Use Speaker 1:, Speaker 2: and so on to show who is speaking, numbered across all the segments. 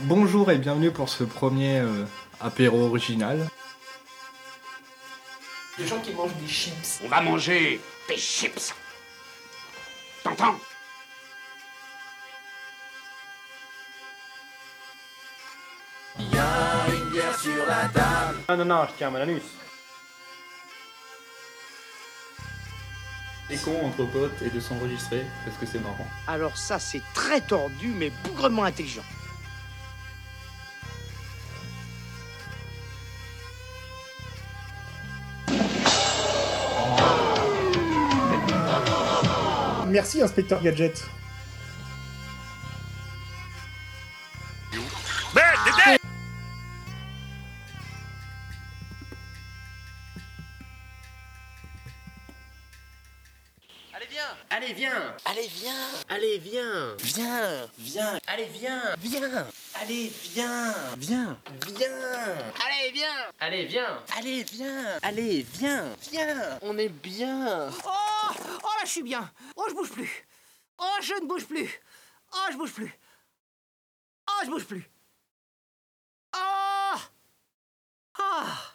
Speaker 1: Bonjour et bienvenue pour ce premier euh, apéro original.
Speaker 2: Les gens qui mangent des chips.
Speaker 3: On va manger des chips. T'entends
Speaker 4: Non, non, non, je tiens à mon anus.
Speaker 5: C'est con entre potes et de s'enregistrer parce que c'est marrant.
Speaker 6: Alors ça, c'est très tordu, mais bougrement intelligent.
Speaker 7: Merci, inspecteur Gadget.
Speaker 2: Allez, viens
Speaker 3: Allez, viens
Speaker 2: Allez, viens
Speaker 3: Allez, viens
Speaker 2: Viens
Speaker 3: Viens
Speaker 2: Allez, viens
Speaker 3: Viens
Speaker 2: Allez, viens
Speaker 3: Viens
Speaker 2: Viens
Speaker 6: Allez, viens
Speaker 3: Allez, viens
Speaker 2: Allez, viens
Speaker 3: Allez, viens
Speaker 2: Viens On est bien
Speaker 6: Oh Oh là, je suis bien Oh, je bouge plus Oh, je ne bouge plus Oh, je bouge plus Oh, je bouge plus Oh Ah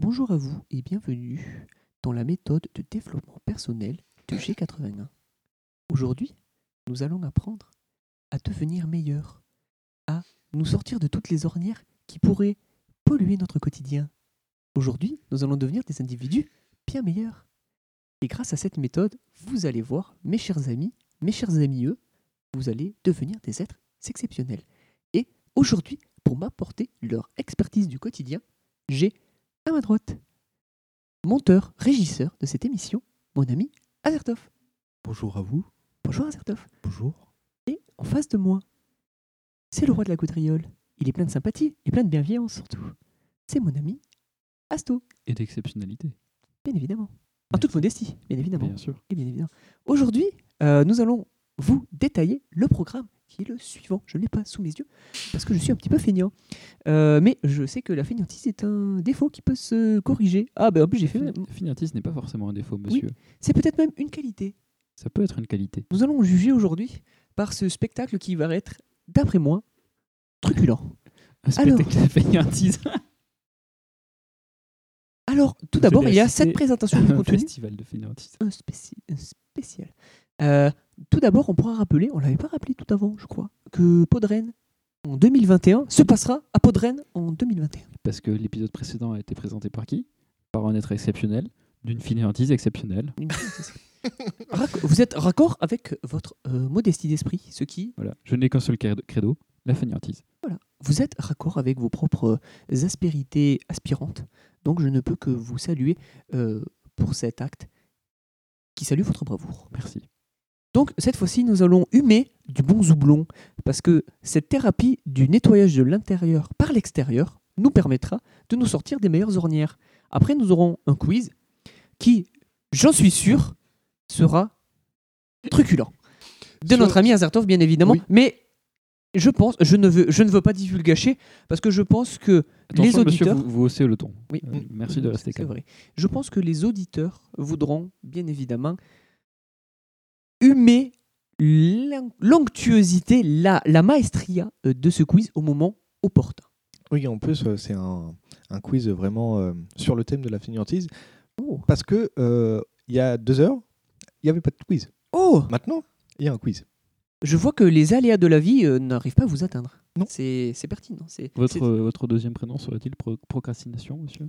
Speaker 8: Bonjour à vous et bienvenue dans la méthode de développement personnel de G81. Aujourd'hui, nous allons apprendre à devenir meilleur, à nous sortir de toutes les ornières qui pourraient polluer notre quotidien. Aujourd'hui, nous allons devenir des individus bien meilleurs. Et grâce à cette méthode, vous allez voir, mes chers amis, mes chers amis eux, vous allez devenir des êtres exceptionnels. Et aujourd'hui, pour m'apporter leur expertise du quotidien, j'ai à ma droite. Monteur, régisseur de cette émission, mon ami Azertov.
Speaker 9: Bonjour à vous.
Speaker 8: Bonjour Azertov.
Speaker 9: Bonjour.
Speaker 8: Et en face de moi, c'est le roi de la gaudriole. Il est plein de sympathie et plein de bienveillance surtout. C'est mon ami Asto,
Speaker 9: Et d'exceptionnalité,
Speaker 8: bien évidemment. En toute modestie, bien évidemment.
Speaker 9: bien sûr.
Speaker 8: Et bien évidemment. Aujourd'hui, euh, nous allons vous détailler le programme qui est le suivant. Je ne l'ai pas sous mes yeux parce que je suis un petit peu feignant. Euh, mais je sais que la feignantise est un défaut qui peut se corriger. Ah ben en plus j'ai fait...
Speaker 9: Fini- Finiatiste n'est pas forcément un défaut, monsieur.
Speaker 8: C'est peut-être même une qualité.
Speaker 9: Ça peut être une qualité.
Speaker 8: Nous allons juger aujourd'hui par ce spectacle qui va être, d'après moi, truculent.
Speaker 9: Un
Speaker 8: Alors.
Speaker 9: spectacle de feignantise.
Speaker 8: Alors, tout
Speaker 9: Je
Speaker 8: d'abord,
Speaker 9: l'ai
Speaker 8: il y a
Speaker 9: assisté
Speaker 8: cette présentation du
Speaker 9: un
Speaker 8: contenu.
Speaker 9: festival de feignantise.
Speaker 8: Un, spéci- un spécial. Euh, tout d'abord, on pourra rappeler, on l'avait pas rappelé tout avant, je crois, que Podren, en 2021, se passera à Podren en 2021.
Speaker 9: Parce que l'épisode précédent a été présenté par qui Par un être exceptionnel, d'une feignantise exceptionnelle.
Speaker 8: Rac- Vous êtes raccord avec votre euh, modestie d'esprit, ce qui,
Speaker 9: Voilà. Je n'ai qu'un seul cred- credo, la feignantise.
Speaker 8: vous êtes raccord avec vos propres euh, aspérités aspirantes. Donc, je ne peux que vous saluer euh, pour cet acte qui salue votre bravoure.
Speaker 9: Merci.
Speaker 8: Donc cette fois-ci, nous allons humer du bon zoublon, parce que cette thérapie du nettoyage de l'intérieur par l'extérieur nous permettra de nous sortir des meilleures ornières. Après, nous aurons un quiz qui, j'en suis sûr, sera truculent. De
Speaker 1: Sur-
Speaker 8: notre ami Azertov, bien évidemment.
Speaker 9: Oui.
Speaker 8: Mais je pense, je ne veux, je ne veux pas divulgacher, parce que je pense que les
Speaker 9: Attention,
Speaker 8: auditeurs...
Speaker 9: monsieur, vous, vous haussez le ton.
Speaker 8: Oui,
Speaker 9: Euh, merci de rester
Speaker 8: c'est
Speaker 9: calme.
Speaker 8: vrai. Je pense que les auditeurs voudront, bien évidemment, humer l'in- l'onctuosité, la, la maestria euh, de ce quiz au moment opportun.
Speaker 10: Oui, en plus, euh, c'est un, un quiz vraiment euh, sur le thème de la fainéantise.
Speaker 9: Oh.
Speaker 10: Parce que euh, il y a deux heures, il n'y avait pas de quiz.
Speaker 8: Oh
Speaker 10: Maintenant, il y a un quiz.
Speaker 8: Je vois que les aléas de la vie euh, n'arrivent pas à vous atteindre.
Speaker 10: Non.
Speaker 8: C'est c'est pertinent. c'est-
Speaker 9: Votre,
Speaker 8: c'est-
Speaker 9: euh, votre deuxième prénom serait-il pro- procrastination, monsieur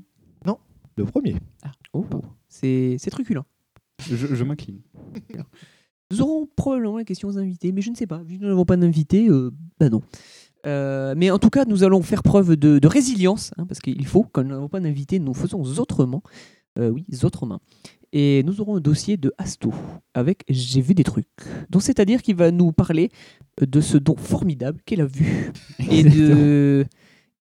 Speaker 10: Le premier.
Speaker 8: Oh, C'est c'est truculent.
Speaker 9: Je, je m'incline.
Speaker 8: Nous aurons probablement la question aux invités, mais je ne sais pas. Vu que nous n'avons pas d'invités, euh, bah non. Euh, mais en tout cas, nous allons faire preuve de, de résilience, hein, parce qu'il faut, quand nous n'avons pas d'invités, nous faisons autrement. Euh, oui, autrement. Et nous aurons un dossier de Asto avec J'ai vu des trucs. Donc, c'est-à-dire qu'il va nous parler de ce don formidable qu'elle a vu et de,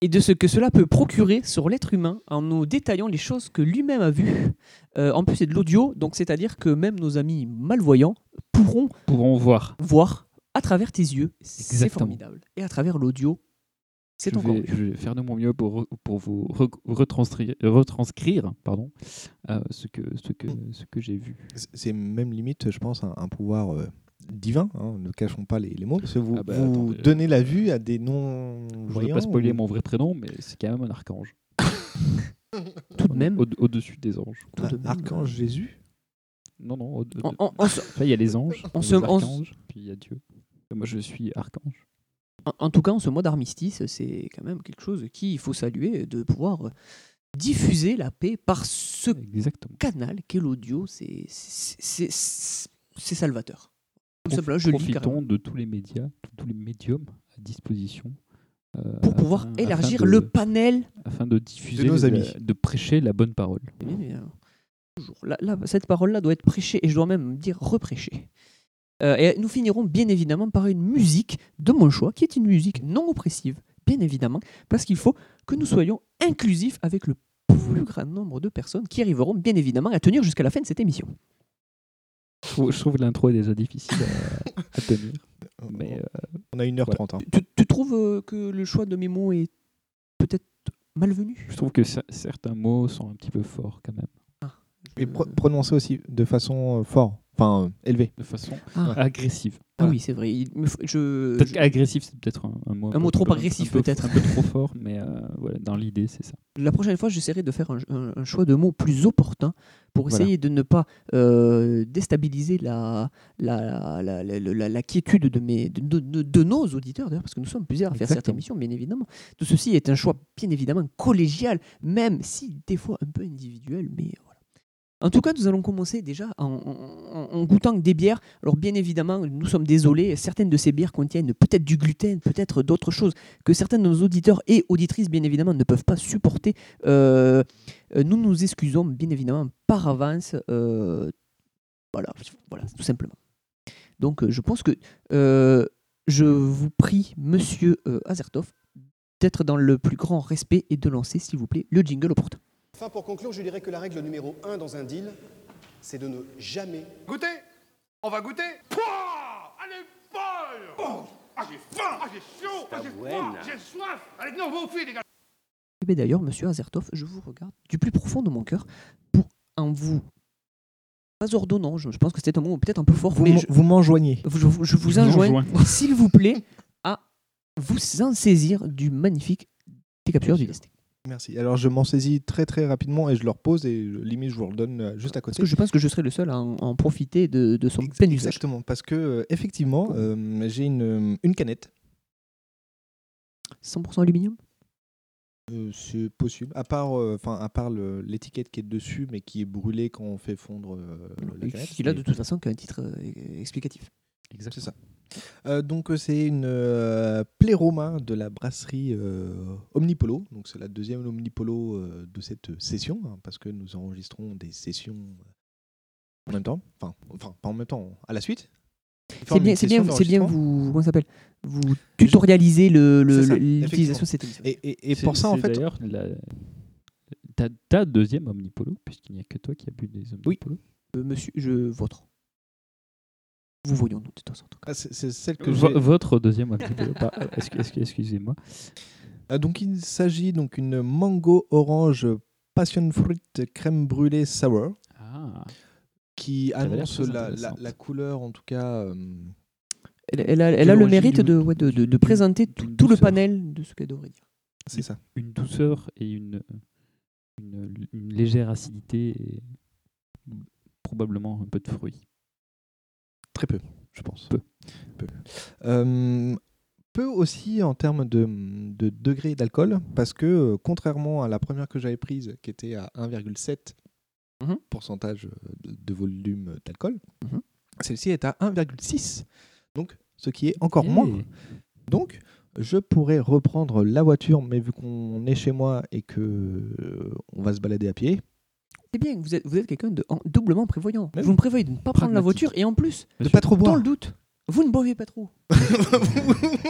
Speaker 8: et de ce que cela peut procurer sur l'être humain en nous détaillant les choses que lui-même a vues. Euh, en plus, c'est de l'audio, donc c'est-à-dire que même nos amis malvoyants pourront
Speaker 9: Pourrons voir.
Speaker 8: voir à travers tes yeux. C'est
Speaker 9: Exactement.
Speaker 8: formidable. Et à travers l'audio, c'est
Speaker 9: je
Speaker 8: encore
Speaker 9: vais,
Speaker 8: mieux.
Speaker 9: je vais faire de mon mieux pour, re- pour vous re- retranscrire, retranscrire pardon, euh, ce que, ce que, ce que j'ai vu.
Speaker 10: C'est- C'est même limite, je pense, un, un pouvoir euh, divin, hein, ne cachons pas les, les mots, parce que vous,
Speaker 9: Ah bah,
Speaker 10: vous
Speaker 9: attendez.
Speaker 10: donnez la vue à des
Speaker 9: Je ne vais
Speaker 10: non-voyants.
Speaker 9: pas spoiler
Speaker 10: ou-
Speaker 9: mon vrai prénom, mais c'est quand même un archange.
Speaker 8: Tout de même.
Speaker 9: Au- Au-dessus des anges.
Speaker 8: tout de
Speaker 10: Ah,
Speaker 8: même,
Speaker 10: Archange Jésus
Speaker 9: Non, non. au- au-
Speaker 8: En- en- en se-
Speaker 9: Enfin, il y a les anges,
Speaker 8: On
Speaker 9: on
Speaker 8: se-
Speaker 9: se,
Speaker 8: on se-
Speaker 9: archanges, puis il y a Dieu. Et moi, je suis archange.
Speaker 8: En, en tout cas, en ce mois d'armistice, c'est quand même quelque chose qui il faut saluer de pouvoir diffuser la paix par ce
Speaker 9: Exactement.
Speaker 8: canal qu'est l'audio. C'est- C'est c'est- c'est- c'est salvateur. Tout
Speaker 9: Prof-
Speaker 8: simplement, je lis carrément.
Speaker 9: Profitons de tous les médias, de tous les médiums à disposition. euh,
Speaker 8: Pour pouvoir
Speaker 9: afin-
Speaker 8: élargir
Speaker 9: afin de-
Speaker 8: le panel
Speaker 9: Afin de diffuser,
Speaker 10: nos
Speaker 9: la-
Speaker 10: amis.
Speaker 9: de prêcher la bonne parole.
Speaker 8: Eh bien, eh bien, toujours. Là- là, cette parole-là doit être prêchée, et je dois même dire reprêchée. Euh, et nous finirons bien évidemment par une musique de mon choix, qui est une musique non oppressive, bien évidemment, parce qu'il faut que nous soyons inclusifs avec le plus grand nombre de personnes qui arriveront bien évidemment à tenir jusqu'à la fin de cette émission.
Speaker 9: Je trouve, je trouve l'intro est déjà difficile à, à tenir. Mais, euh,
Speaker 10: On a 1h30. hein.
Speaker 8: Tu- Tu, tu trouves euh, que le choix de mes mots est peut-être malvenu
Speaker 9: je trouve que cer- certains mots sont un petit peu forts quand même.
Speaker 10: Et pro- prononcez aussi de façon euh, fort, enfin euh, élevée.
Speaker 9: De façon
Speaker 8: Ah.
Speaker 9: agressive.
Speaker 8: Ah oui, c'est vrai. il me faut- je-
Speaker 9: Peut-être
Speaker 8: je-
Speaker 9: qu'agressif, c'est peut-être un, un mot.
Speaker 8: Un mot trop
Speaker 9: peu-
Speaker 8: agressif,
Speaker 9: un peu-
Speaker 8: peut-être.
Speaker 9: Un peu trop fort, mais euh, voilà, dans l'idée, c'est ça.
Speaker 8: La prochaine fois, j'essaierai de faire un, un- un choix de mots plus opportun pour
Speaker 9: Voilà.
Speaker 8: essayer de ne pas euh, déstabiliser la, la, la, la- la- la- la quiétude de, mes, de, de- de- de nos auditeurs, d'ailleurs, parce que nous sommes plusieurs à faire cette
Speaker 9: Exactement.
Speaker 8: émission, bien évidemment. Tout ceci est un choix, bien évidemment, collégial, même si des fois un peu individuel, mais voilà. En tout cas, nous allons commencer déjà en, en- en- en goûtant des bières. Alors, bien évidemment, nous sommes désolés, certaines de ces bières contiennent peut-être du gluten, peut-être d'autres choses que certains de nos auditeurs et auditrices, bien évidemment, ne peuvent pas supporter. Euh, euh, nous nous excusons, bien évidemment, par avance. euh, voilà, voilà, tout simplement. Donc, euh, je pense que euh, je vous prie, monsieur euh, Azertov, d'être dans le plus grand respect et de lancer, s'il vous plaît, le jingle opportun.
Speaker 11: Enfin, pour conclure, je dirais que la règle numéro un dans un deal, c'est de ne jamais
Speaker 3: Goûtez On va goûter Pouah Allez, bol oh Ah, j'ai faim Ah, j'ai chaud Ah, j'ai froid J'ai soif Allez, non, vous fuyez, les gars
Speaker 8: Et Eh bien d'ailleurs, monsieur Azertov, je vous regarde du plus profond de mon cœur pour en vous. Pas ordonnant, je, je pense que c'était un mot peut-être un peu fort,
Speaker 10: Vous
Speaker 8: mais
Speaker 10: m'en-
Speaker 8: je-
Speaker 10: vous m'enjoignez.
Speaker 8: je, vous- je vous enjoins s'il vous plaît, à vous en saisir du magnifique décapsuleur du destin.
Speaker 10: Merci. Alors je m'en saisis très très rapidement et je le repose et euh, limite je vous le donne euh, juste à
Speaker 8: Parce
Speaker 10: côté.
Speaker 8: que je pense que je serai le seul à en, à en profiter de, de son plein usage.
Speaker 10: Exactement, parce que euh, effectivement, euh, j'ai une, euh, une canette.
Speaker 8: 100% aluminium
Speaker 10: Euh, c'est possible. À part, euh, enfin, à part le- l'étiquette qui est dessus, mais qui est brûlée quand on fait fondre euh, la
Speaker 8: Et
Speaker 10: canette.
Speaker 8: Qui là,
Speaker 10: Mais-
Speaker 8: de toute façon, qu'un titre euh, explicatif.
Speaker 10: C'est ça. Euh, donc euh, c'est une euh, Pleroma de la brasserie euh, Omnipolo. Donc c'est la deuxième Omnipolo euh, de cette session, hein, parce que nous enregistrons des sessions euh, en même temps. Enfin, enfin pas en même temps, à la suite.
Speaker 8: C'est
Speaker 10: Forme
Speaker 8: bien,
Speaker 10: une
Speaker 8: c'est bien,
Speaker 10: session
Speaker 8: c'est bien
Speaker 10: d'enregistrement.
Speaker 8: vous, comment ça s'appelle Vous tutorialisez le- le-
Speaker 10: C'est ça,
Speaker 8: le- l'utilisation de cette émission.
Speaker 10: Et, et- et pour
Speaker 9: C'est-
Speaker 10: ça, en
Speaker 9: c'est
Speaker 10: fait,
Speaker 9: D'ailleurs, la... ta, ta deuxième omnipolo, puisqu'il n'y a que toi qui as bu des omnipolos.
Speaker 8: Euh, monsieur, je votre. Vous voyons nous de temps en temps.
Speaker 10: ah, c'est c'est celle que
Speaker 9: Vo-
Speaker 10: j'ai-
Speaker 9: Votre deuxième omnipolo. pas- est-ce que- est-ce que- Excusez-moi.
Speaker 10: Ah, donc il s'agit donc une mango orange passion fruit crème brûlée sour.
Speaker 9: Ah,
Speaker 10: qui
Speaker 9: Ça avait l'air
Speaker 10: annonce
Speaker 9: très
Speaker 10: la, la,
Speaker 9: intéressante.
Speaker 10: la couleur, en tout cas. euh,
Speaker 8: Elle, elle a, elle a le
Speaker 9: l'origine
Speaker 8: mérite
Speaker 9: du-
Speaker 8: de, ouais, de, de- de
Speaker 9: du-
Speaker 8: présenter
Speaker 9: du
Speaker 8: tout, tout le
Speaker 9: douceur.
Speaker 8: panel de ce qu'elle devrait dire.
Speaker 10: c'est ça.
Speaker 9: une douceur et une, une, une légère acidité et probablement un peu de fruits.
Speaker 10: Très peu, je pense.
Speaker 9: Peu.
Speaker 10: Peu, Euh, peu aussi en termes de, de degré d'alcool, parce que euh, contrairement à la première que j'avais prise, qui était à 1,7
Speaker 8: Mhm.
Speaker 10: pourcentage euh, de de volume d'alcool,
Speaker 8: Mhm.
Speaker 10: celle-ci est à 1,6. Donc, ce qui est encore
Speaker 9: Eh,
Speaker 10: moins. Donc, je pourrais reprendre la voiture, mais vu qu'on est chez moi et que euh, on va se balader à pied,
Speaker 8: C'est bien, vous êtes, vous êtes quelqu'un de en- doublement prévoyant.
Speaker 10: Mais
Speaker 8: vous me prévoyez de ne pas prendre la
Speaker 9: Pragmatique.
Speaker 8: voiture et en plus,
Speaker 10: de pas trop
Speaker 8: dans
Speaker 10: boire.
Speaker 8: le doute, vous ne buvez pas trop.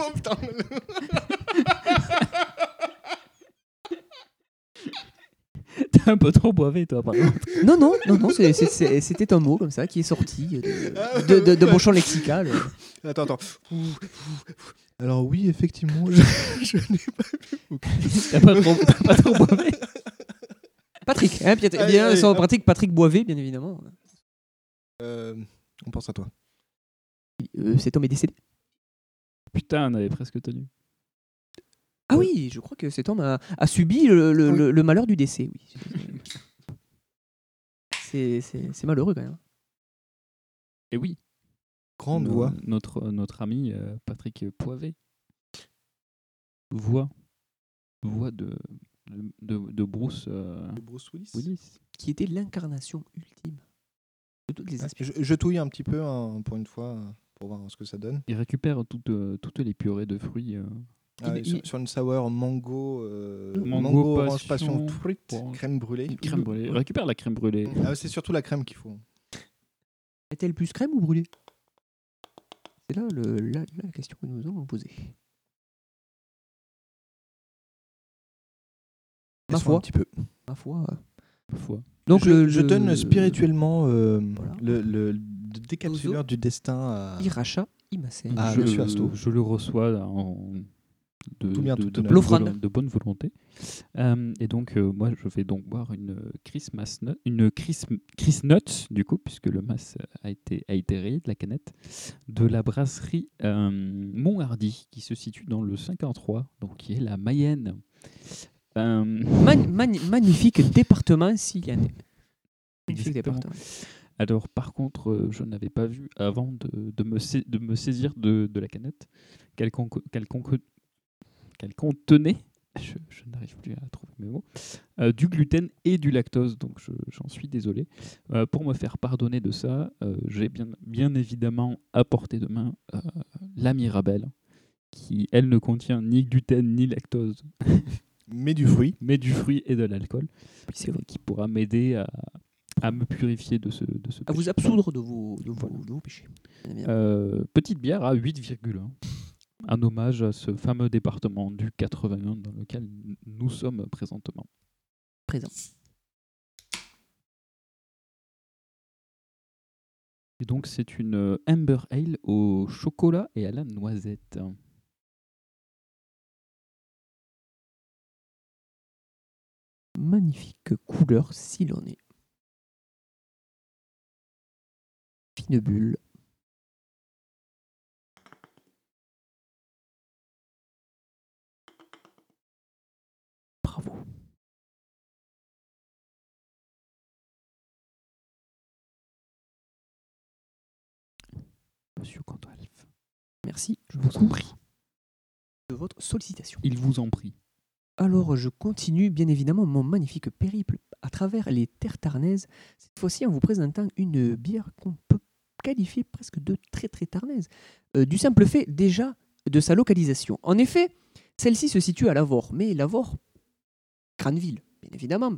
Speaker 9: T'as un peu trop boivé, toi, par contre.
Speaker 8: Non, non, non, non, c'est- c'est- c'est- c'était un mot comme ça qui est sorti de, de, de- de mon champ lexical.
Speaker 10: Attends, attends. Alors oui, effectivement, je, je n'ai pas vu beaucoup.
Speaker 9: T'as pas trop, t'as pas trop boivé.
Speaker 8: Patrick, hein, bien,
Speaker 10: Allez,
Speaker 8: bien,
Speaker 10: allez,
Speaker 8: sans
Speaker 10: hop.
Speaker 8: pratique, Patrick Boivet, bien évidemment.
Speaker 10: Euh, on pense à toi.
Speaker 8: euh, cet homme est décédé.
Speaker 9: Putain, on avait presque tenu.
Speaker 8: Ah oui, je crois que cet homme a, a subi le, le- le- le malheur du décès, oui. C'est- C'est c'est malheureux quand même. hein,
Speaker 9: Et oui.
Speaker 10: Grande
Speaker 9: No-
Speaker 10: voix.
Speaker 9: Notre, notre ami euh, Patrick Poivet. Voix. Voix de, de, de- de Bruce. euh,
Speaker 10: Willis.
Speaker 8: Qui était l'incarnation ultime de toutes
Speaker 9: Ah,
Speaker 8: les inspirations.
Speaker 10: Je, je touille un petit peu hein, pour une fois euh, pour voir ce que ça donne.
Speaker 9: Il récupère toutes, euh, toutes les purées de fruits. euh.
Speaker 10: Ah,
Speaker 9: Il-
Speaker 10: sur,
Speaker 9: il-
Speaker 10: sur une sour mango, euh,
Speaker 9: Mango,
Speaker 10: orange
Speaker 9: passion,
Speaker 10: passion, truite,
Speaker 9: orange-
Speaker 10: crème brûlée.
Speaker 9: crème brûlée. Il récupère la crème brûlée.
Speaker 10: Ah, c'est surtout la crème qu'il faut.
Speaker 8: Est-elle plus crème ou brûlée C'est là, le- là- là la question que nous allons poser. Ma
Speaker 10: Laisse-moi
Speaker 8: foi.
Speaker 10: un petit peu.
Speaker 8: Ma foi. euh,
Speaker 9: Parfois.
Speaker 8: Donc
Speaker 10: je,
Speaker 8: le-
Speaker 10: je
Speaker 8: le-
Speaker 10: donne spirituellement euh,
Speaker 8: Voilà.
Speaker 10: le, le- le décapsuleur du destin à
Speaker 8: Iracha Imasen.
Speaker 10: Ah,
Speaker 9: je,
Speaker 10: monsieur Asto.
Speaker 9: je le reçois en, de,
Speaker 10: Tout bien,
Speaker 9: de-
Speaker 10: tout
Speaker 9: de
Speaker 10: honneur.
Speaker 9: bonne
Speaker 8: L'offrande.
Speaker 9: volo- de bonne volonté. Euh, et donc, euh, moi, je vais donc boire une Christmas nut, une Chris, Chris Nuts, du coup, puisque le mas a été, a été rayé de la canette, de la brasserie euh, Monthardy, qui se situe dans le 53, donc qui est la Mayenne. Euh,
Speaker 8: Mag- mag- magnifique département s'il y en a. Magnifique
Speaker 9: Exactement.
Speaker 8: département.
Speaker 9: Alors, par contre, euh, je n'avais pas vu avant de, de me, sais- de me saisir de, de la canette qu'elle con- qu'elle con- qu'elle contenait, je, je n'arrive plus à trouver mes mots, euh, du gluten et du lactose. Donc, je- j'en suis désolé. Euh, pour me faire pardonner de ça, euh, j'ai bien, bien évidemment à portée de main euh, la Mirabelle, qui, elle, ne contient ni gluten ni lactose,
Speaker 10: mais du fruit.
Speaker 9: mais du fruit et de l'alcool,
Speaker 8: Oui, c'est vrai.
Speaker 9: qui pourra m'aider à, à me purifier de ce, de ce
Speaker 8: À vous
Speaker 9: péché.
Speaker 8: absoudre de vos, de vos,
Speaker 9: Voilà.
Speaker 8: de vos péchés. Bien, bien.
Speaker 9: Euh, petite bière à 8,1. Un hommage à ce fameux département du 81 dans lequel nous sommes présentement.
Speaker 8: Présent.
Speaker 9: Et donc c'est une euh, Amber Ale au chocolat et à la noisette.
Speaker 8: Magnifique couleur s'il en est. Fine bulle. Bravo.
Speaker 9: Monsieur Cantoalf,
Speaker 8: Merci
Speaker 9: je vous en prie.
Speaker 8: de votre sollicitation.
Speaker 9: Il vous en prie.
Speaker 8: Alors, je continue bien évidemment mon magnifique périple à travers les terres tarnaises, cette fois-ci en vous présentant une bière qu'on peut qualifier presque de très très tarnaise, euh, du simple fait déjà de sa localisation. En effet, celle-ci se situe à Lavore, mais Lavore, grande ville, bien évidemment,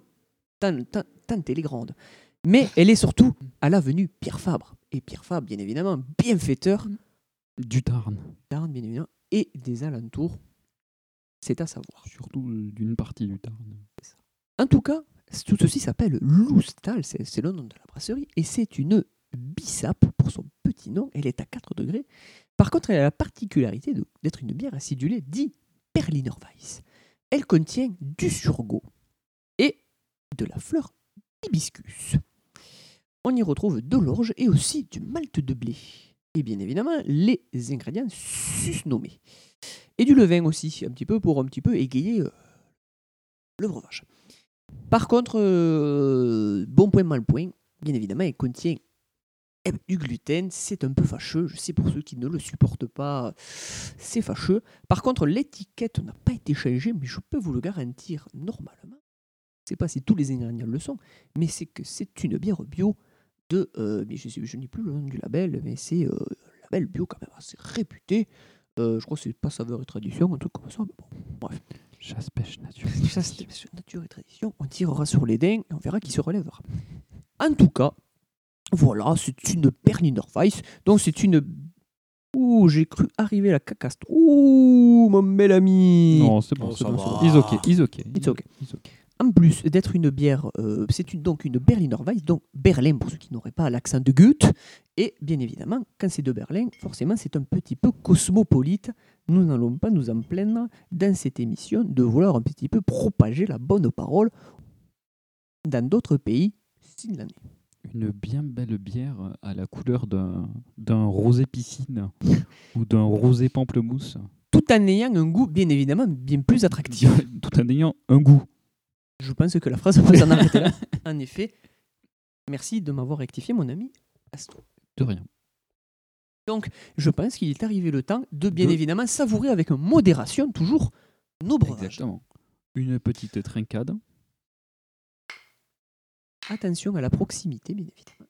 Speaker 8: tant, tant, tant elle est grande. Mais elle est surtout à l'avenue Pierre Fabre. Et Pierre Fabre, bien évidemment, bienfaiteur
Speaker 9: Du Tarn,
Speaker 8: Tarn, bien évidemment, et des alentours, c'est à savoir.
Speaker 9: surtout euh, d'une partie du Tarn.
Speaker 8: En tout cas, c- tout ceci s'appelle Loustal, c'est c'est le nom de la brasserie, et c'est une bissap pour son petit nom, elle est à 4 degrés. Par contre, elle a la particularité de- d'être une bière acidulée, dit Berliner Weiss. Elle contient du surgot et de la fleur hibiscus. On y retrouve de l'orge et aussi du malt de blé. Et bien évidemment, les ingrédients susnommés. Et du levain aussi, un petit peu pour un petit peu égayer euh, le breuvage. Par contre, euh, bon point, mal point, bien évidemment, elle contient eh ben, du gluten. C'est un peu fâcheux. Je sais pour ceux qui ne le supportent pas, c'est fâcheux. Par contre, l'étiquette n'a pas été changée, mais je peux vous le garantir normalement. Je ne sais pas si tous les ingrédients le sont, mais c'est que c'est une bière bio de. euh, mais je, sais- je n'ai plus le nom du label, mais c'est euh, un label bio quand même assez réputé. Euh, je crois que c'est pas saveur et tradition, un truc comme ça. mais bon, bref.
Speaker 9: Chasse pêche nature.
Speaker 8: Ça, c'était sur nature et tradition. On tirera sur les dents et on verra qui se relèvera. En tout cas, voilà, c'est une Berliner Weiss. Donc, c'est une. Ouh, j'ai cru arriver la cacaste. Ouh, mon bel ami.
Speaker 9: Non, c'est bon,
Speaker 10: Oh,
Speaker 9: c'est
Speaker 10: ça
Speaker 9: bon.
Speaker 10: va.
Speaker 9: Ils ok, ils ok.
Speaker 8: It's okay.
Speaker 9: It's ok.
Speaker 8: En plus d'être une bière, euh, c'est une- donc une Berliner Weiss, donc Berlin pour ceux qui n'auraient pas l'accent de Goethe. Et bien évidemment, quand c'est de Berlin, forcément c'est un petit peu cosmopolite. Nous n'allons pas nous en plaindre dans cette émission de vouloir un petit peu propager la bonne parole dans d'autres pays s'il en est.
Speaker 9: une bien belle bière à la couleur d'un d'un rosé piscine ou d'un rosé pamplemousse,
Speaker 8: Tout en ayant un goût, bien évidemment, bien plus attractif.
Speaker 9: tout en ayant un goût.
Speaker 8: Je pense que la phrase peut s'en arrêter là. En effet, merci de m'avoir rectifié, mon ami Astou.
Speaker 9: De rien.
Speaker 8: Donc, je pense qu'il est arrivé le temps de, bien
Speaker 9: De-
Speaker 8: évidemment, savourer avec modération, toujours, nos breuvages.
Speaker 9: Exactement. Une petite trincade.
Speaker 8: Attention à la proximité, bien évidemment.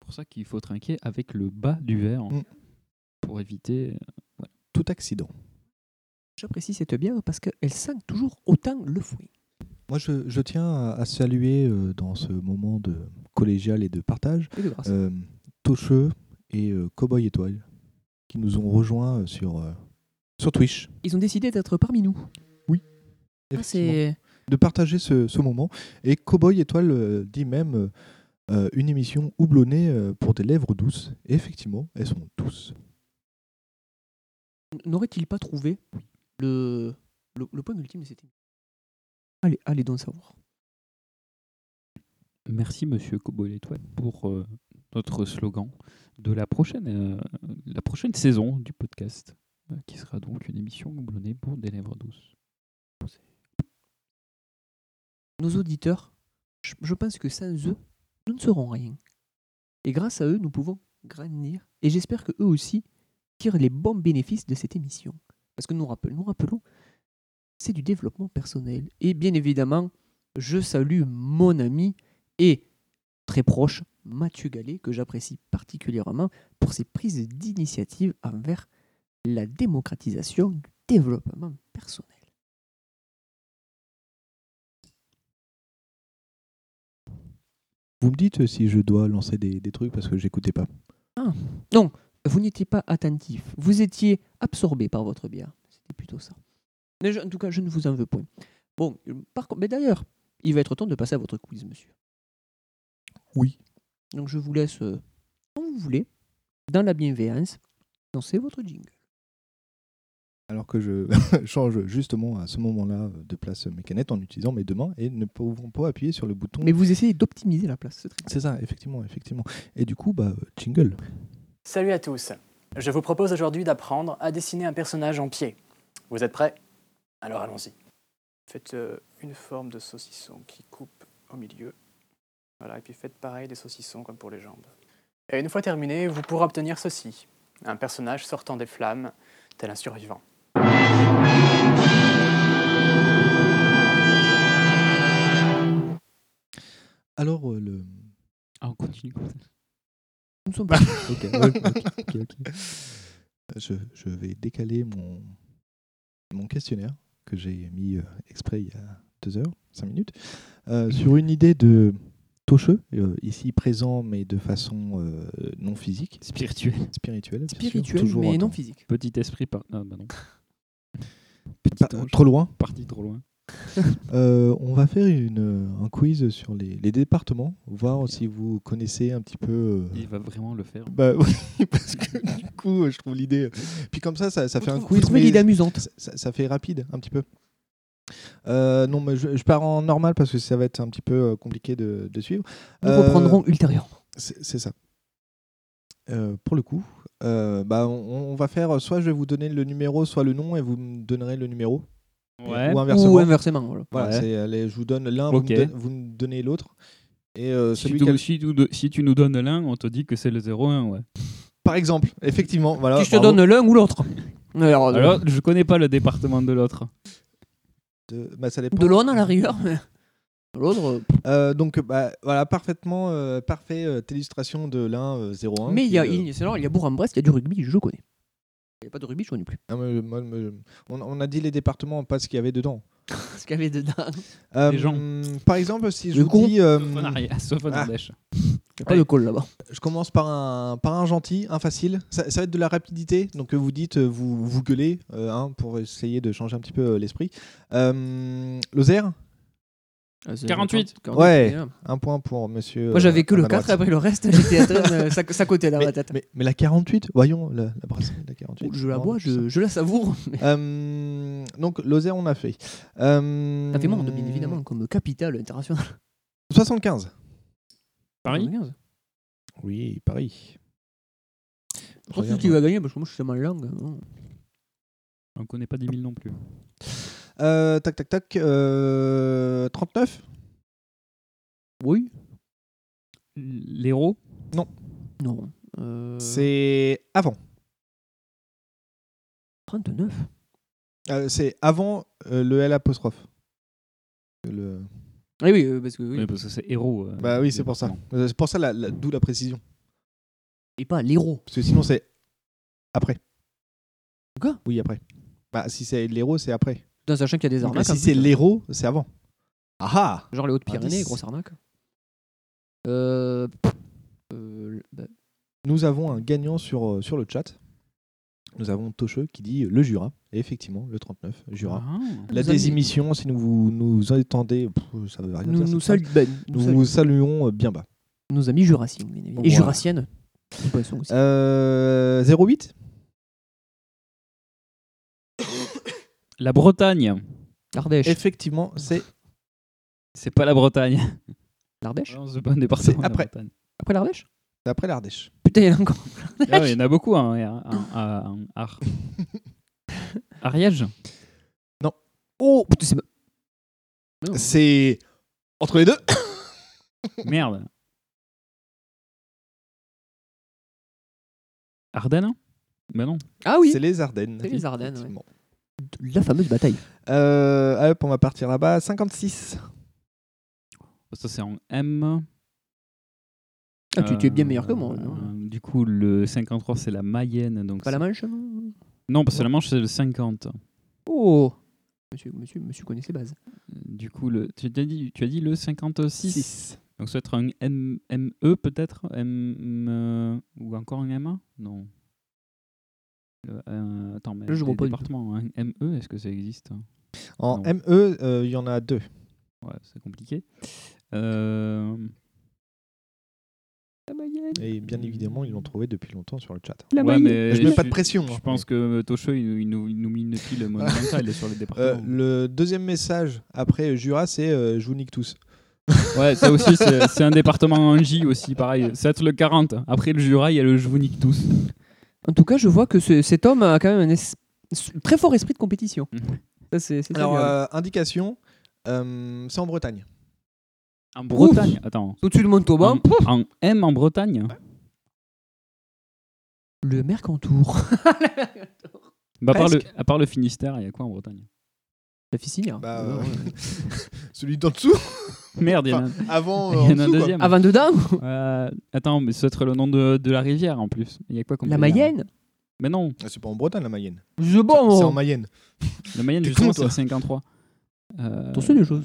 Speaker 9: pour ça qu'il faut trinquer avec le bas du verre
Speaker 10: Mm.
Speaker 9: pour éviter.
Speaker 10: Tout accident.
Speaker 8: J'apprécie cette bière parce qu'elle sent toujours autant le fouet.
Speaker 10: Moi, je, je tiens à, à saluer euh, dans ce moment de collégial et de partage
Speaker 8: Et de grâce.
Speaker 10: euh, Tocheux et euh, Cowboy Étoile qui nous ont rejoints euh, sur, euh, sur Twitch.
Speaker 8: Ils ont décidé d'être parmi nous. Ah, c'est
Speaker 10: de partager ce, ce moment. Et Cowboy Étoile euh, dit même euh, euh, une émission houblonnée euh, pour des lèvres douces. Et effectivement, elles sont douces.
Speaker 8: N'aurait-il pas trouvé le, le, le point ultime de cette émission Allez, allez donc savoir.
Speaker 9: Merci Monsieur Cowboy l'étoile pour euh, notre slogan de la prochaine, euh, la prochaine saison du podcast, euh, qui sera donc une émission houblonnée pour des lèvres douces.
Speaker 8: Nos auditeurs, je, je pense que sans eux, nous ne serons rien. Et grâce à eux, nous pouvons grandir. Et j'espère que eux aussi tirent les bons bénéfices de cette émission. Parce que nous rappelons, nous rappelons, c'est du développement personnel. Et bien évidemment, je salue mon ami et très proche Mathieu Gallet, que j'apprécie particulièrement pour ses prises d'initiative envers la démocratisation du développement personnel.
Speaker 10: Vous me dites euh, si je dois lancer des, des trucs parce que j'écoutais pas.
Speaker 8: Non, vous n'étiez pas attentif. Vous étiez absorbé par votre bière. C'était plutôt ça. Mais je- en tout cas, je ne vous en veux point. Bon, euh, par contre, mais d'ailleurs, il va être temps de passer à votre quiz, monsieur.
Speaker 10: Oui.
Speaker 8: Donc je vous laisse, euh, quand vous voulez, dans la bienveillance, lancer votre jingle.
Speaker 10: Alors que je change justement à ce moment-là euh, de place euh, mes canettes en utilisant mes deux mains et ne pouvant pas appuyer sur le bouton.
Speaker 8: Mais vous essayez d'optimiser la place. c'est très-
Speaker 10: C'est ça, effectivement, effectivement. Et du coup, bah, euh, jingle.
Speaker 12: Salut à tous. Je vous propose aujourd'hui d'apprendre à dessiner un personnage en pied. Vous êtes prêts Alors allons-y. Faites euh, une forme de saucisson qui coupe au milieu. Voilà, et puis faites pareil des saucissons comme pour les jambes. Et une fois terminé, vous pourrez obtenir ceci. Un personnage sortant des flammes, tel un survivant.
Speaker 10: Alors, euh, le.
Speaker 9: Ah, on continue comme ça.
Speaker 8: Nous ne sommes pas...
Speaker 9: Ok, ouais, ok, ok, ok.
Speaker 10: Je, je vais décaler mon, mon questionnaire que j'ai mis euh, exprès il y a deux heures, cinq minutes, euh, sur une idée de Tocheux, euh, ici présent mais de façon euh, non physique,
Speaker 9: Spirituel.
Speaker 10: spirituelle, bien sûr,
Speaker 8: Spirituel,
Speaker 10: toujours
Speaker 8: mais
Speaker 10: en
Speaker 8: non
Speaker 10: temps-
Speaker 8: physique.
Speaker 9: Petit esprit par. Ah, bah non.
Speaker 10: Pas-
Speaker 8: hein,
Speaker 9: Petit ange.
Speaker 10: trop loin.
Speaker 9: Parti trop loin.
Speaker 10: Euh, on va faire une, euh, un quiz sur les, les départements, voir si vous connaissez un petit peu. euh,
Speaker 9: Il va vraiment le faire.
Speaker 10: Bah oui, parce que du coup, euh, je trouve l'idée. Puis comme ça, ça, ça fait un
Speaker 8: vous
Speaker 10: quiz.
Speaker 8: trouvez
Speaker 10: mais
Speaker 8: l'idée amusante.
Speaker 10: ça- Ça, ça fait rapide, un petit peu. Euh, non, mais je, je pars en normal parce que ça va être un petit peu euh, compliqué de, de suivre.
Speaker 8: Nous
Speaker 10: Euh,
Speaker 8: reprendrons ultérieurement.
Speaker 10: C'est c'est ça. Euh, pour le coup, euh, bah, on, on va faire euh, soit je vais vous donner le numéro, soit le nom, et vous me donnerez le numéro.
Speaker 9: Ouais.
Speaker 10: Ou inversement.
Speaker 8: Ou inversement. voilà.
Speaker 10: Voilà,
Speaker 9: Ouais.
Speaker 10: c'est, euh, les- je vous donne l'un,
Speaker 9: Ok.
Speaker 10: vous, me don- vous me donnez l'autre. Et euh,
Speaker 9: Si
Speaker 10: celui
Speaker 9: tu,
Speaker 10: qui a le-
Speaker 9: si tu do- si tu nous donnes l'un, on te dit que c'est le 01, ouais.
Speaker 10: Par exemple, effectivement, voilà.
Speaker 8: Si je te
Speaker 10: bravo.
Speaker 8: donne l'un ou l'autre. Alors, euh,
Speaker 9: Alors, je connais pas le département de l'autre.
Speaker 10: De- bah, ça dépend.
Speaker 8: de l'un à la rigueur, mais de l'autre... euh,
Speaker 10: Euh, donc euh, bah, voilà, parfaitement, euh, parfait euh, illustration de l'un euh, 01.
Speaker 8: Mais il y a,
Speaker 10: qui, euh,
Speaker 8: il- c'est alors, il y a Bourg-en-Bresse, il y a du rugby, je connais. Il n'y a pas de rugby, je connais plus.
Speaker 10: non, mais, moi, me- on, on a dit les départements, pas ce qu'il y avait dedans.
Speaker 8: Ce qu'il y avait dedans.
Speaker 10: Euh,
Speaker 9: Les gens.
Speaker 10: Par exemple, si je
Speaker 8: Le
Speaker 10: vous
Speaker 8: con.
Speaker 10: dis, euh,
Speaker 9: Sauf en arrière, sauf en
Speaker 10: ah.
Speaker 9: Ardèche.
Speaker 8: Il n'y a pas de col là-bas.
Speaker 10: je commence par un, par un gentil, un facile. Ça, ça va être de la rapidité, donc euh, vous dites, euh, vous, vous gueulez euh, hein, pour essayer de changer un petit peu euh, l'esprit. Euh, Lozère,
Speaker 9: 48.
Speaker 10: Ouais. un point pour monsieur.
Speaker 8: Moi, j'avais que
Speaker 10: euh, à
Speaker 8: le
Speaker 10: ma
Speaker 8: 4,
Speaker 10: droite.
Speaker 8: après le reste, j'étais à train, euh, ça, ça cotait dans
Speaker 10: Mais,
Speaker 8: ma tête.
Speaker 10: mais- mais la 48, voyons, la, la brasserie, la 48.
Speaker 8: je la
Speaker 10: Non,
Speaker 8: bois,
Speaker 10: tout ça.
Speaker 8: je, je la savoure. mais
Speaker 10: Euh, donc Lozère, on a fait. Euh,
Speaker 8: Ça fait monde, bien évidemment, comme capitale internationale.
Speaker 10: 75.
Speaker 9: Paris
Speaker 8: 75.
Speaker 10: Oui, Paris.
Speaker 8: Je pense que qui va gagner parce que moi je suis ma langue. hein.
Speaker 9: On ne connaît pas 10 000 non plus.
Speaker 10: Euh, tac, tac, tac. euh, 39
Speaker 8: Oui.
Speaker 9: L'héros
Speaker 10: Non.
Speaker 8: Non. Euh,
Speaker 10: C'est avant.
Speaker 8: 39
Speaker 10: Euh, c'est avant euh, le L apostrophe. Le...
Speaker 8: Oui, oui, euh, parce que.
Speaker 9: Oui, parce que c'est héros. euh,
Speaker 10: Bah oui, c'est pour ça. Euh, C'est pour ça, la- la- d'où la précision.
Speaker 8: Et pas l'héros.
Speaker 10: Parce que sinon, c'est après.
Speaker 8: Quoi
Speaker 10: Oui, après. Bah, si c'est l'héros, c'est après.
Speaker 8: Putain, sachant qu'il y a des
Speaker 10: Donc,
Speaker 8: arnaques. hein.
Speaker 10: Si c'est l'héros, c'est avant. Ah
Speaker 8: Genre les Hautes-Pyrénées,
Speaker 10: Indice.
Speaker 8: grosse arnaque. Euh. pff, euh, bah,
Speaker 10: Nous avons un gagnant sur, euh, sur le chat. Nous avons Tocheux qui dit euh, le Jura. Et effectivement, le 39, Jura.
Speaker 9: Ah.
Speaker 10: La
Speaker 8: Nous avions-
Speaker 10: désémission, si nous vous- nous entendez, pff, ça veut rien
Speaker 8: Nous-
Speaker 10: dire,
Speaker 8: nous
Speaker 10: cette phrase.
Speaker 8: salu- ben, nous
Speaker 10: nous vous saluons euh, bien bas.
Speaker 8: nos amis jurassiens, bien évidemment. Et
Speaker 10: Voilà.
Speaker 8: jurassiennes. Ils passent aussi.
Speaker 10: Euh, 08
Speaker 9: La Bretagne.
Speaker 8: L'Ardèche.
Speaker 10: Effectivement, c'est
Speaker 9: C'est pas la Bretagne.
Speaker 8: L'Ardèche
Speaker 9: Non, c'est pas un département. de la
Speaker 10: après.
Speaker 9: Bretagne.
Speaker 8: Après l'Ardèche
Speaker 10: c'est après l'Ardèche.
Speaker 8: Putain, il y en a encore.
Speaker 9: Ah ouais, il y en a beaucoup. Hein, ouais, un- un- un- Ar- Ariège
Speaker 8: Oh putain, c'est. Non.
Speaker 10: C'est entre les deux.
Speaker 9: Merde. Ardennes Bah non.
Speaker 8: Ah oui
Speaker 10: C'est les Ardennes.
Speaker 8: C'est les Ardennes, ouais.
Speaker 10: Effectivement.
Speaker 8: La fameuse bataille.
Speaker 10: Euh, hop, on va partir là-bas. 56.
Speaker 9: Ça, c'est en M.
Speaker 8: Ah, tu, tu es bien meilleur que
Speaker 9: Euh,
Speaker 8: moi. non
Speaker 9: euh, Du coup, le 53, c'est la Mayenne. Donc
Speaker 8: Pas la
Speaker 9: c'est-
Speaker 8: Manche non
Speaker 9: Non, parce que la Manche, c'est le 50. Euh,
Speaker 8: Oh Monsieur, monsieur, monsieur connaît ses bases.
Speaker 9: Du coup, le... tu, as dit, tu as dit le 56.
Speaker 10: 6.
Speaker 9: Donc, ça doit être un M- ME peut-être M... euh, Ou encore un M1 Non. Le- euh, Attends, mais
Speaker 8: Là, je vois
Speaker 9: les
Speaker 8: pas du tout.
Speaker 9: départements, hein, ME, est-ce que ça existe
Speaker 10: En
Speaker 9: Non.
Speaker 10: ME, euh, il y en a deux.
Speaker 9: Ouais, c'est compliqué. Euh, La Mayenne
Speaker 10: Et bien évidemment, ils l'ont trouvé depuis longtemps sur le chat.
Speaker 8: La
Speaker 9: Ouais, mais
Speaker 10: Je mets pas de
Speaker 9: suis-
Speaker 10: pression,
Speaker 9: Je
Speaker 10: hein.
Speaker 9: pense que euh, Toshio, il, il nous, il nous met une pile monumentale sur les
Speaker 10: Euh,
Speaker 9: départements.
Speaker 10: le deuxième message après Jura, c'est euh, je vous nique tous.
Speaker 9: Ouais, ça aussi, c'est c'est un département en J aussi, pareil. Ça va être le 40. Après le Jura, il y a le Je vous nique tous.
Speaker 8: En tout cas, je vois que ce- cet homme a quand même un es- très fort esprit de compétition.
Speaker 9: Mhm.
Speaker 8: Ça, c'est c'est
Speaker 10: Alors,
Speaker 8: agréable.
Speaker 10: euh, indication, euh, c'est en Bretagne.
Speaker 9: En Bretagne Attends.
Speaker 8: Au-dessus de Montauban,
Speaker 9: En, en M en Bretagne
Speaker 8: le Mercantour.
Speaker 9: bah, à, part le,
Speaker 10: Presque.
Speaker 9: à part le Finistère, il y a quoi en Bretagne
Speaker 8: La Ficinière.
Speaker 10: Bah,
Speaker 8: Euh,
Speaker 10: euh,
Speaker 8: ouais.
Speaker 10: Celui d'en dessous
Speaker 9: Merde, il y en a,
Speaker 10: Enfin, Avant, euh,
Speaker 9: il y en
Speaker 10: en
Speaker 9: a un
Speaker 10: dessous, quoi.
Speaker 9: deuxième.
Speaker 8: Avant dedans
Speaker 9: Euh, attends, mais ça doit être le nom de, de la rivière en plus. Il y a quoi comme
Speaker 8: La
Speaker 9: rivière
Speaker 8: Mayenne
Speaker 9: Mais non,
Speaker 10: Ah, C'est pas en Bretagne, la Mayenne.
Speaker 8: Je
Speaker 10: C'est en
Speaker 8: bon
Speaker 10: Mayenne.
Speaker 9: la Mayenne,
Speaker 10: T'es
Speaker 9: justement,
Speaker 10: con,
Speaker 9: c'est
Speaker 10: toi.
Speaker 9: le 53. Euh,
Speaker 8: Attention les choses.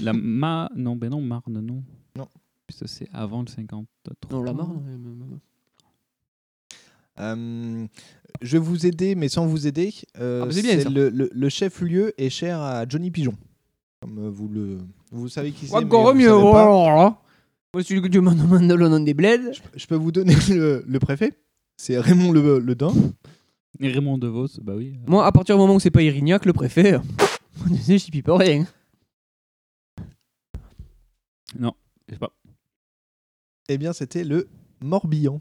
Speaker 9: La Ma... Non, ben non, Marne, non.
Speaker 10: Non.
Speaker 9: Puis ça, c'est avant le 53.
Speaker 8: Non, la Marne. euh, non, non, non.
Speaker 10: Euh, je vais vous aider, mais sans vous aider. Euh,
Speaker 8: Ah, bah, c'est
Speaker 10: c'est
Speaker 8: bien, ça.
Speaker 10: le, le- le chef-lieu est cher à Johnny Pigeon. Comme euh, vous le, vous savez qui c'est. mais
Speaker 8: Encore
Speaker 10: vous
Speaker 8: mieux
Speaker 10: savez
Speaker 8: oh
Speaker 10: pas.
Speaker 8: là là. Moi, celui que tu me demandes le nom des bleds.
Speaker 10: Je peux vous donner le, le préfet. C'est Raymond Le, le Dain.
Speaker 9: Et Raymond DeVos, bah oui.
Speaker 8: Moi, à partir du moment où c'est pas Irignac, le préfet, on disait, j'y suis pas rien.
Speaker 9: Je sais pas.
Speaker 10: Eh bien, c'était le Morbihan.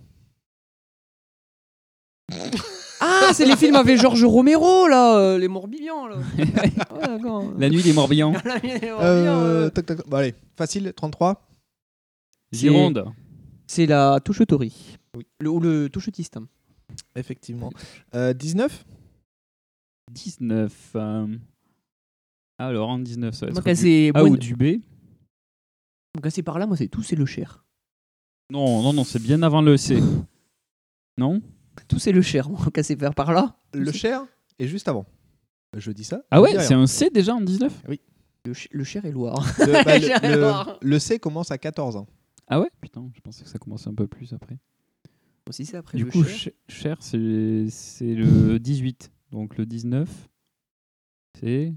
Speaker 8: Ah, c'est les films avec Georges Romero, là, euh, les Morbihan, là. Ouais, d'accord.
Speaker 9: La nuit des Morbihan.
Speaker 8: La nuit des Morbihan,
Speaker 10: Euh,
Speaker 8: euh.
Speaker 10: tac, tac, tac. Bon, allez, facile, 33.
Speaker 9: Gironde.
Speaker 8: C'est la toucheterie.
Speaker 10: Oui.
Speaker 8: Le, ou le touchetiste. hein.
Speaker 10: Effectivement. Euh, 19.
Speaker 9: 19. euh, Alors, en 19, ça va
Speaker 8: Moi,
Speaker 9: être
Speaker 8: quand
Speaker 9: du Ah
Speaker 8: c'est
Speaker 9: A
Speaker 8: Boine-
Speaker 9: ou du B.
Speaker 8: quand c'est par là, moi, c'est tout, c'est le cher.
Speaker 9: Non, non, non, c'est bien avant le C. Non
Speaker 8: Tout, c'est le cher, moi, quand c'est par- par là.
Speaker 10: Le Cher est juste avant. Euh, Je dis ça.
Speaker 9: Ah
Speaker 10: je
Speaker 9: ouais,
Speaker 10: dis rien.
Speaker 9: c'est un C déjà en 19
Speaker 8: Le, ch- le cher et Loire.
Speaker 10: Le, bah, le-
Speaker 8: J'ai rien
Speaker 10: le-
Speaker 8: à voir.
Speaker 10: le C commence à hein. 14 ans.
Speaker 9: Ah ouais Putain, je pensais que ça commençait un peu plus après.
Speaker 8: Aussi, c'est après
Speaker 9: Du
Speaker 8: le
Speaker 9: coup,
Speaker 8: cher.
Speaker 9: Ch- Cher, c'est c'est le 18. Donc le 19, c'est.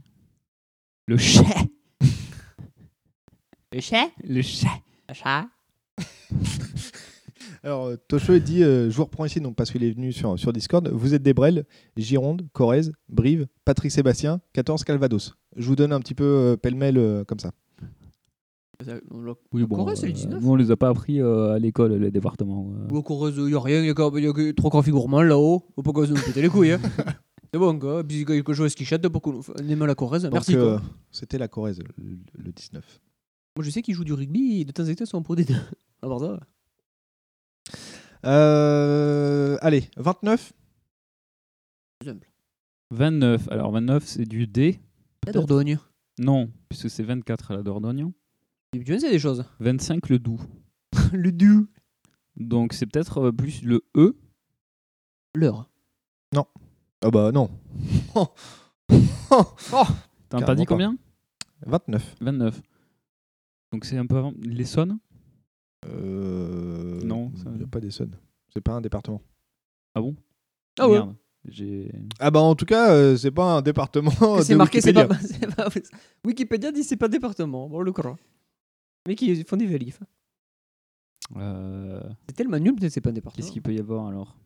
Speaker 9: Le Cher
Speaker 6: Le chat
Speaker 9: Le Cher
Speaker 6: Le chat
Speaker 10: Alors, euh, Tocho dit euh, Je vous reprends ici, donc parce qu'il est venu sur, sur Discord. Vous êtes des Brels, Gironde, Corrèze, Brive, Patrick Sébastien, 14 Calvados. Je vous donne un petit peu euh, pêle-mêle euh, comme ça.
Speaker 9: Oui,
Speaker 8: bon,
Speaker 9: bon,
Speaker 8: Corée, c'est le
Speaker 9: euh,
Speaker 8: 19.
Speaker 9: nous, on les a pas appris euh, à l'école, les départements. euh.
Speaker 8: Bon, Corrèze, il n'y a rien, il y a que- y a que trois confis gourmands là-haut. Faut pas qu'on se nous pète les couilles. hein. C'est bon, quoi. Puis il y a quelque chose qui chatte pour qu'on on aime la Corrèze.
Speaker 10: Donc,
Speaker 8: Merci.
Speaker 10: euh,
Speaker 8: quoi.
Speaker 10: c'était la Corrèze, le, le 19.
Speaker 8: Moi, je sais qu'ils jouent du rugby et de temps en temps, ils sont en pro D2. À part ça.
Speaker 10: Euh, allez, 29.
Speaker 9: 29. Alors 29, c'est du D.
Speaker 8: La
Speaker 9: peut-être
Speaker 8: Dordogne.
Speaker 9: Non, puisque c'est 24 à la Dordogne.
Speaker 8: Tu sais des choses.
Speaker 9: 25 le Doubs.
Speaker 8: le Doubs.
Speaker 9: Donc c'est peut-être euh, plus le E.
Speaker 8: L'heure.
Speaker 10: Non. Ah bah non.
Speaker 8: Oh.
Speaker 9: T'as pas
Speaker 10: Carrément
Speaker 9: dit
Speaker 10: pas.
Speaker 9: combien
Speaker 10: 29.
Speaker 9: 29. Donc c'est un peu avant l'Essonne
Speaker 10: Euh,
Speaker 9: Non,
Speaker 10: Il n'y a pas d'Essonne. C'est pas un département.
Speaker 9: Ah bon
Speaker 8: Ah ouais.
Speaker 9: Merde, J'ai...
Speaker 10: Ah bah en tout cas, euh, c'est pas un département.
Speaker 8: C'est
Speaker 10: Oh, de
Speaker 8: marqué, c'est pas,
Speaker 10: Wikipédia.
Speaker 8: c'est pas- Wikipédia dit c'est pas département. Bon, on le croit. Mais qui font des vérifs.
Speaker 9: Euh,
Speaker 8: C'est tellement nul, peut-être c'est pas un département.
Speaker 9: Qu'est-ce qu'il peut y avoir alors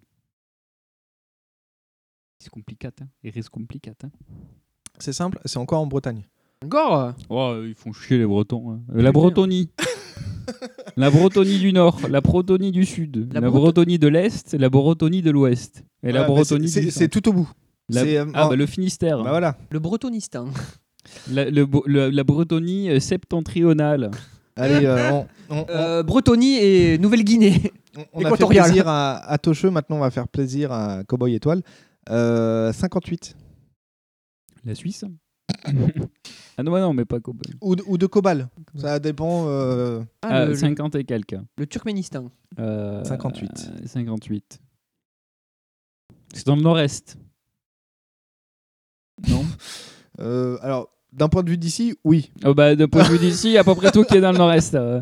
Speaker 9: C'est compliqué, hein. Il risque compliqué, hein.
Speaker 10: C'est simple, c'est encore en Bretagne.
Speaker 8: Encore
Speaker 9: Oh, euh, ils font chier les Bretons. hein. Euh, La Bretonie. la Bretonie du Nord, la Bretonie du Sud, la,
Speaker 10: La Breton-
Speaker 9: Bretonie de l'Est, la Bretonie de l'Ouest. Et la
Speaker 10: Voilà, mais
Speaker 9: Bretonie
Speaker 10: c'est-
Speaker 9: du
Speaker 10: c'est- c'est
Speaker 9: centre.
Speaker 10: tout au bout.
Speaker 9: La-
Speaker 10: C'est, euh,
Speaker 9: ah,
Speaker 10: en-
Speaker 9: bah, le Finistère.
Speaker 10: Bah voilà.
Speaker 8: Le Bretonistan.
Speaker 10: Oh.
Speaker 9: La, le Bo- le- la Bretonie euh, septentrionale.
Speaker 10: Allez, euh, on-
Speaker 8: Euh, Bretonie et Nouvelle-Guinée.
Speaker 10: On a fait
Speaker 8: Équatoriale.
Speaker 10: plaisir à, à Tocheux, maintenant on va faire plaisir à Cowboy Étoile. Euh, 58.
Speaker 9: La Suisse Ah non, bah non, mais pas Kobe.
Speaker 10: Ou de, ou de Cobal. Ça dépend. euh,
Speaker 9: Ah, 50 et quelques.
Speaker 8: Le Turkménistan.
Speaker 9: Euh,
Speaker 10: 58.
Speaker 9: 58. C'est dans le Nord-Est. Non
Speaker 10: euh, alors, d'un point de vue d'ici, oui.
Speaker 9: Oh bah, de point de vue d'ici, à peu près tout qui est dans le nord-est. euh.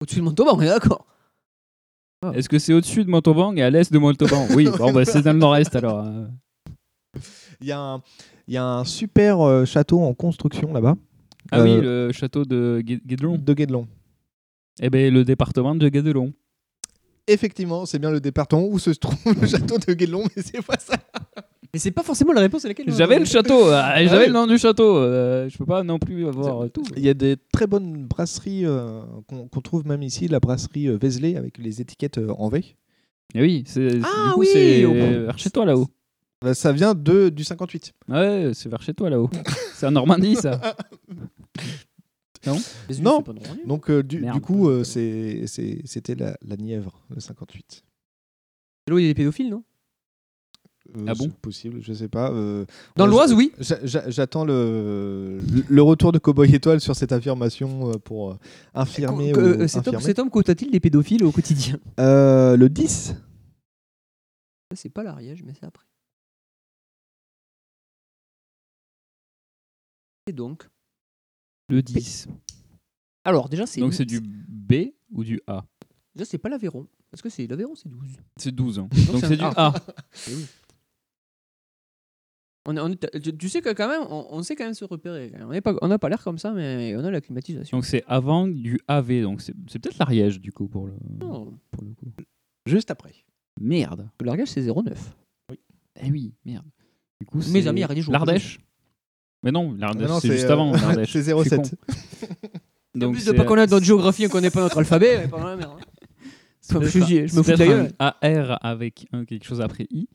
Speaker 8: Au-dessus de Montauban, on est d'accord.
Speaker 9: Est-ce que c'est au-dessus de Montauban et à l'est de Montauban Oui, bon, bah, c'est dans le nord-est alors. euh.
Speaker 10: Il y, a un- il y a un super euh, château en construction là-bas.
Speaker 9: Ah
Speaker 10: Euh,
Speaker 9: oui, le château de Gu- Guédelon.
Speaker 10: De Guédelon.
Speaker 9: Eh ben, le département de Guédelon.
Speaker 10: Effectivement, c'est bien le département où se trouve le château de Guédelon, mais c'est pas ça.
Speaker 8: Mais c'est pas forcément la réponse à laquelle.
Speaker 9: J'avais le château, ah,
Speaker 10: Ah
Speaker 9: j'avais
Speaker 10: oui.
Speaker 9: le nom du château. euh, je peux pas non plus avoir euh, tout.
Speaker 10: Il y a des très bonnes brasseries euh, qu'on qu'on trouve même ici, la brasserie euh, Vézelay avec les étiquettes euh, en V.
Speaker 9: Eh oui, c'est
Speaker 10: Ah
Speaker 9: du coup,
Speaker 10: oui,
Speaker 9: c'est
Speaker 10: au-
Speaker 9: euh, vers chez toi là-haut.
Speaker 10: Bah, ça vient de, du 58.
Speaker 9: Ouais, c'est vers chez toi là-haut. c'est en Normandie ça. non
Speaker 10: non.
Speaker 9: c'est pas drôle.
Speaker 10: Donc euh, du,
Speaker 9: Merde.
Speaker 10: du coup, euh, c'est- c'est- c'était la, la Nièvre, le 58.
Speaker 8: Là où il y a des pédophiles, non
Speaker 10: Euh,
Speaker 8: Ah bon
Speaker 10: c'est Possible, je sais pas. euh,
Speaker 8: Dans
Speaker 10: on-
Speaker 8: l'Oise, oui.
Speaker 10: j'a- j'a- J'attends le, le retour de Cowboy Étoile sur cette affirmation euh, pour euh, infirmer.
Speaker 8: Que-
Speaker 10: ou
Speaker 8: euh, Cet homme,
Speaker 10: infirmer.
Speaker 8: cet homme côtoie-t-il des pédophiles au quotidien
Speaker 10: Euh, le 10
Speaker 8: Ça, C'est pas l'Ariège, mais c'est après. Et donc
Speaker 9: Le 10.
Speaker 8: Alors, déjà, c'est.
Speaker 9: Donc
Speaker 8: une-
Speaker 9: c'est du B ou du A
Speaker 8: Déjà, c'est pas l'Aveyron. Parce que c'est l'Aveyron, c'est 12.
Speaker 9: C'est hein. 12 ans.
Speaker 8: Donc,
Speaker 9: Donc
Speaker 8: c'est un
Speaker 9: c'est du
Speaker 8: A.
Speaker 9: A.
Speaker 8: Eh oui. On est- on est- tu, tu sais que quand même, on, on sait quand même se repérer. quand même. On est pas- on n'a pas l'air comme ça, mais on a la climatisation.
Speaker 9: Donc c'est avant du AV. Donc c'est c'est peut-être l'Ariège du coup pour le,
Speaker 8: Non.
Speaker 9: pour le coup.
Speaker 10: Juste après.
Speaker 9: Merde.
Speaker 8: L'Ariège c'est 09.
Speaker 9: Eh oui, merde. Du coup,
Speaker 8: Mes
Speaker 9: c'est
Speaker 8: amis, Ariège, je vous
Speaker 9: L'Ardèche. Mais non, l'Ardèche
Speaker 10: Mais non,
Speaker 9: Ah, c'est
Speaker 10: c'est,
Speaker 9: juste
Speaker 10: euh,
Speaker 9: avant l'Ardèche.
Speaker 10: c'est
Speaker 9: Je suis
Speaker 10: 07.
Speaker 9: con. Donc euh,
Speaker 8: Plus de pas connaître notre géographie et qu'on connaît pas notre alphabet, on est pas dans la merde. hein. Enfin, je, dis- je me fous de la gueule.
Speaker 9: AR avec un quelque chose après I.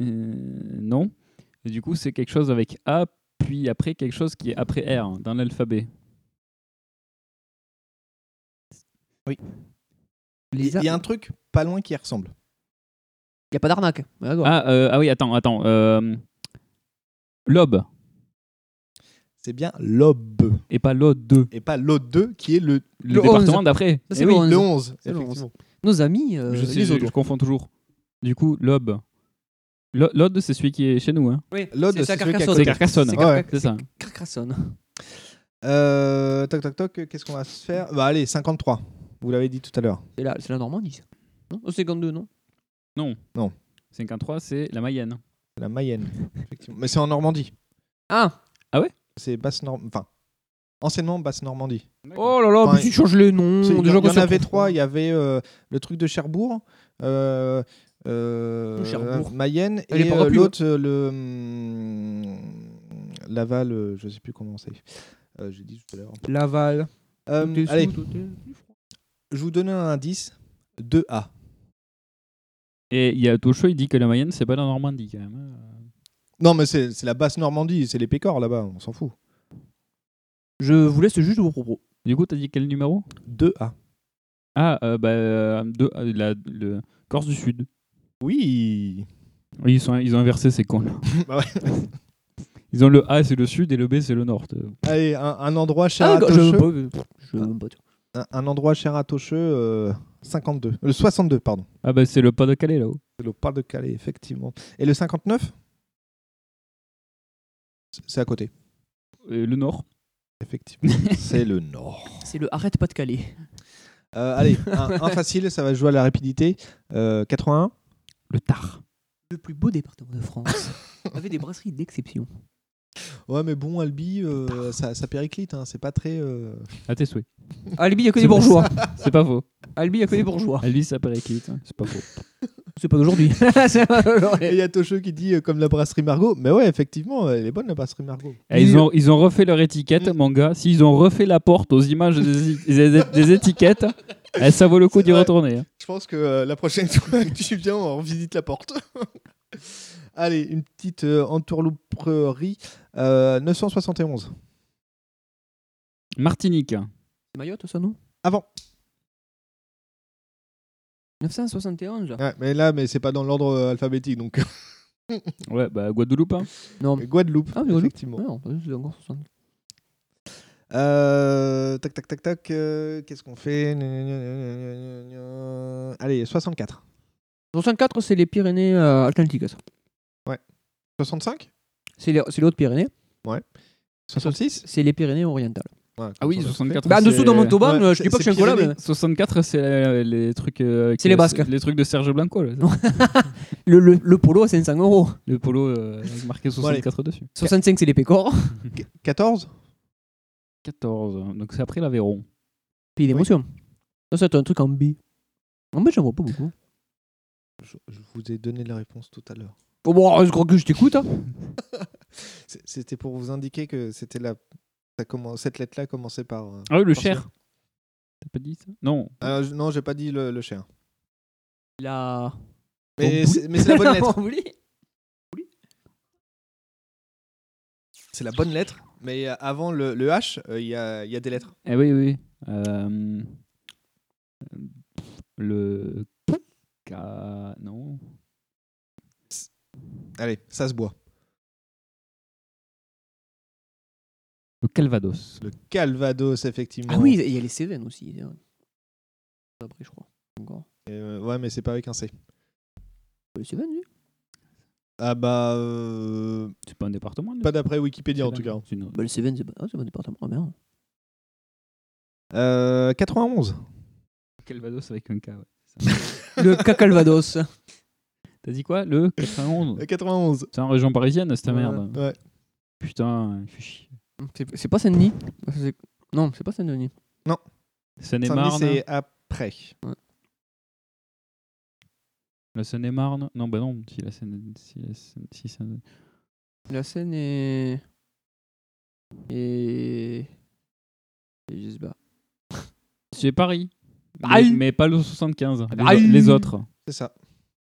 Speaker 9: Euh, non. Et du coup, c'est quelque chose avec A, puis après quelque chose qui est après R hein, dans l'alphabet.
Speaker 10: Il y a un truc pas loin qui y ressemble.
Speaker 8: Il n'y a pas d'arnaque. Ouais, d'accord.
Speaker 9: Ah, euh, ah oui, attends, attends. euh, L'aube.
Speaker 10: C'est bien l'aube.
Speaker 9: Et pas l'aube 2.
Speaker 10: Et pas l'aube 2 qui est le,
Speaker 9: Le Le département 11. d'après. Eh,
Speaker 8: Ça, c'est
Speaker 10: Eh oui,
Speaker 8: le 11.
Speaker 10: le 11.
Speaker 8: C'est le 11.
Speaker 10: effectivement.
Speaker 8: Nos amis, euh,
Speaker 9: je, sais,
Speaker 8: les
Speaker 9: je-
Speaker 8: autres.
Speaker 9: je confonds toujours. Du coup, l'aube. L'o- L'ode, c'est celui qui est chez nous. Hein.
Speaker 8: Oui,
Speaker 10: L'Aude,
Speaker 8: c'est ça,
Speaker 10: c'est celui qui est à
Speaker 8: Carcassonne.
Speaker 9: C'est Carcassonne.
Speaker 10: C'est Carcassonne.
Speaker 9: Ouais, C'est ça.
Speaker 8: Carcassonne.
Speaker 10: Euh, toc toc toc, qu'est-ce qu'on va se faire Bah allez, 53. Vous l'avez dit tout à l'heure.
Speaker 8: C'est la, c'est la Normandie. ça. Non Oh, c'est 52, non
Speaker 9: Non.
Speaker 10: Non.
Speaker 9: 53, c'est la Mayenne.
Speaker 10: La Mayenne. effectivement. Mais c'est en Normandie.
Speaker 8: Ah
Speaker 9: Ah ouais
Speaker 10: C'est basse Normandie. Enfin, anciennement basse Normandie.
Speaker 8: Oh là là,
Speaker 10: Enfin,
Speaker 8: mais tu changes Mmh, les noms.
Speaker 10: C'est- Il y,
Speaker 8: déjà
Speaker 10: en-
Speaker 8: qu'on
Speaker 10: il y en
Speaker 8: se
Speaker 10: avait
Speaker 8: trompe.
Speaker 10: trois. Il y avait euh, le truc de Cherbourg, euh, euh,
Speaker 8: Tout Cherbourg.
Speaker 10: Mayenne
Speaker 8: Elle est
Speaker 10: et
Speaker 8: pas hein.
Speaker 10: euh,
Speaker 8: repue,
Speaker 10: l'autre, euh, le hmm, hum, Laval, euh, je sais plus comment c'est. Euh, J'ai dit tout à l'heure.
Speaker 8: Laval.
Speaker 10: Euh,
Speaker 8: T'es sous,
Speaker 10: allez,
Speaker 8: toi, t'es-
Speaker 10: je vous donne un indice 2A.
Speaker 9: Et il y a Tocho, il dit que la Mayenne, c'est pas la Normandie quand même. hein.
Speaker 10: Non, mais c'est c'est la basse Normandie, c'est les Pécores là-bas, on s'en fout.
Speaker 9: Je vous laisse juste vos propos. Du coup, t'as dit quel numéro
Speaker 10: 2A.
Speaker 9: Ah, euh, bah, euh, deux- euh, la- le Corse du Sud.
Speaker 10: Oui.
Speaker 9: ils, sont, ils ont inversé ces cons.
Speaker 10: Bah ouais.
Speaker 9: Ils ont le A, c'est le Sud, et le B, c'est le Nord.
Speaker 10: Allez, un, un endroit cher
Speaker 9: Ah,
Speaker 10: à
Speaker 9: d'accord,
Speaker 10: Tocheux.
Speaker 9: je veux pas, je veux
Speaker 10: Un-
Speaker 9: même pas,
Speaker 10: un, un endroit cher à Tocheux, euh, 52. Le 62, pardon.
Speaker 9: Ah, bah, c'est le Pas-de-Calais là-haut.
Speaker 10: Le Pas-de-Calais, effectivement. Et le 59 C'est- C'est à côté.
Speaker 9: Et le Nord
Speaker 10: Effectivement. c'est le Nord.
Speaker 13: C'est le arrête pas de caler.
Speaker 10: Euh, allez, un, un facile, ça va jouer à la rapidité. Euh, 81
Speaker 9: Le Tard.
Speaker 13: Le plus beau département de France. avec des brasseries d'exception.
Speaker 10: Ouais, mais bon, Albi, euh, ça, ça périclite, hein, c'est pas très. euh,
Speaker 9: À tes souhaits.
Speaker 8: Albi, il y a que des
Speaker 9: C'est-
Speaker 8: bourgeois.
Speaker 9: C'est pas faux.
Speaker 8: Albi, il y a que des bourgeois.
Speaker 9: Albi, ça paraît quitte. hein. C'est pas faux.
Speaker 8: C'est pas d'aujourd'hui.
Speaker 10: Et il y a Tocho qui dit euh, comme la brasserie Margot. Mais ouais, effectivement, elle est bonne la brasserie Margot.
Speaker 9: Eh, ils, ont, ils ont refait leur étiquette, manga. S'ils ont refait la porte aux images des, i- des- des étiquettes, eh, ça vaut le coup d'y retourner. hein.
Speaker 10: Je pense que euh, la prochaine fois que tu viens, on revisite la porte. Allez, une petite euh, entourlouperie. Euh, 971.
Speaker 9: Martinique.
Speaker 8: Mayotte, ça, non
Speaker 10: Avant.
Speaker 8: 971, là.
Speaker 10: Ouais, mais là, mais c'est pas dans l'ordre euh, alphabétique, donc.
Speaker 9: ouais, bah Guadeloupe.
Speaker 8: Non.
Speaker 10: Guadeloupe.
Speaker 8: Ah, mais Guadeloupe.
Speaker 10: effectivement.
Speaker 8: Ouais, non, c'est encore 60.
Speaker 10: Euh, tac, tac, tac, tac. euh, Qu'est-ce qu'on fait Gna, gna, gna, gna, gna, gna, gna, gna. Allez, 64.
Speaker 8: 64, c'est les Pyrénées euh, Atlantiques, ça.
Speaker 10: Ouais. 65
Speaker 8: C'est les, c'est les Hautes-Pyrénées.
Speaker 10: Ouais. 66
Speaker 8: C'est les Pyrénées orientales.
Speaker 10: Ouais,
Speaker 9: Ah oui, 64.
Speaker 8: Bah, en dessous
Speaker 9: c'est-
Speaker 8: dans mon toban,
Speaker 9: Ouais,
Speaker 8: euh, je dis pas que je suis incollable.
Speaker 9: 64, c'est euh, les trucs. euh, avec
Speaker 8: C'est les Basques.
Speaker 9: Les trucs de Serge Blanco. là.
Speaker 8: Le, le, le polo à 500 euros.
Speaker 9: Le polo euh, avec marqué 64 dessus.
Speaker 8: 65, c'est les Pécores.
Speaker 10: 14
Speaker 9: 14. Donc c'est après l'Aveyron.
Speaker 8: Pays d'émotion. Ça, c'est un truc en B. En B, j'en vois pas beaucoup.
Speaker 10: Je, je vous ai donné la réponse tout à l'heure.
Speaker 8: Oh, bon, je crois que je t'écoute. hein.
Speaker 10: C'est- C'était pour vous indiquer que c'était la... ça commen- cette lettre-là commençait par. euh,
Speaker 9: Ah oui, le
Speaker 10: par
Speaker 9: Cher. T'as pas dit ça Non.
Speaker 10: Ah, je- non, j'ai pas dit le, le Cher.
Speaker 8: La.
Speaker 10: Mais
Speaker 8: Bambouli-
Speaker 10: c'est mais c'est la bonne lettre.
Speaker 8: Bambouli
Speaker 10: C'est la bonne lettre. Mais euh, avant le, le H, euh, il y, a, il y a des lettres.
Speaker 9: Eh oui, oui. Euh, euh, Le. Ca- Non.
Speaker 10: Allez, ça se boit.
Speaker 9: Le Calvados.
Speaker 10: Le Calvados, effectivement.
Speaker 8: Ah oui, il y a les Cévennes aussi. c'est vrai. Après, je crois. Encore. Bah,
Speaker 10: Euh, ouais, mais c'est pas avec un C.
Speaker 8: Les Cévennes, oui.
Speaker 10: Ah bah. euh,
Speaker 9: C'est pas un département. le-
Speaker 10: Pas d'après Wikipédia en
Speaker 9: C'est
Speaker 10: tout cas.
Speaker 9: pas- c'est une-
Speaker 8: Bah, les Cévennes, c'est pas... ah, c'est pas un département. Ah, merde.
Speaker 10: Euh, 91.
Speaker 9: Calvados avec un K. ouais.
Speaker 8: Le Cacalvados.
Speaker 9: T'as dit quoi Le 91
Speaker 10: Euh, 91.
Speaker 9: C'est en région parisienne, cette
Speaker 10: Ouais,
Speaker 9: merde.
Speaker 10: ouais.
Speaker 9: Putain, il fait chier.
Speaker 8: C'est- C'est pas Saint-Denis C'est- Non, c'est pas Saint-Denis.
Speaker 10: Non. Saint-Denis,
Speaker 9: Seine-et-Marne.
Speaker 10: c'est après.
Speaker 9: La Seine-et-Marne Non, bah non, si la Seine. Si la Seine- si Seine-
Speaker 8: La Seine est. Et. Et je sais pas.
Speaker 9: C'est Paris. Mais-
Speaker 8: Paris.
Speaker 9: Mais, pas le 75. Les,
Speaker 8: Paris.
Speaker 9: les autres.
Speaker 10: C'est ça.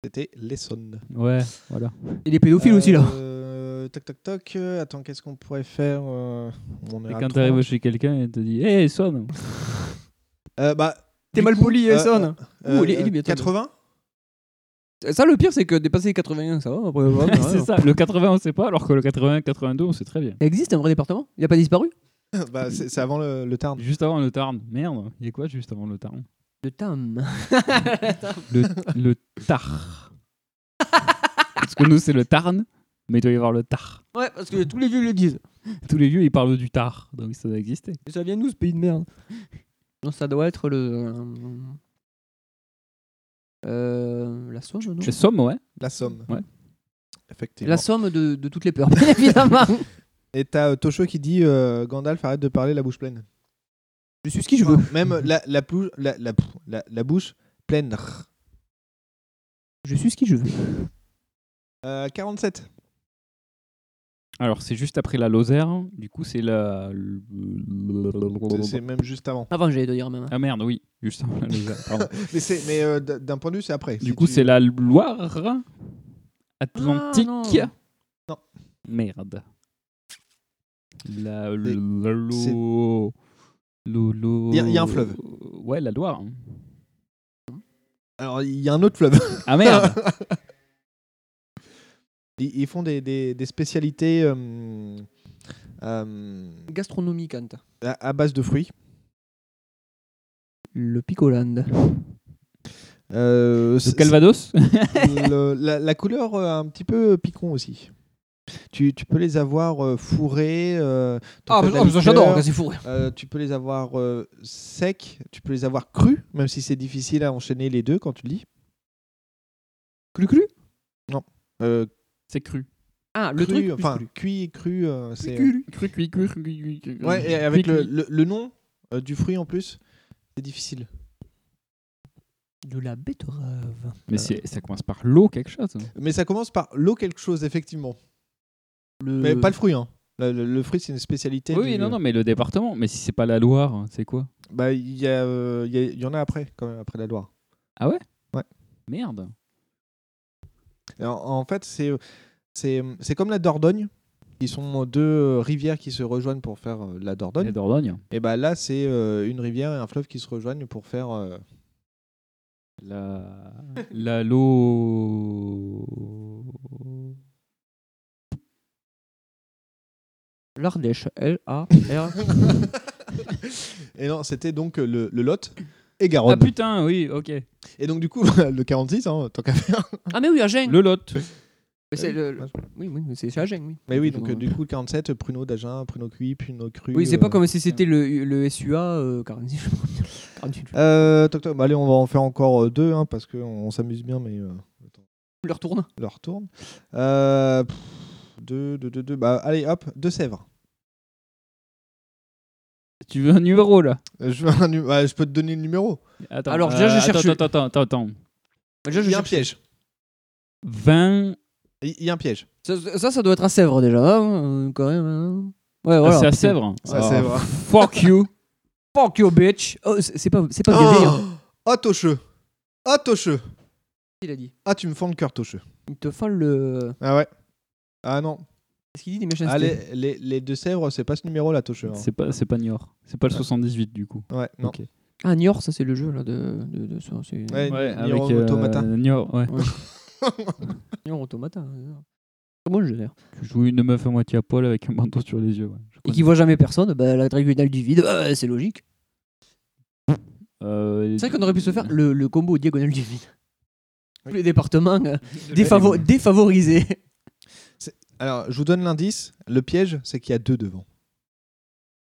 Speaker 10: C'était l'Essonne.
Speaker 9: Ouais, voilà.
Speaker 8: Et les pédophiles aussi là.
Speaker 10: Euh, Toc toc toc. Euh, Attends, qu'est-ce qu'on pourrait faire euh, on est
Speaker 9: Et
Speaker 10: à
Speaker 9: quand
Speaker 10: 30.
Speaker 9: t'arrives chez quelqu'un, il te dit Hé, sonne
Speaker 10: Euh, bah,
Speaker 8: T'es
Speaker 10: du
Speaker 8: mal
Speaker 10: coup,
Speaker 8: poli, hein,
Speaker 10: euh,
Speaker 8: Essonne.
Speaker 10: euh,
Speaker 8: Ouh, il est-
Speaker 10: euh,
Speaker 8: il est bien tombé.
Speaker 10: 80
Speaker 8: euh, Ça, le pire, c'est que dépasser les 81, ça va. Après, voilà,
Speaker 9: C'est
Speaker 8: ouais.
Speaker 9: ça, le 80, on sait pas, alors que le 80, 82, on sait très bien.
Speaker 8: hein. Il existe un vrai département Il a pas disparu
Speaker 10: bah, c'est c'est avant le, le Tarn.
Speaker 9: Juste avant le Tarn. Merde, il y a quoi juste avant le Tarn
Speaker 8: Le Tam.
Speaker 9: le, le Tar. Parce que nous, c'est le Tarn, mais il doit y avoir le Tar.
Speaker 8: Ouais, parce que tous les vieux le disent.
Speaker 9: Tous les lieux, ils parlent du Tar, donc ça doit exister.
Speaker 8: Mais ça vient d'où ce pays de merde Non, ça doit être le. Euh, la Somme, non
Speaker 9: La Somme, ouais.
Speaker 10: La Somme.
Speaker 9: Ouais.
Speaker 10: Effectivement.
Speaker 8: La Somme de, de toutes les peurs, bien évidemment.
Speaker 10: Et t'as euh, Tocho qui dit euh, Gandalf, arrête de parler la bouche pleine.
Speaker 8: Je suis ce qui je veux.
Speaker 10: Même la, la, plou- la, la, pff, la- la bouche pleine.
Speaker 8: Je suis ce qui je veux.
Speaker 10: Euh, 47.
Speaker 9: Alors, c'est juste après la Lozère. hein. Du coup, c'est la. Oh,
Speaker 10: C'est- c'est même juste avant.
Speaker 8: Avant, j'allais te dire même.
Speaker 9: Ah merde, oui. Juste avant la Lozère. pardon.
Speaker 10: mais c'est- mais, euh, d- d'un point de vue, c'est après.
Speaker 9: Du coup, c'est la Loire Atlantique.
Speaker 10: Ah, non.
Speaker 9: Merde. La
Speaker 10: Des-
Speaker 9: la-
Speaker 10: c'est-
Speaker 9: l'eau. l'eau- l'eau-
Speaker 10: Il y a- il y a un fleuve.
Speaker 9: Ouais, la Loire. hein.
Speaker 10: Alors, il y a un autre fleuve.
Speaker 9: Ah merde
Speaker 10: Ils, ils font des, des- des spécialités euh, euh,
Speaker 8: Gastronomie, Kant.
Speaker 10: à, à base de fruits.
Speaker 8: Le picolande.
Speaker 10: Euh, c'est-
Speaker 9: Calvados
Speaker 10: c'est- le- la, la couleur euh, un petit peu piquant aussi. Tu, tu peux les avoir euh, fourrés. euh, t'en
Speaker 8: Ah,
Speaker 10: fais
Speaker 8: mais-
Speaker 10: de la
Speaker 8: ah, mais ça,
Speaker 10: liqueur,
Speaker 8: j'adore, quand c'est fourré.
Speaker 10: euh, tu peux les avoir euh, secs, tu peux les avoir crus, même si c'est difficile à enchaîner les deux quand tu le dis.
Speaker 8: Clu-clu
Speaker 10: Non. Euh,
Speaker 9: C'est cru.
Speaker 8: Ah, le
Speaker 10: Cru,
Speaker 8: truc. plus
Speaker 10: enfin,
Speaker 8: cru.
Speaker 10: cuit et cru, euh, c'est. euh,
Speaker 8: Cru,
Speaker 9: cru, cru, cru, cru, cru, cru, cru.
Speaker 10: Ouais, et avec
Speaker 9: Cru,
Speaker 10: le,
Speaker 9: cru.
Speaker 10: le- le nom euh, du fruit en plus, c'est difficile.
Speaker 8: De la betterave.
Speaker 9: Mais c'est- ça commence par l'eau, quelque chose.
Speaker 10: Mais ça commence par l'eau quelque chose, effectivement.
Speaker 8: Euh, Le-
Speaker 10: Mais pas le fruit, hein. Le, le- le fruit, c'est une spécialité.
Speaker 9: Oui,
Speaker 10: du-
Speaker 9: non, non, mais le département. Mais si c'est pas la Loire, c'est quoi
Speaker 10: Bah, il y, a, euh, il y, a- il y en a après, quand même, après la Loire.
Speaker 9: Ah ouais
Speaker 10: Ouais.
Speaker 9: Merde.
Speaker 10: Alors, en fait, c'est c'est c'est comme la Dordogne. Ils sont deux euh, rivières qui se rejoignent pour faire euh, la Dordogne.
Speaker 9: La Dordogne.
Speaker 10: Et bah là, c'est euh, une rivière et un fleuve qui se rejoignent pour faire. euh,
Speaker 9: La. La l'eau.
Speaker 8: L'Ardèche. L-A-R.
Speaker 10: Et non, c'était donc euh, le, le Lot et Garonne.
Speaker 9: Ah putain, oui, ok.
Speaker 10: Et donc, du coup, le 46, hein, tant qu'à faire.
Speaker 8: Ah, mais oui, à Gênes.
Speaker 9: Le Lot.
Speaker 8: Mais c'est le- le- Oui, oui, mais c'est c'est à Gênes, oui.
Speaker 10: Mais oui, donc euh, du coup, le 47, pruneau d'Agen, pruneau cuit, pruneau cru.
Speaker 8: Oui, c'est pas
Speaker 10: euh,
Speaker 8: comme si c'était le, le SUA euh, 48. 48.
Speaker 10: Euh, toc, toc. Bah, allez, on va en faire encore euh, deux, hein, parce qu'on on s'amuse bien, mais euh,
Speaker 8: Leur tourne.
Speaker 10: leur tourne. Euh, pff, deux, deux, deux, deux. Bah, allez, hop, deux Sèvres.
Speaker 9: Tu veux un numéro là
Speaker 10: Euh, Je, veux un nu- ouais, je peux te donner le numéro.
Speaker 9: Attends,
Speaker 8: Alors,
Speaker 9: euh,
Speaker 8: déjà, je
Speaker 9: attends,
Speaker 8: cherche-
Speaker 9: Attends, attends, attends, attends.
Speaker 8: Déjà, je
Speaker 10: Il y a un
Speaker 8: cherche-
Speaker 10: piège.
Speaker 9: 20.
Speaker 10: Il il y a un piège.
Speaker 8: Ça, ça, ça doit être à Sèvres déjà, hein, euh, quand même. hein. Ouais,
Speaker 9: Ah,
Speaker 8: voilà.
Speaker 9: c'est à
Speaker 8: putain.
Speaker 9: Sèvres.
Speaker 10: C'est à Sèvres.
Speaker 9: Fuck you.
Speaker 8: Fuck your bitch. Oh, c'est c'est pas, c'est pas
Speaker 10: Oh,
Speaker 8: biaisé, hein.
Speaker 10: oh, Tocheux. Oh, Tocheux.
Speaker 8: Il a dit.
Speaker 10: Ah, tu me fends le cœur, Tocheux.
Speaker 8: Il te fend le.
Speaker 10: Ah ouais. Ah non.
Speaker 8: Qu'est-ce qu'il dit des méchancetés
Speaker 10: Ah, les, les, les deux Sèvres, c'est pas ce numéro-là, Tocheux. hein.
Speaker 9: C'est pas, c'est pas Niort. C'est pas le 78 du coup.
Speaker 10: Ouais, non.
Speaker 9: Ok.
Speaker 8: Ah, Niort, ça c'est le jeu là de. de, de ça, c'est-
Speaker 10: Ouais,
Speaker 9: Ouais,
Speaker 10: Nier
Speaker 9: avec
Speaker 10: Automata.
Speaker 9: euh, Niort, ouais.
Speaker 8: Ouais. Niort Automata. hein. C'est bon, le jeu d'ailleurs.
Speaker 9: Tu joues une meuf à moitié à poil avec un manteau sur les yeux. ouais. Je
Speaker 8: Et
Speaker 9: connais.
Speaker 8: qui voit jamais personne, bah, la tribunal du vide, bah, c'est logique.
Speaker 9: Euh,
Speaker 8: C'est vrai qu'on aurait pu se faire le, le combo diagonale du vide.
Speaker 10: Oui.
Speaker 8: Tous les départements euh, défavo-
Speaker 10: Ouais.
Speaker 8: défavorisés.
Speaker 10: Alors, je vous donne l'indice. Le piège, c'est qu'il y a deux devant.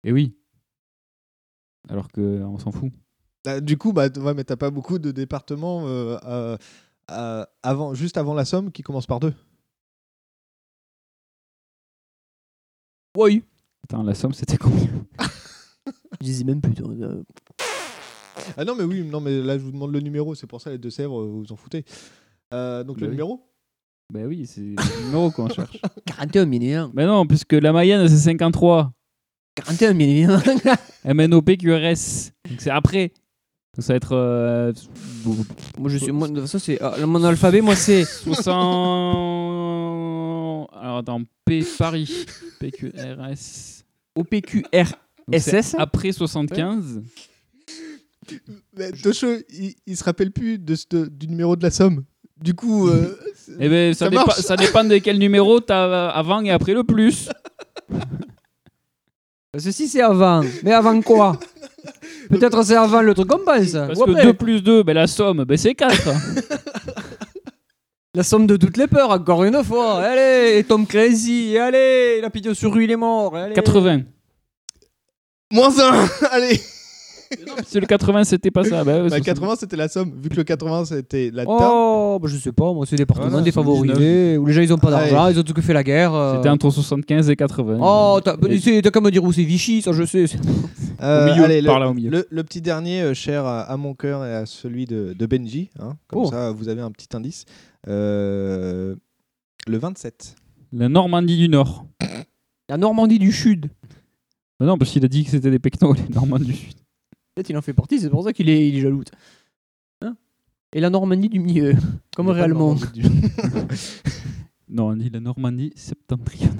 Speaker 9: Et oui. Alors que euh, on s'en fout.
Speaker 10: Bah, du coup, bah, t- ouais, mais t'as pas beaucoup de départements euh, euh, euh, avant, juste avant la Somme qui commence par deux.
Speaker 8: Oui.
Speaker 9: Putain, la somme c'était combien
Speaker 8: Je disais même plus. toi, euh,
Speaker 10: Ah non, mais oui, non, mais là je vous demande le numéro, c'est pour ça les deux Sèvres, vous vous en foutez. Euh, donc
Speaker 9: Bah
Speaker 10: le
Speaker 9: oui.
Speaker 10: numéro
Speaker 9: Bah oui, c'est le numéro qu'on cherche.
Speaker 8: 41 millions.
Speaker 9: Mais Bah non, puisque la Mayenne c'est 53.
Speaker 8: 41 millions.
Speaker 9: MNOPQRS. Donc c'est après. Donc ça va être. euh,
Speaker 8: moi, je suis. Moi, de toute façon, c'est. ah, mon alphabet, moi, c'est.
Speaker 9: 60. Alors attends, P Paris. PQRS.
Speaker 8: OPQR.
Speaker 9: Donc c'est
Speaker 8: SS?
Speaker 9: Après 75.
Speaker 10: Mais Tocheux, il, il se rappelle plus de, ce- du numéro de la Somme. Du coup, euh,
Speaker 9: Eh ben, ça,
Speaker 10: Ça
Speaker 9: dépa-
Speaker 10: marche.
Speaker 9: ça dépend de quel numéro t'as avant et après le plus.
Speaker 8: Ceci, c'est avant. Mais avant quoi Peut-être c'est avant le truc qu'on pense.
Speaker 9: Parce
Speaker 8: Ou
Speaker 9: que
Speaker 8: après.
Speaker 9: 2 plus 2, ben, la somme, ben, c'est 4.
Speaker 8: La somme de toutes les peurs, encore une fois. Allez, Tom Crazy. Allez, la pitié sur rue, il est mort. Allez.
Speaker 9: 80.
Speaker 10: moins un Allez
Speaker 9: Si le 80, c'était pas ça. Ben, ouais,
Speaker 10: Bah,
Speaker 9: 60.
Speaker 10: 80, c'était la Somme, vu que le 80, c'était la Tarn.
Speaker 8: Oh, bah, je sais pas, moi, c'est des départements
Speaker 10: Voilà,
Speaker 8: défavorisés où les gens ils ont pas
Speaker 9: Ah,
Speaker 8: d'argent, ils ont tout que fait la guerre. euh.
Speaker 9: C'était entre 75 et 80.
Speaker 8: Oh, t'as
Speaker 9: Et-
Speaker 8: c'est- t'as qu'à me dire où c'est Vichy, ça je sais.
Speaker 10: Euh,
Speaker 9: Au milieu,
Speaker 10: allez, le,
Speaker 9: par là, au milieu.
Speaker 10: le- le petit dernier, euh, cher à, à mon cœur et à celui de, de Benji. hein. comme
Speaker 8: Oh.
Speaker 10: ça, vous avez un petit indice. Euh, le 27.
Speaker 9: La Normandie du Nord.
Speaker 8: La Normandie du Sud.
Speaker 9: Non, non, parce qu'il a dit que c'était des pecnos, les Normands du Sud.
Speaker 8: Peut-être il en fait partie, c'est pour ça qu'il est, il est jaloux. Hein Et la Normandie du milieu, comme
Speaker 9: Il y a pas de
Speaker 8: réellement.
Speaker 9: Normandie Non, on dit la Normandie septentrionale.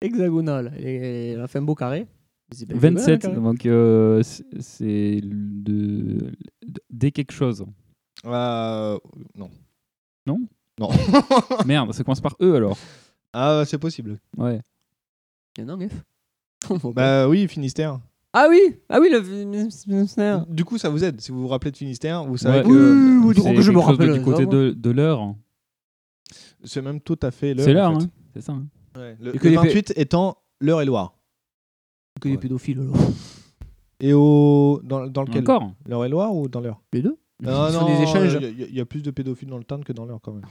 Speaker 8: Hexagonale. Et elle a fait un beau carré. Mais c'est pas hexagonal,
Speaker 9: 27,
Speaker 8: carré.
Speaker 9: donc euh, c'est- c'est de, de- des quelque chose.
Speaker 10: Euh, non.
Speaker 9: Non
Speaker 10: Non.
Speaker 9: Merde, ça commence par E alors.
Speaker 10: Ah, c'est possible.
Speaker 9: Ouais.
Speaker 8: Il y en a un F.
Speaker 10: Bah oui, Finistère.
Speaker 8: Ah oui Ah oui, le Finistère.
Speaker 10: Du coup, ça vous aide. Si vous vous rappelez de Finistère, vous savez
Speaker 9: Ouais.
Speaker 10: que.
Speaker 9: Oui, oui, oui, donc
Speaker 10: C'est
Speaker 9: je me
Speaker 10: quelque chose de-
Speaker 9: rappelle,
Speaker 10: du côté
Speaker 9: vraiment.
Speaker 10: de,
Speaker 9: de l'heure.
Speaker 10: C'est même tout à fait l'heure.
Speaker 9: C'est l'heure, hein, c'est ça. hein.
Speaker 10: Le,
Speaker 9: Et que
Speaker 10: le
Speaker 9: les pa-
Speaker 10: 28 étant l'heure et loire.
Speaker 8: Que des pédophiles alors.
Speaker 10: Et au. Dans, dans lequel
Speaker 8: Encore
Speaker 10: L'heure et loire ou dans l'heure
Speaker 8: Les deux.
Speaker 10: Non,
Speaker 8: Ce
Speaker 10: non,
Speaker 8: sont des échanges.
Speaker 10: Il y a- il y, a plus de pédophiles dans le Tarn que dans l'heure quand même.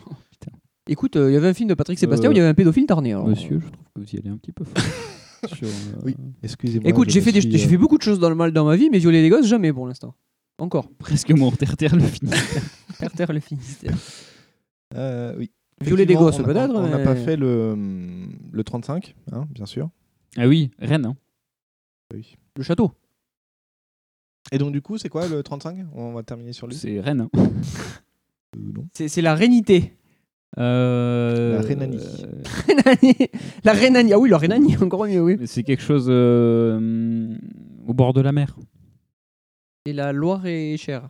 Speaker 8: Écoute, euh, il y avait un film de Patrick Sébastien où
Speaker 10: Euh,
Speaker 8: il y avait un pédophile tarné. alors.
Speaker 9: Monsieur, je trouve que vous y allez un petit peu fort. sur, euh,
Speaker 10: Oui, excusez-moi.
Speaker 8: Écoute,
Speaker 10: je
Speaker 8: j'ai
Speaker 10: me
Speaker 8: fait, des-
Speaker 10: suis,
Speaker 8: j'ai
Speaker 10: euh,
Speaker 8: fait beaucoup de choses dans le mal dans ma vie, mais violer des gosses, jamais pour l'instant. Encore.
Speaker 9: Presque mort, terre-terre le Finistère.
Speaker 8: Terre-terre le Finistère.
Speaker 10: Euh, oui.
Speaker 8: Violer des
Speaker 10: Effectivement,
Speaker 8: gosses,
Speaker 10: on a-
Speaker 8: peut-être,
Speaker 10: On n'a
Speaker 8: mais-
Speaker 10: pas fait le, hum, le 35, hein, bien sûr.
Speaker 9: Ah oui, Rennes. hein.
Speaker 8: Le château.
Speaker 10: Et donc, du coup, c'est quoi le 35 On va terminer sur lui. Euh,
Speaker 9: C'est hein. Rennes.
Speaker 8: C'est c'est la rénité.
Speaker 9: Euh,
Speaker 10: La Rhénanie.
Speaker 9: euh,
Speaker 8: la Rhénanie. Ah oui, la Rhénanie, encore mieux, oui.
Speaker 9: C'est quelque chose euh, hum, au bord de la mer.
Speaker 8: Et la Loire est chère.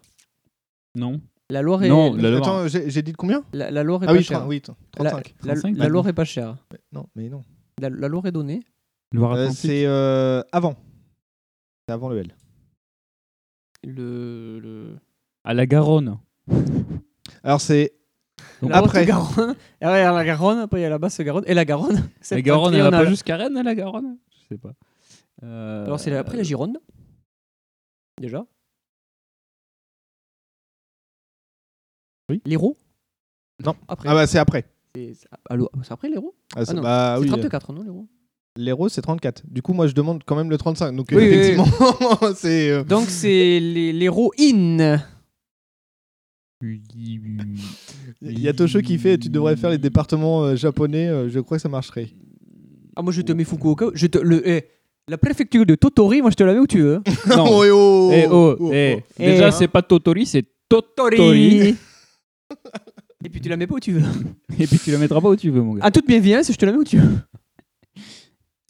Speaker 9: Non.
Speaker 8: La Loire est.
Speaker 9: Non, la Loire.
Speaker 10: Attends, j'ai j'ai dit de combien
Speaker 8: La, la Loire est
Speaker 10: Ah
Speaker 8: pas
Speaker 10: oui,
Speaker 8: chère.
Speaker 10: tra- oui, t-
Speaker 8: La-
Speaker 10: 35.
Speaker 8: La, la
Speaker 10: 35,
Speaker 8: Loire
Speaker 10: oui.
Speaker 8: est pas chère.
Speaker 10: Non, mais non.
Speaker 8: La, la Loire est donnée.
Speaker 10: Euh, c'est euh, avant. C'est avant le L.
Speaker 8: Le.
Speaker 9: À la Garonne.
Speaker 10: Alors, c'est.
Speaker 8: la
Speaker 10: après.
Speaker 8: Haute-Garonne. Et après, il y a la Garonne, après il y a la Basse-Garonne. Et la Garonne.
Speaker 9: La Garonne, elle va pas
Speaker 8: septentrionale.
Speaker 9: jusqu'à Rennes, la Garonne Je sais pas. Euh,
Speaker 8: Alors c'est la- après la Gironde. Déjà.
Speaker 10: Oui.
Speaker 8: L'Hérault
Speaker 10: Non.
Speaker 8: Après.
Speaker 10: Ah bah, c'est après.
Speaker 8: C'est c'est- allô, c'est après l'Hérault
Speaker 10: Ah, c'est-
Speaker 8: non.
Speaker 10: bah
Speaker 8: C'est
Speaker 10: oui.
Speaker 8: 34, non, l'Hérault
Speaker 10: L'héros, c'est 34. Du coup, moi, je demande quand même le 35. Donc,
Speaker 8: Oui, oui,
Speaker 10: effectivement, c'est. euh,
Speaker 8: Donc c'est les- l'Hérault in.
Speaker 10: Il y a Tosho qui fait tu devrais faire les départements euh, japonais, euh, je crois que ça marcherait.
Speaker 8: Ah, moi je te mets Fukuoka. Je te, le, eh, la préfecture de Totori, moi je te la mets où tu veux.
Speaker 9: Non.
Speaker 10: Eh oh,
Speaker 9: Eh oh,
Speaker 10: oh,
Speaker 9: eh.
Speaker 8: oh.
Speaker 9: Déjà,
Speaker 8: Eh.
Speaker 9: c'est pas Totori, c'est Totori.
Speaker 8: Totori Et puis tu la mets pas où tu veux. Ah,
Speaker 9: Et puis tu la mettras pas où tu veux, mon gars.
Speaker 8: À toute bienveillance, je te la mets où tu veux. Ah.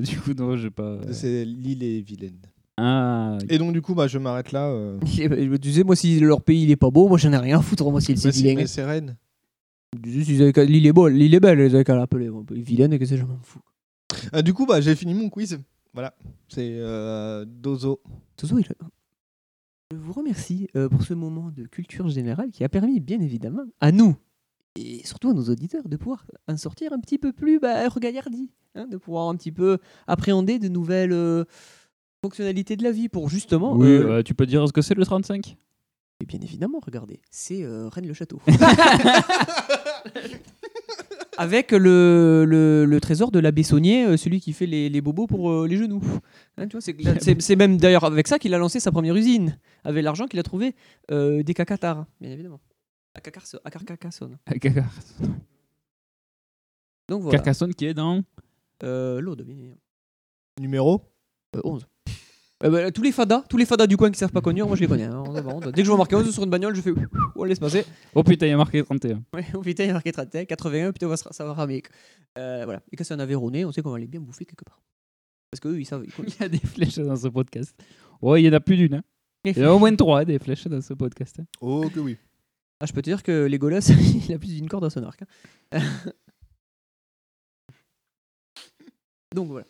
Speaker 9: Du coup, non, j'ai pas.
Speaker 10: C'est l'île et vilaine.
Speaker 9: Ah.
Speaker 10: Et donc, du coup, bah, je m'arrête là. euh.
Speaker 8: Eh ben, Tu sais, moi si leur pays il est pas beau, moi j'en ai rien à foutre, moi s'il
Speaker 10: Mais
Speaker 8: c'est
Speaker 10: c'est-
Speaker 8: vilain.
Speaker 10: mais c'est Rennes.
Speaker 8: Tu sais, s'ils avaient qu'à- L'île est belle, l'île est belle, ils avaient qu'à l'appeler. moi. Vilaine, qu'est-ce que je m'en fous.
Speaker 10: Ah, du coup, bah, j'ai fini mon quiz. Voilà. C'est euh, Dozo.
Speaker 8: Tozo, il a- Je vous remercie euh, pour ce moment de culture générale qui a permis, bien évidemment, à nous et surtout à nos auditeurs de pouvoir en sortir un petit peu plus bah, regaillardis, hein, de pouvoir un petit peu appréhender de nouvelles euh, fonctionnalités de la vie pour justement.
Speaker 9: Oui,
Speaker 8: euh,
Speaker 9: euh, tu peux dire ce que c'est le 35
Speaker 8: et bien évidemment, regardez, c'est euh, Rennes le Château. Avec le, le, le trésor de l'abbé Saunier, euh, celui qui fait les, les bobos pour euh, les genoux. Hein, tu vois, c'est, que là, c'est- c'est même d'ailleurs avec ça qu'il a lancé sa première usine, avec l'argent qu'il a trouvé euh, des cacatars, bien évidemment. À, Cacarso- à Carcassonne.
Speaker 9: Ah, Carcassonne.
Speaker 8: Donc voilà.
Speaker 9: Carcassonne qui est dans.
Speaker 8: Euh, L'Aude, bien évidemment.
Speaker 10: Numéro
Speaker 8: Euh, 11. Euh, bah, tous les fadas, tous les fadas du coin qui savent pas conduire, moi je les connais. hein, on va- on va- Dès que je vois marquer 11 sur une bagnole, je fais on laisse passer.
Speaker 9: Oh putain, il y a marqué 31.
Speaker 8: Ouais, oh putain, il y a marqué 31, 81, putain, on va se- ça va ramer. quoi. Euh, voilà. Et quand c'est un Aveyronais, on sait qu'on va aller bien bouffer quelque part. Parce qu'eux, ils savent. Ils
Speaker 9: Il y a des flèches dans ce podcast. Ouais, il y en a plus d'une. hein. Il y en a au moins trois des flèches dans ce podcast. hein.
Speaker 10: Oh, que oui.
Speaker 8: Ah, je peux te dire que Legolas, il a plus d'une corde à son arc. hein. Donc voilà.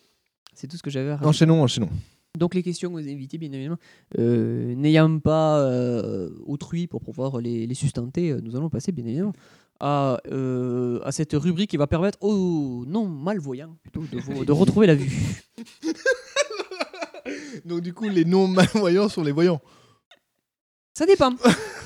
Speaker 8: C'est tout ce que j'avais à raconter.
Speaker 10: Enchaînons, enchaînons.
Speaker 8: Donc les questions que vous évitez, bien évidemment. Euh, N'ayant pas euh, autrui pour pouvoir les, les sustenter, euh, nous allons passer, bien évidemment, à, euh, à cette rubrique qui va permettre aux non-malvoyants plutôt de, vous- de retrouver la vue.
Speaker 10: Donc, du coup, les non-malvoyants sont les voyants.
Speaker 8: Ça dépend.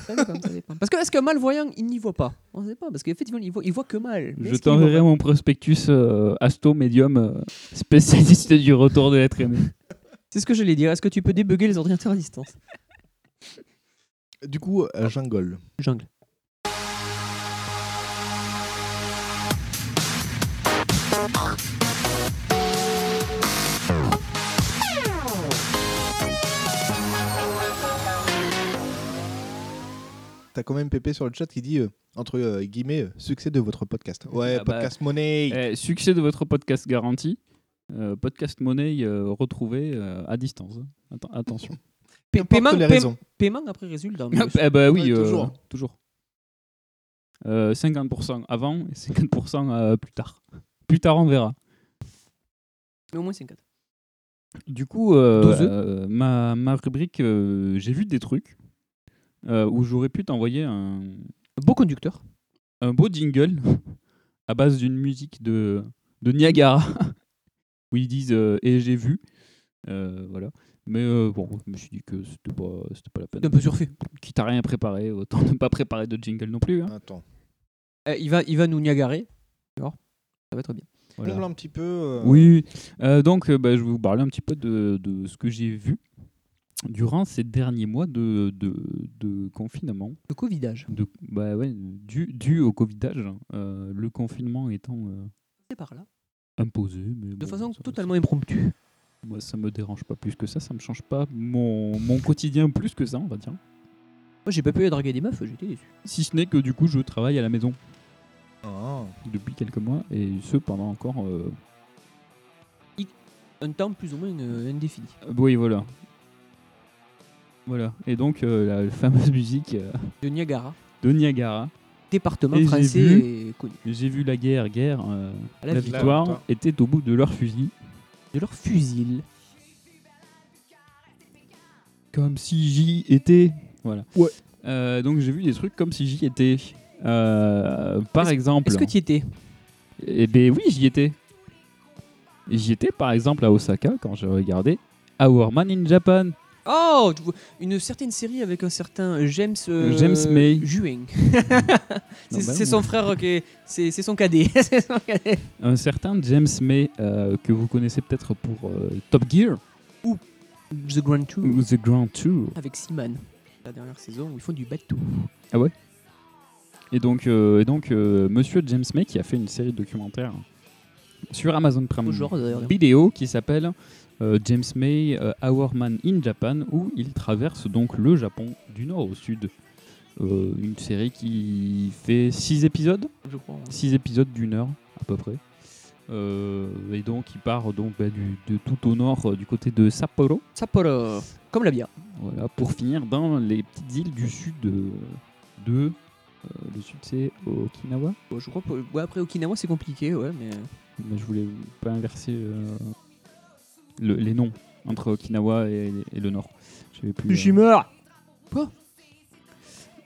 Speaker 8: ça dépend, ça dépend. Parce que est-ce qu'un malvoyant, il n'y voit pas On ne sait pas, parce qu'effectivement, il voit, il voit que mal. Mais
Speaker 9: Je
Speaker 8: est-ce qu'il voit
Speaker 9: t'enverrai mon prospectus euh, Asto Medium euh, spécialiste du retour de l'être aimé.
Speaker 8: pas C'est ce que j'allais dire. Est-ce que tu peux débugger les ordinateurs à distance
Speaker 10: Du coup, euh, jungle.
Speaker 8: Jungle.
Speaker 14: Thank
Speaker 10: t'as quand même Pépé sur le chat qui dit, euh, entre euh, guillemets, euh, succès de votre podcast. Ouais,
Speaker 9: Ah bah,
Speaker 10: podcast money.
Speaker 9: eh, succès de votre podcast garanti. Euh, podcast Money euh, retrouvé euh, à distance. Atten- attention.
Speaker 8: Paiement,
Speaker 10: les
Speaker 8: paiement-
Speaker 10: raisons.
Speaker 8: paiement après résultat. en
Speaker 9: Ah,
Speaker 8: plus.
Speaker 9: eh ben oui,
Speaker 8: Ouais,
Speaker 9: euh,
Speaker 8: toujours.
Speaker 9: toujours. Euh, 50% avant et 50% euh, plus tard. Plus tard, on verra.
Speaker 8: Mais au moins 5
Speaker 9: Du coup, euh,
Speaker 8: Deux œufs.
Speaker 9: euh, ma, ma rubrique, euh, j'ai vu des trucs euh, où j'aurais pu t'envoyer un...
Speaker 8: beau conducteur.
Speaker 9: Un beau jingle à base d'une musique de, de Niagara où ils disent euh, Et j'ai vu. Euh, voilà. Mais euh, bon, je me suis dit que c'était pas, c'était pas la peine.
Speaker 8: T'es un peu surfait.
Speaker 9: Quitte à rien préparer, autant ne pas préparer de jingle non plus. hein.
Speaker 10: Attends.
Speaker 8: Euh, il, va, il va nous niagarer. Alors, ça va être bien.
Speaker 9: Voilà.
Speaker 10: Comble un petit peu. euh,
Speaker 9: Oui, euh, donc euh, bah, je vais vous parler un petit peu de, de ce que j'ai vu durant ces derniers mois de, de, de confinement.
Speaker 8: Le Covidage.
Speaker 9: De, bah ouais, dû, dû au Covidage, euh, le confinement étant euh,
Speaker 8: C'est par là.
Speaker 9: imposé. Mais
Speaker 8: De
Speaker 9: bon,
Speaker 8: façon
Speaker 9: ça-
Speaker 8: totalement impromptue.
Speaker 9: moi, ça me dérange pas plus que ça, ça me change pas mon, mon quotidien plus que ça, on va dire.
Speaker 8: Moi, j'ai pas pu aller draguer des meufs, j'étais déçu.
Speaker 9: Si ce n'est que du coup, je travaille à la maison
Speaker 10: ah,
Speaker 9: depuis quelques mois et ce pendant encore. euh,
Speaker 8: Un temps plus ou moins euh, indéfini.
Speaker 9: Oui, voilà. Voilà. Et donc, euh, la fameuse musique euh,
Speaker 8: De Niagara.
Speaker 9: de Niagara.
Speaker 8: Département
Speaker 9: Et j'ai
Speaker 8: français
Speaker 9: vu-
Speaker 8: et connu.
Speaker 9: J'ai vu la guerre, guerre. euh,
Speaker 8: À
Speaker 9: la,
Speaker 8: la victoire.
Speaker 9: victoire
Speaker 8: Victoire.
Speaker 9: était au bout de leur fusil.
Speaker 8: De leur fusil.
Speaker 9: Comme si j'y étais. Voilà.
Speaker 10: Ouais.
Speaker 9: Euh, donc, j'ai vu des trucs comme si j'y étais. Euh, par exemple.
Speaker 8: Est-ce que tu y étais
Speaker 9: Eh ben oui, j'y étais. J'y étais, par exemple, à Osaka quand j'ai regardé Our Man in Japan.
Speaker 8: Oh tu vois, Une certaine série avec un certain James. euh,
Speaker 9: James May.
Speaker 8: Juin.
Speaker 9: Non,
Speaker 8: c'est
Speaker 9: bah
Speaker 8: c'est
Speaker 9: non.
Speaker 8: son frère qui est. C'est c'est son cadet. C'est son cadet.
Speaker 9: un certain James May euh, que vous connaissez peut-être pour euh, Top Gear
Speaker 8: Ou The Grand Tour
Speaker 9: ou The Grand Tour.
Speaker 8: Avec Seaman. La dernière saison où ils font du bateau.
Speaker 9: Ah ouais. Et donc, euh, et donc euh, Monsieur James May qui a fait une série de documentaires sur Amazon Prime
Speaker 8: Au genre, d'ailleurs.
Speaker 9: Vidéo qui s'appelle euh, James May euh, Our Man in Japan où il traverse donc le Japon du nord au sud. Euh, une série qui fait 6 épisodes
Speaker 8: Je crois.
Speaker 9: 6 épisodes d'une heure à peu près. Euh, et donc il part donc bah, du, de tout au nord euh, du côté de Sapporo.
Speaker 8: Sapporo, comme la bière.
Speaker 9: Voilà, pour finir dans les petites îles du sud euh, de. euh, le sud c'est Okinawa.
Speaker 8: Bon, je crois. que- ouais, après Okinawa, c'est compliqué, ouais, mais.
Speaker 9: Mais je voulais pas inverser euh, le- les noms entre Okinawa et, et le nord. J'avais plus. euh,
Speaker 8: Quoi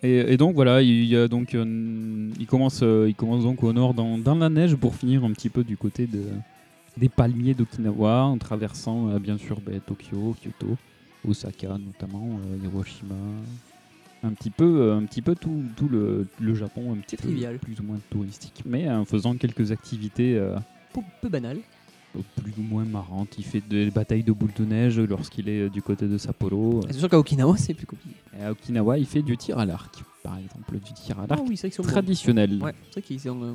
Speaker 9: Et, et donc voilà, il, y a donc un- il commence, euh, il commence donc au nord dans, dans la neige pour finir un petit peu du côté de, des palmiers d'Okinawa en traversant euh, bien sûr ben, Tokyo, Kyoto, Osaka notamment, euh, Hiroshima, un petit peu, euh, un petit peu tout, tout le, le Japon, un petit peu
Speaker 8: Trivial.
Speaker 9: plus ou moins touristique, mais en faisant quelques activités. euh,
Speaker 8: Peu, peu banal.
Speaker 9: plus ou moins marrantes. Il fait des batailles de boules de neige lorsqu'il est euh, du côté de Sapporo.
Speaker 8: C'est sûr qu'à Okinawa, c'est plus compliqué.
Speaker 9: Et à Okinawa, il fait du tir à l'arc, par exemple, du tir à
Speaker 8: Ah
Speaker 9: l'arc
Speaker 8: oui, c'est vrai qu'ils sont bons.
Speaker 9: traditionnel.
Speaker 8: Ouais, c'est vrai qu'ils ont. euh, euh,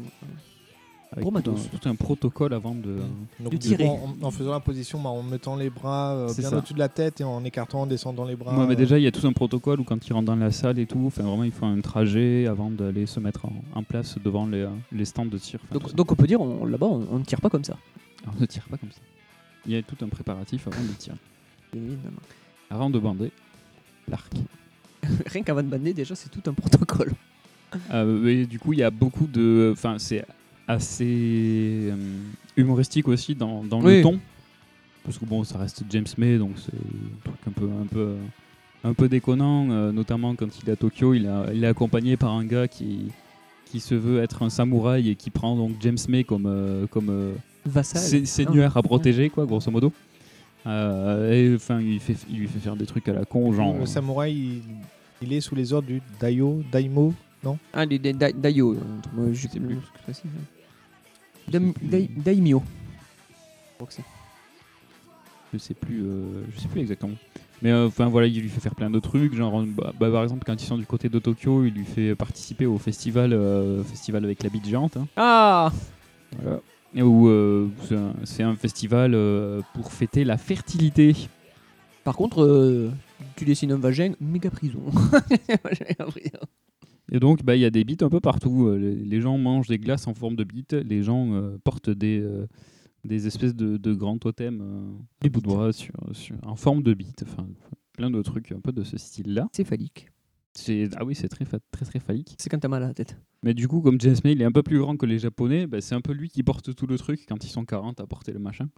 Speaker 9: Avec
Speaker 8: Gros
Speaker 9: tout
Speaker 8: matos.
Speaker 9: un- tout un protocole avant de.
Speaker 10: Donc,
Speaker 8: de
Speaker 10: du
Speaker 8: tirer.
Speaker 10: coup, en, en faisant la position, bah, en mettant les bras euh,
Speaker 9: C'est
Speaker 10: bien
Speaker 9: ça.
Speaker 10: au-dessus de la tête et en écartant, en descendant les bras.
Speaker 9: Ouais, mais
Speaker 10: euh,
Speaker 9: déjà, il y a tout un protocole où quand ils rentrent dans la salle et tout, enfin vraiment, ils font un trajet avant d'aller se mettre en, en place devant les, euh, les stands de tir. Enfin, tout
Speaker 8: Donc,
Speaker 9: ça.
Speaker 8: donc on peut dire, on- là-bas, on on ne tire pas comme ça.
Speaker 9: on ne tire pas comme ça. Il y a tout un préparatif avant de tirer,
Speaker 8: Évidemment.
Speaker 9: avant de bander l'arc.
Speaker 8: Rien qu'avant de bander, déjà, c'est tout un protocole.
Speaker 9: Euh, et du coup, il y a beaucoup de. Enfin, c'est assez euh, humoristique aussi dans, dans
Speaker 8: Oui.
Speaker 9: le ton. Parce que bon, ça reste James May, donc c'est un truc un peu, un peu, un peu déconnant, euh, notamment quand il est à Tokyo. Il, a- il est accompagné par un gars qui, qui se veut être un samouraï et qui prend donc James May comme, euh, comme euh,
Speaker 8: Vassal.
Speaker 9: sé-
Speaker 8: Ah,
Speaker 9: seigneur à
Speaker 8: ouais.
Speaker 9: protéger, quoi, grosso modo. Euh, et enfin, il, fait, il lui fait faire des trucs à la con, genre. euh,
Speaker 10: Le samouraï, il, il est sous les ordres du Daio, Daimo, non
Speaker 8: Ah, les dai- dai- Daio. euh, moi, je sais plus ce que c'est. ça. Dam- dai- Daimyo. Je crois que c'est.
Speaker 9: je sais plus euh, je sais plus exactement mais euh, enfin voilà il lui fait faire plein de trucs genre bah, bah, par exemple quand ils sont du côté de Tokyo il lui fait participer au festival euh, festival avec la bite géante hein.
Speaker 8: Ah
Speaker 9: Voilà. Et où euh, c'est un- c'est un, festival euh, pour fêter la fertilité
Speaker 8: Par contre, euh, tu dessines un vagin, méga prison. Méga prison.
Speaker 9: Et donc, bah, il y a des bites un peu partout. Euh, Les, les gens mangent des glaces en forme de bites. Les gens euh, portent des, euh, des espèces de, de grands totems euh, des bouts de bois sur, sur- en forme de bites. Enfin, plein de trucs un peu de ce style-là.
Speaker 8: C'est phallique.
Speaker 9: Ah oui, c'est très, fa- très, très phallique.
Speaker 8: C'est quand t'as mal à la tête.
Speaker 9: Mais du coup, comme James May, il est un peu plus grand que les Japonais, bah, c'est un peu lui qui porte tout le truc quand ils sont 40 à porter le machin.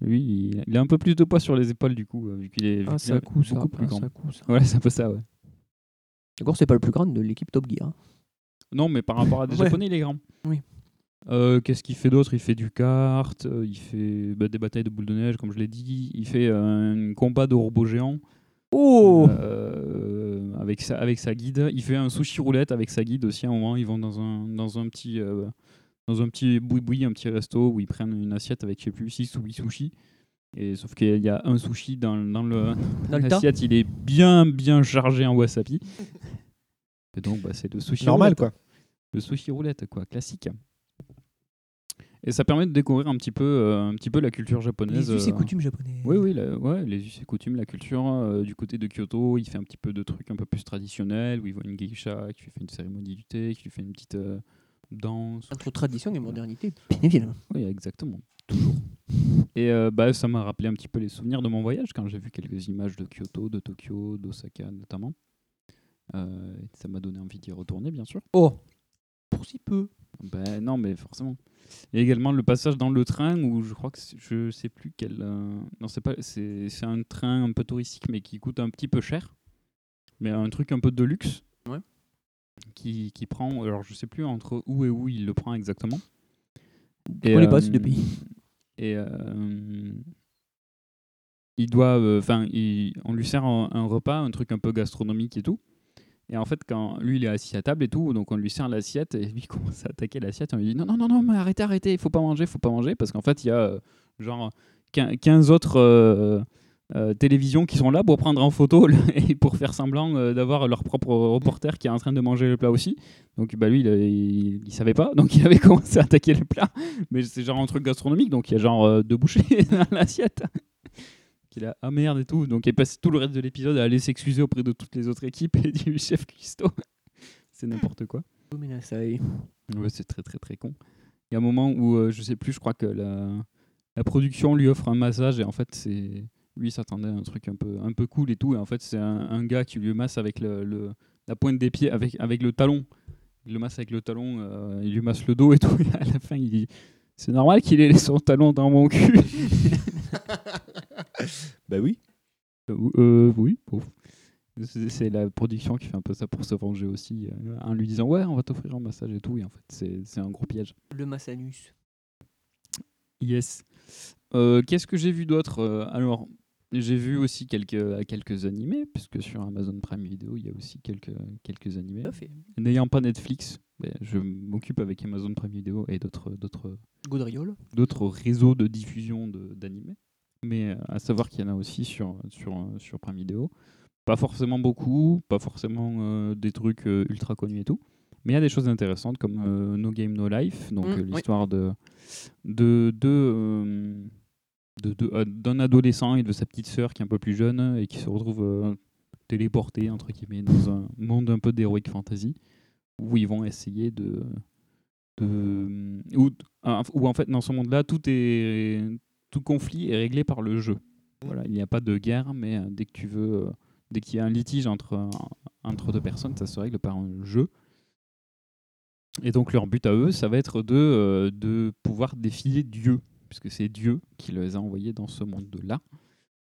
Speaker 9: Lui, il, il a un peu plus de poids sur les épaules, du coup, euh, vu qu'il est, vu
Speaker 8: Ah,
Speaker 9: qu'il est
Speaker 8: Saku, ça.
Speaker 9: beaucoup plus
Speaker 8: Ah,
Speaker 9: grand.
Speaker 8: Saku, ça.
Speaker 9: Ouais, c'est un peu ça, ouais.
Speaker 8: D'accord, c'est pas le plus grand de l'équipe Top Gear. hein.
Speaker 9: Euh, Non, mais par rapport à des
Speaker 8: Ouais.
Speaker 9: Japonais, il est grand.
Speaker 8: Oui.
Speaker 9: Euh, Qu'est-ce qu'il fait d'autre Il fait du kart, euh, il fait bah, des batailles de boules de neige, comme je l'ai dit. Il fait euh, un combat de robots géants.
Speaker 8: Oh
Speaker 9: Euh, avec, sa, avec sa guide. Il fait un sushi roulette avec sa guide aussi. À un moment, ils vont dans un, dans un petit. euh, dans un petit boui-boui, un petit resto où ils prennent une assiette avec, je sais plus, 6 ou 8 sushis. Et, sauf qu'il y a un sushi dans, dans le-
Speaker 8: Dans le tas.
Speaker 9: l'assiette, il est bien, bien chargé en wasabi. Et donc, bah, c'est le sushi
Speaker 10: Normal,
Speaker 9: roulette. Le sushi roulette, quoi, classique. Et ça permet de découvrir un petit peu, euh, un petit peu la culture japonaise.
Speaker 8: Les us et
Speaker 9: euh,
Speaker 8: coutumes japonaises.
Speaker 9: Oui, oui, la- ouais, les us et coutumes, la culture euh, du côté de Kyoto, il fait un petit peu de trucs un peu plus traditionnels, où il voit une geisha qui lui fait une cérémonie du thé, qui lui fait une petite euh, danse.
Speaker 8: Entre tradition et modernité, bien évidemment.
Speaker 9: Oui, exactement. Et euh, bah, ça m'a rappelé un petit peu les souvenirs de mon voyage quand j'ai vu quelques images de Kyoto, de Tokyo, d'Osaka notamment. Euh, et ça m'a donné envie d'y retourner, bien sûr.
Speaker 8: Oh Pour si peu
Speaker 9: Ben non, mais forcément. Il y a également le passage dans le train où je crois que c'est- je sais plus quel. euh, Non, c'est pas. C'est c'est un train un peu touristique, mais qui coûte un petit peu cher. Mais un truc un peu de luxe.
Speaker 8: Ouais.
Speaker 9: Qui, qui prend. Alors je sais plus entre où et où il le prend exactement.
Speaker 8: Je connais pas ces
Speaker 9: euh,
Speaker 8: deux pays.
Speaker 9: Et euh, il doit, euh, enfin, il- on lui sert un, un repas, un truc un peu gastronomique et tout. Et en fait, quand lui, il est assis à table et tout, donc on lui sert l'assiette et lui il commence à attaquer l'assiette. On lui dit non, non, non, non, mais arrêtez, arrêtez, il faut pas manger, il faut pas manger, parce qu'en fait, il y a euh, genre quin- 15 autres euh, euh, télévisions qui sont là pour prendre en photo le- et pour faire semblant euh, d'avoir leur propre reporter qui est en train de manger le plat aussi. Donc bah lui, il, il, il savait pas, donc il avait commencé à attaquer le plat. Mais c'est genre un truc gastronomique, donc il y a genre euh, deux bouchées dans l'assiette. Qu'il a ah merde et tout, donc il passe tout le reste de l'épisode à aller s'excuser auprès de toutes les autres équipes et du chef cuistot. c'est n'importe quoi. Ouais, c'est très très très con. Il y a un moment où, euh, je sais plus, je crois que la, la production lui offre un massage et en fait, c'est lui il s'attendait à un truc un peu, un peu cool et tout. Et en fait, c'est un, un gars qui lui masse avec le, le- la pointe des pieds, avec, avec le talon. Il le masse avec le talon, euh, il lui masse le dos et tout. Et à la fin, il dit C'est normal qu'il ait son talon dans mon cul.
Speaker 10: bah oui.
Speaker 9: Euh, oui, bon. C'est c'est la production qui fait un peu ça pour se venger aussi, euh, en lui disant ouais, on va t'offrir un massage et tout, et en fait c'est c'est un gros piège.
Speaker 8: Le Massanus.
Speaker 9: Yes. Euh, Qu'est-ce que j'ai vu d'autre Euh, Alors, j'ai vu aussi quelques, euh, quelques animés, puisque sur Amazon Prime Video, il y a aussi quelques, quelques animés.
Speaker 8: Tout à fait.
Speaker 9: N'ayant pas Netflix, ben, je m'occupe avec Amazon Prime Video et d'autres d'autres
Speaker 8: Gaudriol.
Speaker 9: d'autres réseaux de diffusion de- d'animés. Mais euh, à savoir qu'il y en a aussi sur, sur, euh, sur Prime Video. Pas forcément beaucoup, pas forcément euh, des trucs euh, ultra connus et tout. Mais il y a des choses intéressantes comme euh, No Game No Life, donc
Speaker 8: Mm,
Speaker 9: euh,
Speaker 8: oui.
Speaker 9: l'histoire de de de, euh, de- de- euh, d'un adolescent et de sa petite sœur qui est un peu plus jeune et qui se retrouve euh, téléporté entre guillemets dans un monde un peu d'heroic fantasy où ils vont essayer de de où, ah, où en fait dans ce monde-là tout est tout conflit est réglé par le jeu. Voilà, il n'y a pas de guerre, mais euh, dès que tu veux, euh, dès qu'il y a un litige entre euh, entre deux personnes, ça se règle par un jeu. Et donc leur but à eux, ça va être de, euh, de pouvoir défier Dieu, puisque c'est Dieu qui les a envoyés dans ce monde-là.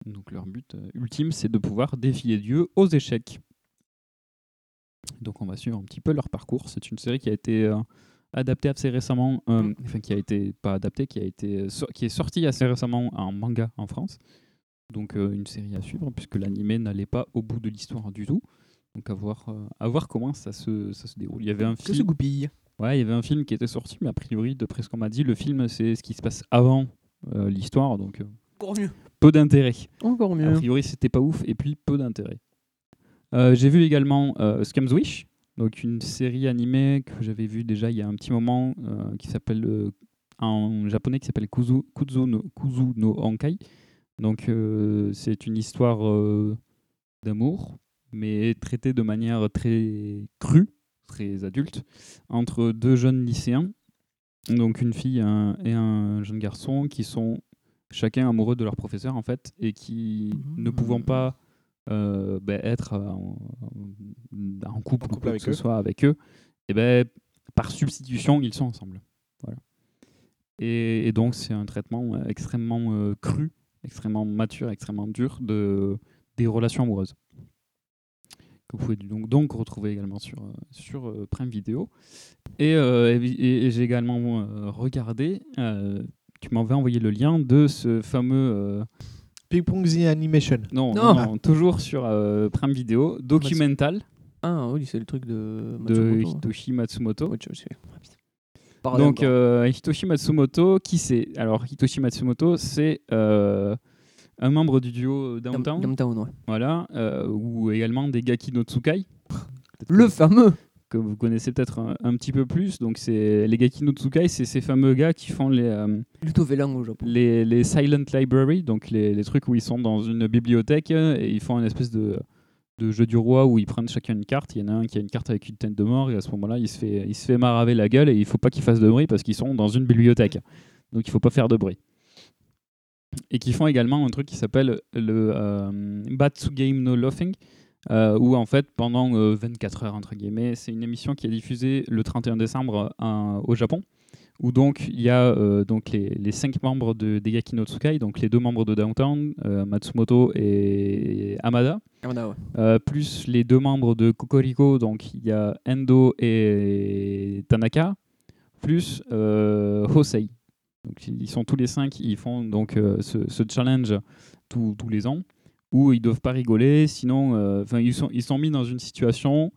Speaker 9: Donc leur but euh, ultime, c'est de pouvoir défier Dieu aux échecs. Donc on va suivre un petit peu leur parcours. C'est une série qui a été euh, adaptée assez récemment, euh, enfin qui a été pas adaptée, qui a été euh, so- qui est sortie assez récemment en manga en France. Donc euh, une série à suivre puisque l'animé n'allait pas au bout de l'histoire du tout. Donc à voir, euh, à voir comment ça se, ça se déroule. Il y avait un
Speaker 8: Que
Speaker 9: film.
Speaker 8: se goupille.
Speaker 9: Ouais, il y avait un film qui était sorti, mais a priori, de près ce qu'on m'a dit, le film c'est ce qui se passe avant euh, l'histoire, donc euh,
Speaker 8: Encore mieux.
Speaker 9: peu d'intérêt.
Speaker 8: Encore mieux.
Speaker 9: A priori, c'était pas ouf, et puis peu d'intérêt. Euh, j'ai vu également euh, Scum's Wish, donc une série animée que j'avais vue déjà il y a un petit moment, euh, qui s'appelle euh, en japonais qui s'appelle Kuzu, Kuzu no, Kuzu no Honkai. Donc euh, c'est une histoire euh, d'amour, mais traitée de manière très crue, très adulte, entre deux jeunes lycéens, donc une fille et un, et un jeune garçon, qui sont chacun amoureux de leur professeur, en fait, et qui, ne pouvant pas euh, ben, être euh, en, en- en couple, ou quoi
Speaker 10: avec
Speaker 9: que
Speaker 10: eux.
Speaker 9: ce soit avec eux, et ben, par substitution, ils sont ensemble. Voilà. Et, et donc, c'est un traitement euh, extrêmement euh, cru, extrêmement mature, extrêmement dur de, des relations amoureuses. Que vous pouvez donc, donc retrouver également sur, euh, sur euh, Prime Video. Et, euh, et- et- et j'ai également euh, regardé, euh, tu m'avais envoyé le lien de ce fameux. euh,
Speaker 10: Ping Pong The Animation.
Speaker 9: non,
Speaker 10: Non.
Speaker 9: non, non, toujours sur euh, Prime Video, documental. Ah oui, c'est le truc de,
Speaker 15: Matsumoto.
Speaker 9: Hitoshi Matsumoto.
Speaker 15: Ah, Pardon,
Speaker 9: Donc
Speaker 15: pardon.
Speaker 9: euh, Hitoshi Matsumoto, qui c'est Alors Hitoshi Matsumoto, c'est euh, un membre du duo euh, Downtown.
Speaker 15: Downtown, ouais.
Speaker 9: Voilà, euh, ou également des Gaki no Tsukai. Le fameux que vous connaissez peut-être un, un petit peu plus. Donc c'est les Gaki no Tsukai, c'est ces fameux gars qui font les euh, Les, les silent library, donc les, les trucs où ils sont dans une bibliothèque euh, et ils font une espèce de, de jeu du roi où ils prennent chacun une carte. Il y en a un qui a une carte avec une tête de mort et à ce moment-là, il se fait il se fait maraver la gueule et il faut pas qu'il fasse de bruit parce qu'ils sont dans une bibliothèque. Donc il faut pas faire de bruit et qui font également un truc qui s'appelle le euh, Batsu Game No Laughing, euh, où en fait pendant euh, 24 heures entre guillemets, c'est une émission qui est diffusée le 31 décembre euh, en- au Japon, où donc il y a euh, donc les, les cinq membres de Degaki no Tsukai, donc les deux membres de Downtown, euh, Matsumoto et Amada,
Speaker 15: Amada, ouais.
Speaker 9: Euh, plus les deux membres de Kokoriko, donc il y a Endo et Tanaka, plus euh, Hosei. Donc, ils sont tous les cinq, ils font donc euh, ce, ce challenge tous- tous les ans où ils doivent pas rigoler, sinon, euh, enfin, ils sont ils sont mis dans une situation.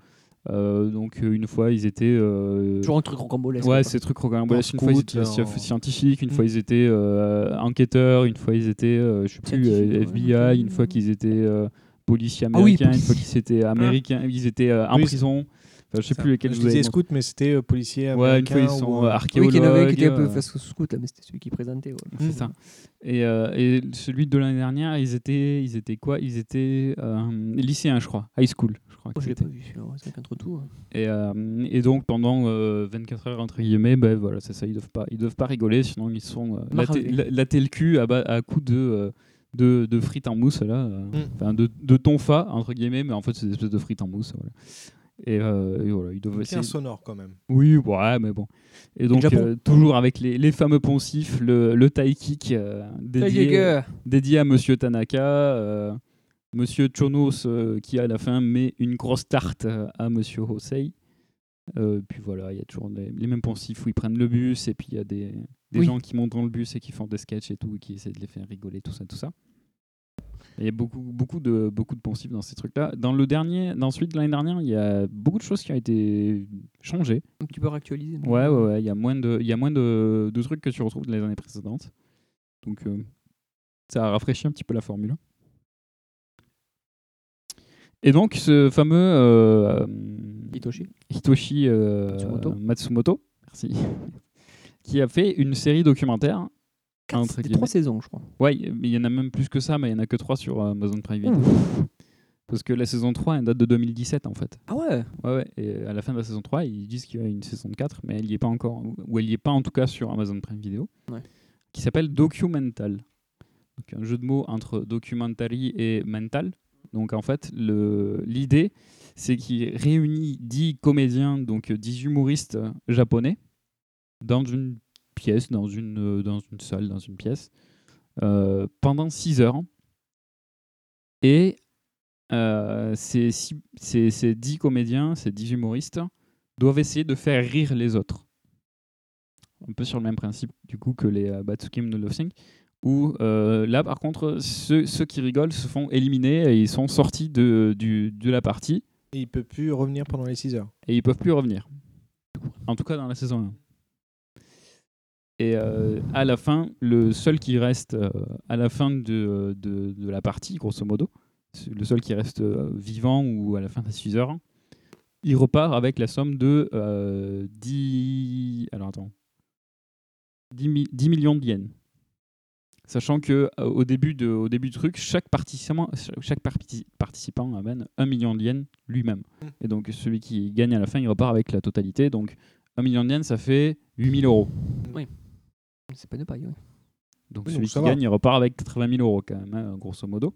Speaker 9: euh, donc euh, une fois ils étaient euh,
Speaker 15: Toujours un truc rocambolesque,
Speaker 9: Ouais,
Speaker 15: quoi. Hmm.
Speaker 9: c'est truc rocambolesque.
Speaker 15: En
Speaker 9: Une fois ils
Speaker 15: scout,
Speaker 9: étaient
Speaker 15: en-
Speaker 9: sci- scientifiques, une fois ils étaient euh, enquêteurs, une fois ils étaient euh, je sais plus euh, FBI,
Speaker 15: Hmm.
Speaker 9: une fois qu'ils étaient euh, policiers
Speaker 10: Ah oui,
Speaker 9: américains, une fois qu'ils étaient américains, ils étaient euh, en
Speaker 10: Oui, c'est-
Speaker 9: prison. Enfin, je sais
Speaker 10: Ça.
Speaker 9: plus lesquels
Speaker 10: Je
Speaker 9: vous avez
Speaker 10: disais
Speaker 9: montré.
Speaker 10: scout, mais c'était euh, policier
Speaker 9: Ouais, une
Speaker 10: américain.
Speaker 9: fois ils sont
Speaker 10: ou,
Speaker 9: euh,
Speaker 10: euh,
Speaker 9: archéologues.
Speaker 15: Oui, qu'il y en avait qui était un peu
Speaker 9: euh,
Speaker 15: face au scout, là, mais c'était celui qui présentait. Oh, voilà.
Speaker 9: c'est ça. Et, euh, et celui de l'année dernière, ils étaient, ils étaient quoi Ils étaient euh, lycéens, je crois, high school, je crois.
Speaker 15: Oh,
Speaker 9: que
Speaker 15: je l'ai
Speaker 9: c'était.
Speaker 15: pas vu, celui-là, ouais, c'est contre tout. hein.
Speaker 9: Et, euh, et donc pendant euh, 24 heures entre guillemets, ben voilà, c'est ça, ils doivent pas, ils doivent pas rigoler, sinon ils sont euh,
Speaker 15: Marvelés.
Speaker 9: latés la- latés le cul à, ba- à coups de, euh, de de frites en mousse là, euh,
Speaker 10: Mm.
Speaker 9: enfin de, de tonfa entre guillemets, mais en fait c'est des espèces de frites en mousse, voilà. Et, euh, et voilà, ils doivent
Speaker 10: Bien
Speaker 9: essayer.
Speaker 10: sonore, quand même.
Speaker 9: Oui, ouais, mais bon. Et donc
Speaker 10: Japon.
Speaker 9: euh, toujours avec les, les fameux poncifs, le, le taï kick euh, dédié,
Speaker 15: Taï-kicker.
Speaker 9: dédié à Monsieur Tanaka. euh, Monsieur Chonos euh, qui à la fin met une grosse tarte euh, à Monsieur Hosei. Euh, puis voilà, il y a toujours les, les mêmes poncifs où ils prennent le bus et puis il y a des, des
Speaker 15: Oui.
Speaker 9: gens qui montent dans le bus et qui font des sketchs et tout, et qui essaient de les faire rigoler, tout ça, tout ça. Il y a beaucoup, beaucoup de beaucoup de poncifs dans ces trucs-là. Dans le dernier, dans celui de l'année dernière, il y a beaucoup de choses qui ont été changées.
Speaker 15: Un petit peu réactualisé. mais-
Speaker 9: Ouais, ouais, ouais. Il y a moins de, il y a moins de, de trucs que tu retrouves de les années précédentes. Donc, euh, ça a rafraîchi un petit peu la formule. Et donc, ce fameux euh, euh,
Speaker 15: Hitoshi.
Speaker 9: Hitoshi euh, Matsumoto. merci, qui a fait une série documentaire. entre
Speaker 15: c'était
Speaker 9: guillemets.
Speaker 15: trois saisons, je crois.
Speaker 9: Ouais, mais il y en a même plus que ça, mais il y en a que trois sur euh, Amazon Prime
Speaker 8: Mmh.
Speaker 9: Video. Parce que la saison 3, elle date de 2017 en fait.
Speaker 15: Ah ouais
Speaker 9: Ouais, ouais. Et euh, à la fin de la saison 3, ils disent qu'il y a une saison 4, mais elle n'y est pas encore, ou elle n'y est pas en tout cas sur Amazon Prime Video,
Speaker 15: Ouais.
Speaker 9: qui s'appelle Documental. Donc un jeu de mots entre documentary et mental. Donc en fait, le- l'idée, c'est qu'il réunit 10 comédiens, donc 10 humoristes euh, japonais, dans une pièce, dans une, euh, dans une salle, dans une pièce, euh, pendant 6 heures. Et euh, ces, six- ces, ces 10 comédiens, ces 10 humoristes, doivent essayer de faire rire les autres. Un peu sur le même principe du coup que les euh, Batsukim no Love Sync, où euh, là par contre, ceux, ceux qui rigolent se font éliminer et ils sont sortis de, du- de la partie
Speaker 10: Et il peut plus revenir pendant les 6 heures.
Speaker 9: et ils peuvent plus revenir. En tout cas dans la saison 1. Et euh, à la fin, le seul qui reste euh, à la fin de, de- de la partie, grosso modo, c'est le seul qui reste euh, vivant ou à la fin des 6 heures, il repart avec la somme de euh, 10... Alors attends. 10, mi- 10 millions de yens. Sachant que euh, au début de, au début du truc, chaque participant, chaque parti- participant amène un million de yens lui-même. Et donc celui qui gagne à la fin, il repart avec la totalité. Donc un million de yens, ça fait 8000 euros.
Speaker 8: Oui. C'est pas de paille, ouais.
Speaker 9: Donc
Speaker 8: Oui,
Speaker 9: celui
Speaker 8: donc ça
Speaker 9: qui
Speaker 8: va.
Speaker 9: gagne, il repart avec 80 000 euros quand même, hein, grosso modo.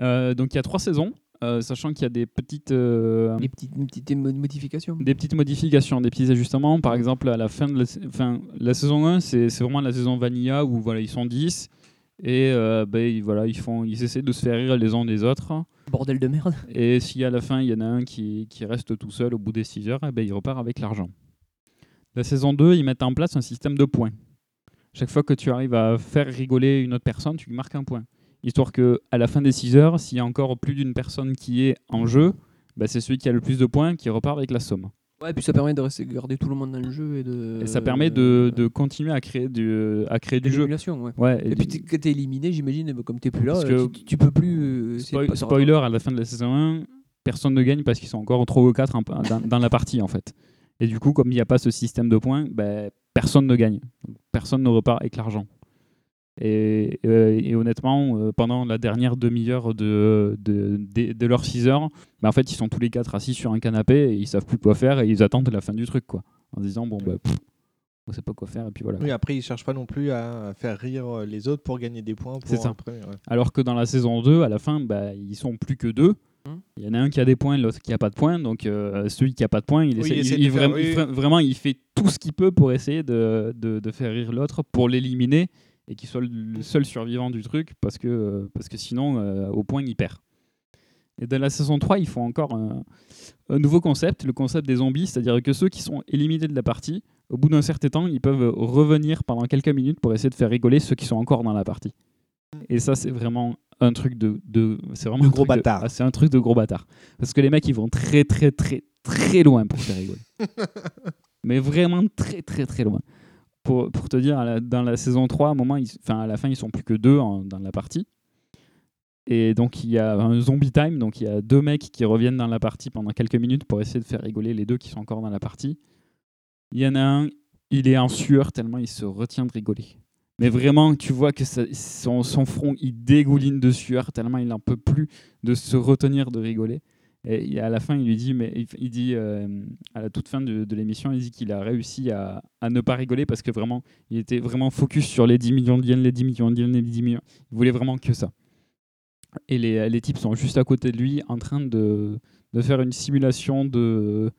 Speaker 9: Euh, donc il y a trois saisons, euh, sachant qu'il y a des petites, euh,
Speaker 8: Des petites, des petites mo- modifications.
Speaker 9: des petites modifications, des petits ajustements. Par exemple, à la fin de la, sa- enfin, la saison 1, c'est c'est vraiment la saison Vanilla où voilà, ils sont 10 et euh, ben, ils- voilà, ils, font, ils essaient de se faire rire les uns des autres.
Speaker 8: Bordel de merde.
Speaker 9: Et si à la fin, il y en a un qui, qui reste tout seul au bout des 6 heures, eh ben, il repart avec l'argent. La saison 2, ils mettent en place un système de points. Chaque fois que tu arrives à faire rigoler une autre personne, tu lui marques un point. Histoire que à la fin des 6 heures, s'il y a encore plus d'une personne qui est en jeu, bah, c'est celui qui a le plus de points qui repart avec la somme.
Speaker 8: Ouais, puis ça permet de rester- garder tout le monde dans le jeu et de.
Speaker 9: Et ça permet
Speaker 8: Euh.
Speaker 9: de, de continuer à créer du, à créer du jeu.
Speaker 8: ouais.
Speaker 9: Ouais,
Speaker 8: et, puis t'es- quand t'es éliminé, j'imagine, eh ben, comme t'es plus là,
Speaker 9: Parce que-
Speaker 8: tu, tu peux plus. euh, essayer de
Speaker 9: Spoil-
Speaker 8: passer à-
Speaker 9: spoiler, à la fin de la saison 1, personne ne gagne parce qu'ils sont encore 3 ou 4 dans, dans la partie en fait. Et du coup, comme il n'y a pas ce système de points, ben, personne ne gagne. Donc, personne ne repart avec l'argent. Et, euh, et honnêtement, euh, pendant la dernière demi-heure de, de, de, de leurs 6 heures, ben, en fait, ils sont tous les 4 assis sur un canapé et ils savent plus quoi faire et ils attendent la fin du truc quoi. En se disant, bon, ben, pff, on sait pas quoi faire et puis voilà.
Speaker 10: Oui, après, ils cherchent pas non plus à faire rire euh, les autres pour gagner des points. pour
Speaker 9: C'est ça.
Speaker 10: le premier, ouais.
Speaker 9: Alors que dans la saison 2, à la fin, bah, ils sont plus que deux.
Speaker 10: Hum.
Speaker 9: Il y en a un qui a des points, l'autre qui a pas de points. Donc euh, celui qui a pas de points, il,
Speaker 10: Oui,
Speaker 9: essaie,
Speaker 10: il essaie
Speaker 9: il-
Speaker 10: de
Speaker 9: il
Speaker 10: faire-
Speaker 9: vraiment-
Speaker 10: oui,
Speaker 9: il
Speaker 10: oui.
Speaker 9: fra- vraiment, il fait tout ce qu'il peut pour essayer de, de- de faire rire l'autre, pour l'éliminer et qu'il soit le- le seul survivant du truc, parce que, euh, parce que sinon, euh, au point, il perd. Et dans la saison 3, ils font encore un, un euh, nouveau concept, le concept des zombies, c'est-à-dire que ceux qui sont éliminés de la partie, au bout d'un certain temps, ils peuvent revenir pendant quelques minutes pour essayer de faire rigoler ceux qui sont encore dans la partie. Et ça, c'est vraiment un truc de. de c'est vraiment
Speaker 10: De
Speaker 9: un
Speaker 10: gros
Speaker 9: truc
Speaker 10: bâtard.
Speaker 9: ah, c'est un truc de gros bâtard. Parce que les mecs, ils vont très, très, très, très loin pour faire rigoler. Mais vraiment très, très, très loin. Pour, pour te dire, à la- dans la saison 3, à, un moment, ils- enfin, à la fin, ils sont plus que deux en- dans la partie. Et donc il y a un zombie time, donc il y a deux mecs qui reviennent dans la partie pendant quelques minutes pour essayer de faire rigoler les deux qui sont encore dans la partie. Il y en a un, il est en sueur tellement il se retient de rigoler. Mais vraiment, tu vois que ça- son, son front, il dégouline de sueur tellement il n'en peut plus de se retenir de rigoler. Et il- à la fin, il lui dit, mais il, il dit euh, à la toute fin de, de l'émission, il dit qu'il a réussi à, à ne pas rigoler parce que vraiment, il était vraiment focus sur les 10 millions de yens, les 10 millions de yens, les 10 millions. Il voulait vraiment que ça et les, les types sont juste à côté de lui en train de, de faire une simulation de,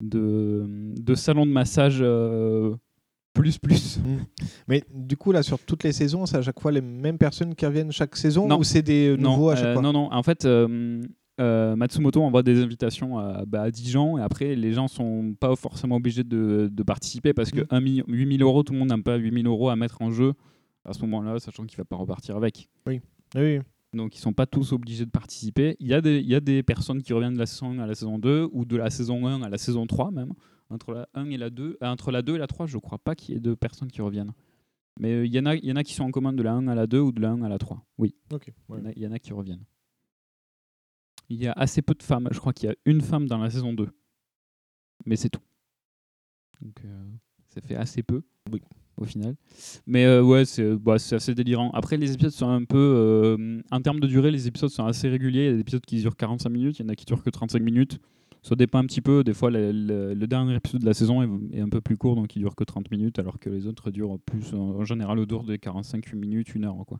Speaker 9: de, de salon de massage euh, plus plus.
Speaker 10: Mais du coup, là, sur toutes les saisons, c'est à chaque fois les mêmes personnes qui reviennent chaque saison
Speaker 9: Non.
Speaker 10: ou c'est des euh,
Speaker 9: Non,
Speaker 10: nouveaux à chaque
Speaker 9: euh,
Speaker 10: fois
Speaker 9: Non, non, en fait, euh, euh, Matsumoto envoie des invitations à, bah, à 10 gens et après, les gens sont pas forcément obligés de, de participer parce que
Speaker 10: Mm.
Speaker 9: 1 million- 8000 euros, tout le monde n'a pas 8000 euros à mettre en jeu à ce moment-là, sachant qu'il va pas repartir avec.
Speaker 10: Oui. Oui.
Speaker 9: Donc ils sont pas tous obligés de participer. Il y a des, il y a des personnes qui reviennent de la saison 1 à la saison 2 ou de la saison 1 à la saison 3 même. Entre la 1 et la 2, euh, entre la 2 et la 3, je crois pas qu'il y ait de personnes qui reviennent. Mais euh, il y en a il y en a qui sont en commun de la 1 à la 2 ou de la 1 à la 3. Oui.
Speaker 10: Ok,
Speaker 9: Il
Speaker 10: ouais.
Speaker 9: y en a- il y en a qui reviennent. Il y a assez peu de femmes, je crois qu'il y a une femme dans la saison 2. Mais c'est tout. Donc euh, ça fait assez peu au final. Mais euh, ouais, c'est bah, c'est assez délirant. Après, les épisodes sont un peu. euh, en termes de durée, les épisodes sont assez réguliers. Il y a des épisodes qui durent 45 minutes, il y en a qui durent que 35 minutes. Ça dépend un petit peu. Des fois, le, le- le dernier épisode de la saison est, est un peu plus court, donc il dure que 30 minutes, alors que les autres durent plus, en, en général, autour des 45 minutes, 1 heure. Quoi.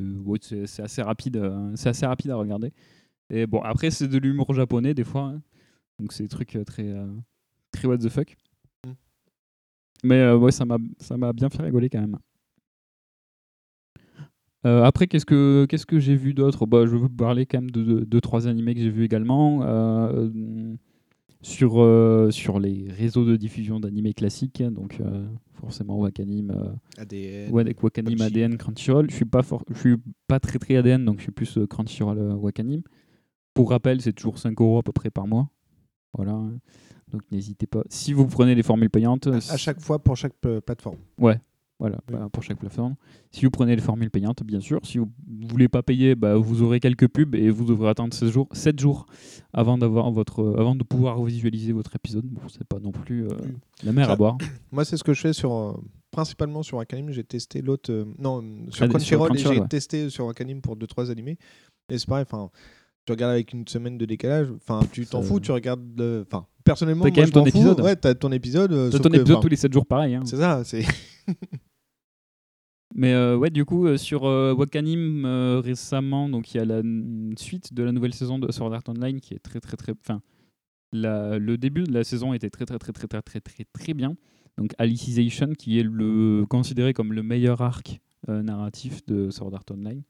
Speaker 9: Euh, ouais, c'est c'est assez, rapide, euh, c'est assez rapide à regarder. Et bon, après, c'est de l'humour japonais, des fois. hein. Donc, c'est des trucs euh, très, euh, très what the fuck. Mais euh, ouais, ça m'a ça m'a bien fait rigoler quand même. Euh, après, qu'est-ce que qu'est-ce que j'ai vu d'autre Bah, je veux vous parler quand même de de- deux trois animés que j'ai vus également Euh, sur euh, sur les réseaux de diffusion d'animés classiques. Donc euh, forcément Wakanim, euh,
Speaker 10: ADN,
Speaker 9: ouais, avec Wakanim, ADN, Crunchyroll. Je suis pas for- je suis pas très très ADN, donc je suis plus euh, Crunchyroll, euh, Wakanim. Pour rappel, c'est toujours 5 euros à peu près par mois. Voilà. Donc n'hésitez pas. Si vous prenez les formules payantes,
Speaker 10: À chaque fois pour chaque euh, plateforme.
Speaker 9: Ouais, voilà, voilà, pour chaque plateforme. Si vous prenez les formules payantes, bien sûr. Si vous ne voulez pas payer, bah, vous aurez quelques pubs et vous devrez attendre 16 jours, 7 jours avant, d'avoir votre, euh, avant de pouvoir visualiser votre épisode. Bon, c'est pas non plus euh, la mer
Speaker 10: Ça-
Speaker 9: à boire.
Speaker 10: Moi, c'est ce que je fais sur euh, principalement sur Wakanim. J'ai testé l'autre. euh, non, euh, sur
Speaker 9: Ah, sur
Speaker 10: Crunchyroll, et
Speaker 9: Crunchyroll,
Speaker 10: j'ai
Speaker 9: ouais.
Speaker 10: testé sur Wakanim pour 2-3 animés. Et c'est pareil, enfin. Tu regardes avec une semaine de décalage, enfin tu t'en
Speaker 9: Ça-
Speaker 10: fous, tu regardes le. Enfin, personnellement,
Speaker 9: T'as
Speaker 10: moi,
Speaker 9: quand même
Speaker 10: je m'en
Speaker 9: ton
Speaker 10: fous.
Speaker 9: épisode.
Speaker 10: Ouais, t'as ton épisode. euh,
Speaker 9: T'as
Speaker 10: sauf
Speaker 9: ton
Speaker 10: que,
Speaker 9: épisode
Speaker 10: enfin,
Speaker 9: tous les 7 jours pareil. hein.
Speaker 10: C'est ça, c'est.
Speaker 9: Mais euh, ouais, du coup, euh, sur euh, Wakanim euh, récemment, donc il y a la mm, suite de la nouvelle saison de Sword Art Online qui est très très très. Enfin, la- le début de la saison était très très très très très très très très bien. Donc Alicization, qui est le considéré comme le meilleur arc euh, narratif de Sword Art Online,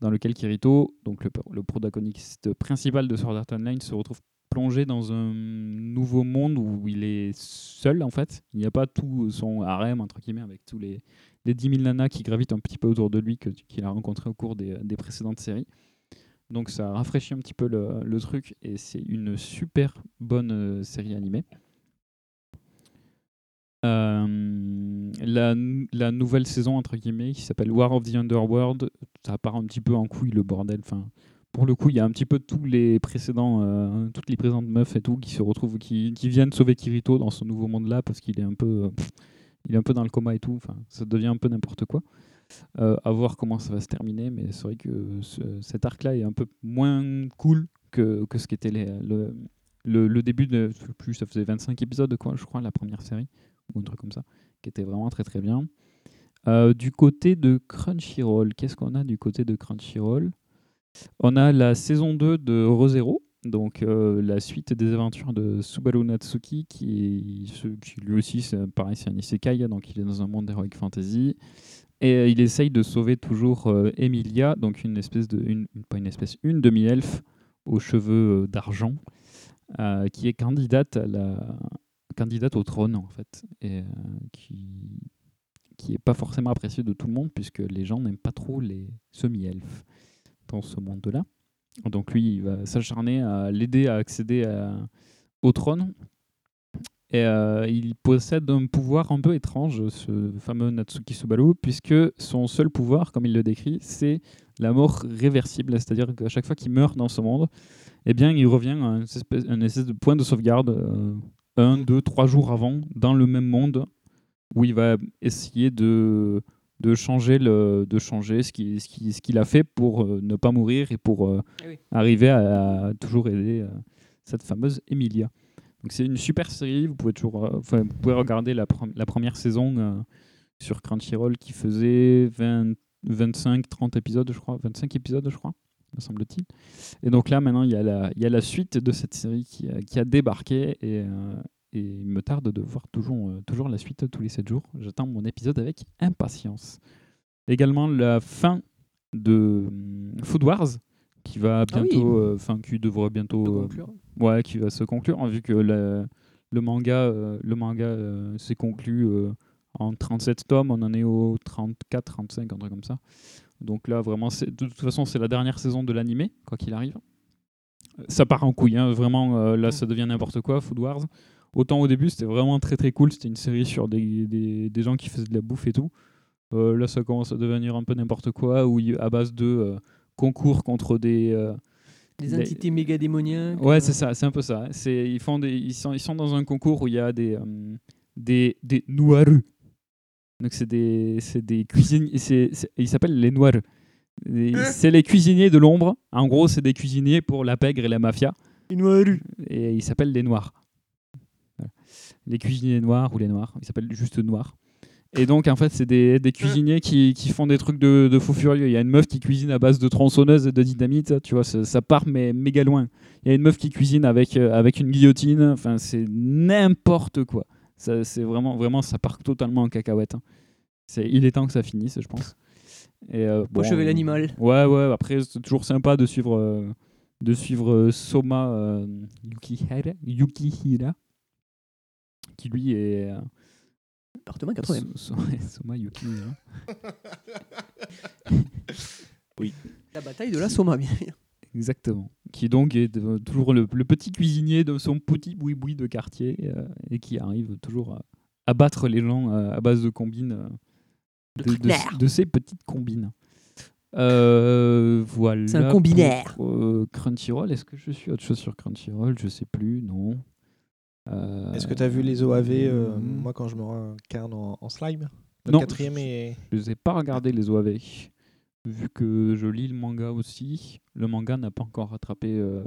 Speaker 9: dans lequel Kirito, donc le, pro- le protagoniste principal de Sword Art Online, se retrouve plongé dans un nouveau monde où il est seul en fait. Il n'y a pas tout son harem entre guillemets avec tous les les 10 000 nanas qui gravitent un petit peu autour de lui que- qu'il a rencontré au cours des, des précédentes séries. Donc ça rafraîchit un petit peu le, le truc et c'est une super bonne euh, série animée. Euh, la, nou- la nouvelle saison entre guillemets qui s'appelle War of the Underworld, ça part un petit peu en couille le bordel. Enfin, pour le coup, il y a un petit peu tous les précédents, euh, toutes les présentes meufs et tout qui se retrouvent, qui, qui viennent sauver Kirito dans ce nouveau monde-là parce qu'il est un peu, euh, pff, il est un peu dans le coma et tout. Enfin, ça devient un peu n'importe quoi. Euh, à voir comment ça va se terminer, mais c'est vrai que ce- cet arc-là est un peu moins cool que, que ce qu'était les- le, le, le début de, je sais plus, ça faisait 25 épisodes quoi, je crois, la première série ou un truc comme ça, qui était vraiment très très bien. Euh, du côté de Crunchyroll, qu'est-ce qu'on a du côté de Crunchyroll On a la saison 2 de ReZero, donc euh, la suite des aventures de Subaru Natsuki, qui, est- ce- qui lui aussi, c'est pareil, c'est un isekai, hein, donc il est dans un monde d'heroic fantasy. Et euh, il essaye de sauver toujours euh, Emilia, donc une espèce de. Une, une- pas une espèce, une demi-elfe aux cheveux euh, d'argent, euh, qui est candidate, à la, candidate au trône, en fait, et euh, qui qui n'est pas forcément appréciée de tout le monde, puisque les gens n'aiment pas trop les semi-elfes dans ce monde-là. Donc lui, il va s'acharner à l'aider à accéder à- au trône. Et euh, il possède un pouvoir un peu étrange, ce fameux Natsuki Subaru, puisque son seul pouvoir, comme il le décrit, c'est la mort réversible. C'est-à-dire qu'à chaque fois qu'il meurt dans ce monde, eh bien, il revient à un espèce, un espèce de point de sauvegarde euh, un, deux, trois jours avant, dans le même monde, où il va essayer de, de changer, le, de changer ce qu'il ce qui, ce qu'il a fait pour euh, ne pas mourir et pour euh, arriver à, à toujours aider euh, cette fameuse Emilia. Donc c'est une super série, vous pouvez toujours euh, enfin, vous pouvez regarder la, pre- la première saison euh, sur Crunchyroll qui faisait 20 25 30 épisodes je crois, 25 épisodes je crois, me semble-t-il. Et donc là maintenant il y a la il y a la suite de cette série qui a, qui a débarqué et euh, et il me tarde de voir toujours, euh, toujours la suite tous les 7 jours. J'attends mon épisode avec impatience. Également la fin de hum, Food Wars qui va
Speaker 15: Ah oui.
Speaker 9: bientôt, euh, enfin qui devrait bientôt, euh, ouais, qui va se conclure hein, vu que la- le manga, euh, le manga euh, s'est conclu euh, en 37 tomes, on en est au 34, 35, un truc comme ça. Donc là vraiment, c'est- de toute façon c'est la dernière saison de l'animé quoi qu'il arrive ça part en couille, hein. vraiment, euh, là ça devient n'importe quoi, Food Wars. Autant au début c'était vraiment très très cool, c'était une série sur des, des- des gens qui faisaient de la bouffe et tout. Euh, là ça commence à devenir un peu n'importe quoi, où il- à base de euh, concours contre des... euh,
Speaker 15: Des
Speaker 9: les-
Speaker 15: entités méga démoniaques.
Speaker 8: euh,
Speaker 9: Ouais, c'est ça, c'est un peu ça. C'est ils font des, ils sont, ils sont dans un concours où il y a des euh, des des noiru. Donc c'est des c'est des cuisiniers, c'est c'est- ils s'appellent les noiru. Et C'est les cuisiniers de l'ombre. En gros, c'est des cuisiniers pour la pègre et la mafia.
Speaker 15: Les noiru.
Speaker 9: Et ils s'appellent les noirs. Voilà. Les cuisiniers noirs ou les noirs, ils s'appellent juste noirs. Et donc, en fait, c'est des, des cuisiniers qui, qui font des trucs de, de faux furieux. Il y a une meuf qui cuisine à base de tronçonneuse et de dynamite, tu vois, ça, ça part mais méga loin. Il y a une meuf qui cuisine avec, euh, avec une guillotine, enfin, c'est n'importe quoi. Ça, c'est vraiment, vraiment, ça part totalement en cacahuète. hein. C'est, il est temps que ça finisse, je pense. Et, euh,
Speaker 15: Au chevet l'animal.
Speaker 9: Ouais, ouais, après, c'est toujours sympa de suivre, euh, de suivre euh, Soma euh, Yukihara, Yukihira, qui lui est. euh,
Speaker 15: Appartement 80.
Speaker 9: So- so- ouais, Soma
Speaker 15: hein.
Speaker 9: Yukihira. oui.
Speaker 15: La bataille de la Soma, bien sûr.
Speaker 9: Exactement. Qui donc est euh, toujours le, le petit cuisinier de son petit boui-boui de quartier euh, et qui arrive toujours à, à battre les gens euh, à base de combines. euh, de, de-
Speaker 15: trucs
Speaker 9: de ces petites combines. Euh, voilà.
Speaker 15: C'est un combinaire.
Speaker 9: pour, euh, Crunchyroll, est-ce que je suis autre chose sur Crunchyroll Je sais plus, non. Euh,
Speaker 10: euh, Est-ce que t'as vu les OAV euh, Moi, quand je me réincarne en, en slime, Le
Speaker 9: non,
Speaker 10: quatrième est-
Speaker 9: Je ne ai pas regardé les OAV. Vu que je lis le manga aussi, le manga n'a pas encore rattrapé, euh,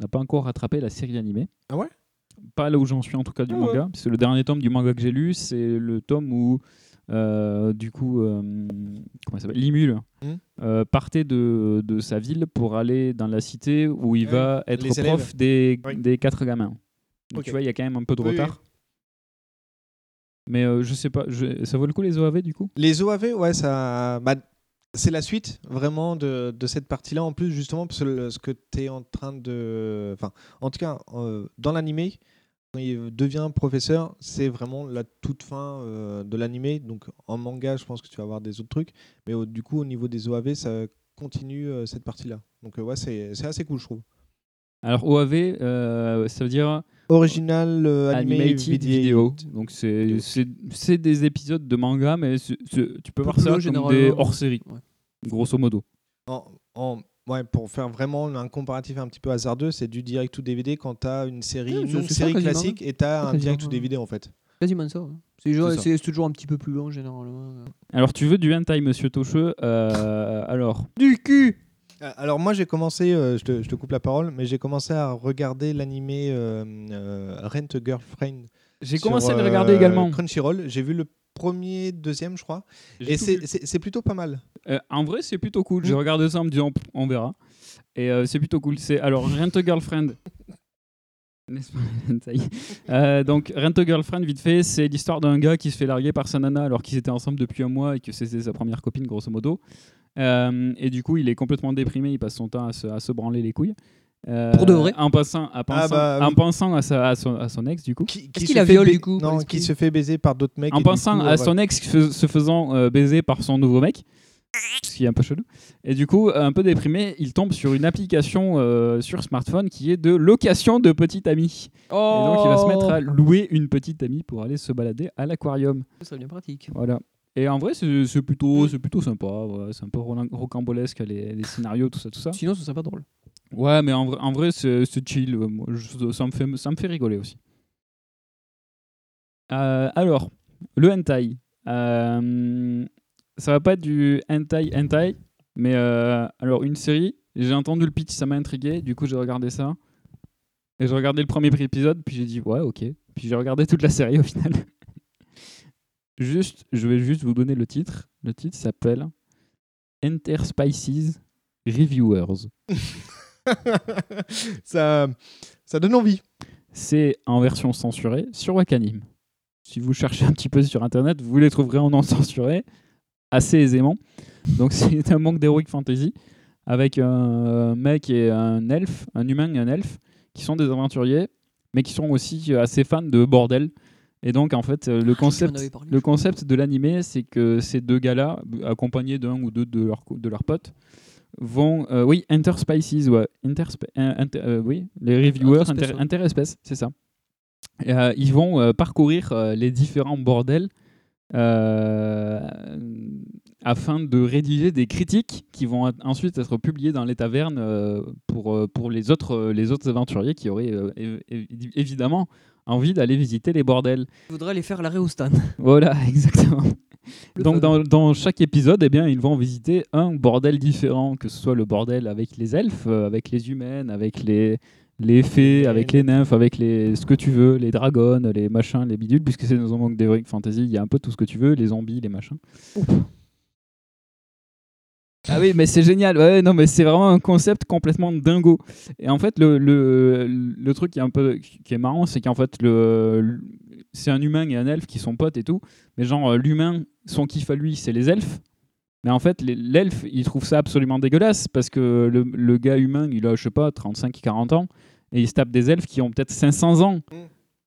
Speaker 9: n'a pas encore rattrapé la série animée.
Speaker 10: Ah ouais
Speaker 9: Pas là où j'en suis en tout cas du
Speaker 10: Ah
Speaker 9: manga.
Speaker 10: ouais.
Speaker 9: Parce que le dernier tome du manga que j'ai lu, c'est le tome où euh, du coup, euh, comment il s'appelle, Limul
Speaker 10: Hmm.
Speaker 9: euh, partait de, de sa ville pour aller dans la cité où il
Speaker 10: Ah
Speaker 9: va
Speaker 10: oui,
Speaker 9: être
Speaker 10: les
Speaker 9: prof
Speaker 10: élèves.
Speaker 9: des, des quatre gamins. Donc
Speaker 10: Ok.
Speaker 9: tu vois, il y a quand même un peu de
Speaker 10: Oui, oui.
Speaker 9: retard. Mais euh, je sais pas, je- ça vaut le coup les OAV du coup
Speaker 10: Les OAV, ouais, ça. bah, c'est la suite vraiment de, de cette partie-là. En plus, justement, parce que le- ce que tu es en train de. Enfin, en tout cas, euh, dans l'animé, quand il devient professeur, c'est vraiment la toute fin euh, de l'animé. Donc, en manga, je pense que tu vas avoir des autres trucs. Mais au- du coup, au niveau des OAV, ça continue euh, cette partie-là. Donc, euh, ouais, c'est c'est assez cool, je trouve.
Speaker 9: Alors OAV, euh, ça veut dire
Speaker 10: Original euh, animé
Speaker 9: Animated
Speaker 10: vidéo.
Speaker 9: Video. Donc c'est- c'est c'est des épisodes de manga, mais c'est- c'est- tu peux voir
Speaker 10: Plus
Speaker 9: ça
Speaker 10: long,
Speaker 9: comme des
Speaker 10: généralement.
Speaker 9: hors-série, grosso modo.
Speaker 10: En, en- ouais, pour faire vraiment un comparatif un petit peu hasardeux, c'est du direct to DVD quand tu as une série,
Speaker 15: Ouais,
Speaker 9: Ah,
Speaker 10: une
Speaker 15: c'est-
Speaker 10: longue
Speaker 15: c'est ça,
Speaker 10: série
Speaker 15: quasiment.
Speaker 10: classique et tu as un
Speaker 15: Quasiment,
Speaker 10: direct to
Speaker 15: ouais.
Speaker 10: DVD en fait.
Speaker 15: Quasiment ça. hein. C'est genre-
Speaker 10: C'est ça.
Speaker 15: C'est toujours un petit peu plus long généralement.
Speaker 9: Alors tu veux du hentai, monsieur Tocheux Euh, Alors,
Speaker 15: Du cul
Speaker 10: Euh, Alors moi j'ai commencé, euh, je, te, je te coupe la parole, mais j'ai commencé à regarder l'animé euh, euh, Rent a Girlfriend.
Speaker 9: J'ai
Speaker 10: sur, euh,
Speaker 9: commencé à le regarder également.
Speaker 10: Crunchyroll, j'ai vu le premier, deuxième je crois,
Speaker 9: J'ai
Speaker 10: et
Speaker 9: tout
Speaker 10: c'est-
Speaker 9: vu.
Speaker 10: c'est c'est plutôt pas mal.
Speaker 9: euh, en vrai, c'est plutôt cool.
Speaker 15: Mm.
Speaker 9: J'ai regardé ça en me disant, Pff, on verra. Et euh, c'est plutôt cool. C'est alors Rent a Girlfriend. N'est-ce pas, le hentai Euh, donc, Rent a Girlfriend, vite fait, c'est l'histoire d'un gars qui se fait larguer par sa nana alors qu'ils étaient ensemble depuis un mois et que c'était sa première copine, grosso modo. Euh, et du coup, il est complètement déprimé, il passe son temps à se, à se branler les couilles. Euh,
Speaker 15: Pour de vrai Ah
Speaker 9: En pensant, à pensant,
Speaker 10: bah oui.
Speaker 9: en pensant à, sa- à son, à son ex, du coup.
Speaker 10: Qui se fait ba- Non, qui se fait baiser par d'autres mecs.
Speaker 9: En
Speaker 10: et du
Speaker 9: pensant
Speaker 10: coup,
Speaker 9: à
Speaker 10: euh,
Speaker 9: son ex fais- se faisant euh, baiser par son nouveau mec, ce qui est un peu chelou. Et du coup, un peu déprimé, il tombe sur une application euh, sur smartphone qui est de location de petite amie. Et
Speaker 8: Oh
Speaker 9: donc, il va se mettre
Speaker 10: Oh.
Speaker 9: à louer une petite amie pour aller se balader à l'aquarium.
Speaker 15: Ça serait bien pratique.
Speaker 9: Voilà. Et en vrai, c'est c'est plutôt, c'est plutôt sympa. voilà. C'est un peu rolan- rocambolesque, les, les scénarios, tout ça, tout ça.
Speaker 15: Sinon, c'est sympa drôle.
Speaker 9: Ouais, mais en, vrai- en vrai, c'est c'est chill. euh, moi, je- ça, me fait, ça me fait rigoler aussi. Euh, alors, le hentai. Euh, ça va pas être du hentai hentai, mais euh, alors une série. J'ai entendu le pitch, ça m'a intrigué. Du coup, j'ai regardé ça. Et j'ai regardé le premier épisode, puis j'ai dit ouais, ok. Puis j'ai regardé toute la série au final. juste, je vais juste vous donner le titre. Le titre s'appelle Enter Spices Reviewers.
Speaker 10: ça, ça donne envie.
Speaker 9: C'est en version censurée sur Wakanim. Si vous cherchez un petit peu sur internet, vous les trouverez en non censuré assez aisément. Donc c'est un manque d'heroic fantasy avec un euh, mec et un elfe, un humain et un elfe, qui sont des aventuriers, mais qui sont aussi euh, assez fans de bordel. Et donc en fait
Speaker 15: Ah,
Speaker 9: euh, le concept,
Speaker 15: avais parlé,
Speaker 9: le concept de l'animé, c'est que ces deux gars-là, accompagnés d'un ou deux de leurs co- de leurs potes, vont euh, oui interspecies, ouais, interspe- euh, inter- euh, oui les reviewers
Speaker 15: Interspèces,
Speaker 9: inter-
Speaker 15: ouais.
Speaker 9: interespèces, c'est ça. Et, euh, ils vont euh, parcourir euh, les différents bordels euh, afin de rédiger des critiques qui vont at- ensuite être publiées dans les tavernes euh, pour, euh, pour les, autres, euh, les autres aventuriers qui auraient euh, é- é- évidemment envie d'aller visiter les bordels.
Speaker 15: Il faudrait aller faire l'arrêt au stand.
Speaker 9: Voilà, exactement.
Speaker 15: Le
Speaker 9: Donc dans, dans chaque épisode, eh bien, ils vont visiter un bordel différent, que ce soit le bordel avec les elfes, euh, avec les humaines, avec les, les fées, avec les nymphes, avec les ce que tu veux, les dragons, les machins, les bidules, puisque c'est dans un manque d'Heroic Fantasy, il y a un peu tout ce que tu veux, les zombies, les machins. Ah oui, mais c'est génial. Ouais, non, mais c'est vraiment un concept complètement dingo. Et en fait, le, le, le truc qui est un peu qui est marrant, c'est qu'en fait, le, le- c'est un humain et un elfe qui sont potes et tout. Mais genre, euh, l'humain, son kiff à lui, c'est les elfes. Mais en fait, les- l'elfe, il trouve ça absolument dégueulasse parce que le, le gars humain, il a, je sais pas, 35-40 ans et il se tape des elfes qui ont peut-être 500 ans.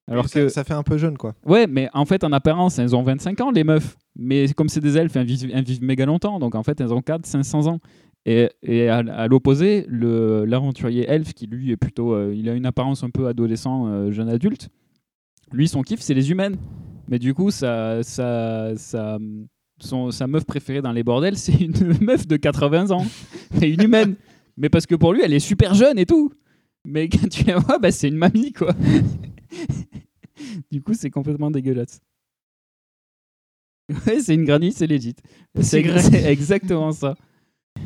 Speaker 9: Alors
Speaker 10: ça-
Speaker 9: que
Speaker 10: ça fait un peu jeune, quoi.
Speaker 9: Ouais, mais en fait, en apparence, elles ont 25 ans, les meufs. Mais comme c'est des elfes, elles vivent, elles vivent méga longtemps. Donc en fait, elles ont 4 500 ans. Et, et à, à l'opposé, le- l'aventurier elfe, qui lui est plutôt. euh, il a une apparence un peu adolescent, euh, jeune adulte. Lui, son kiff, c'est les humaines. Mais du coup, sa, sa, sa, son- sa meuf préférée dans les bordels, c'est une meuf de 80 ans. Et une humaine. Mais parce que pour lui, elle est super jeune et tout. Mais quand tu la vois, bah, c'est une mamie, quoi. du coup, c'est complètement dégueulasse. Ouais, c'est une granny, c'est legit.
Speaker 8: C'est
Speaker 9: C'est
Speaker 8: granny.
Speaker 9: c'est exactement ça.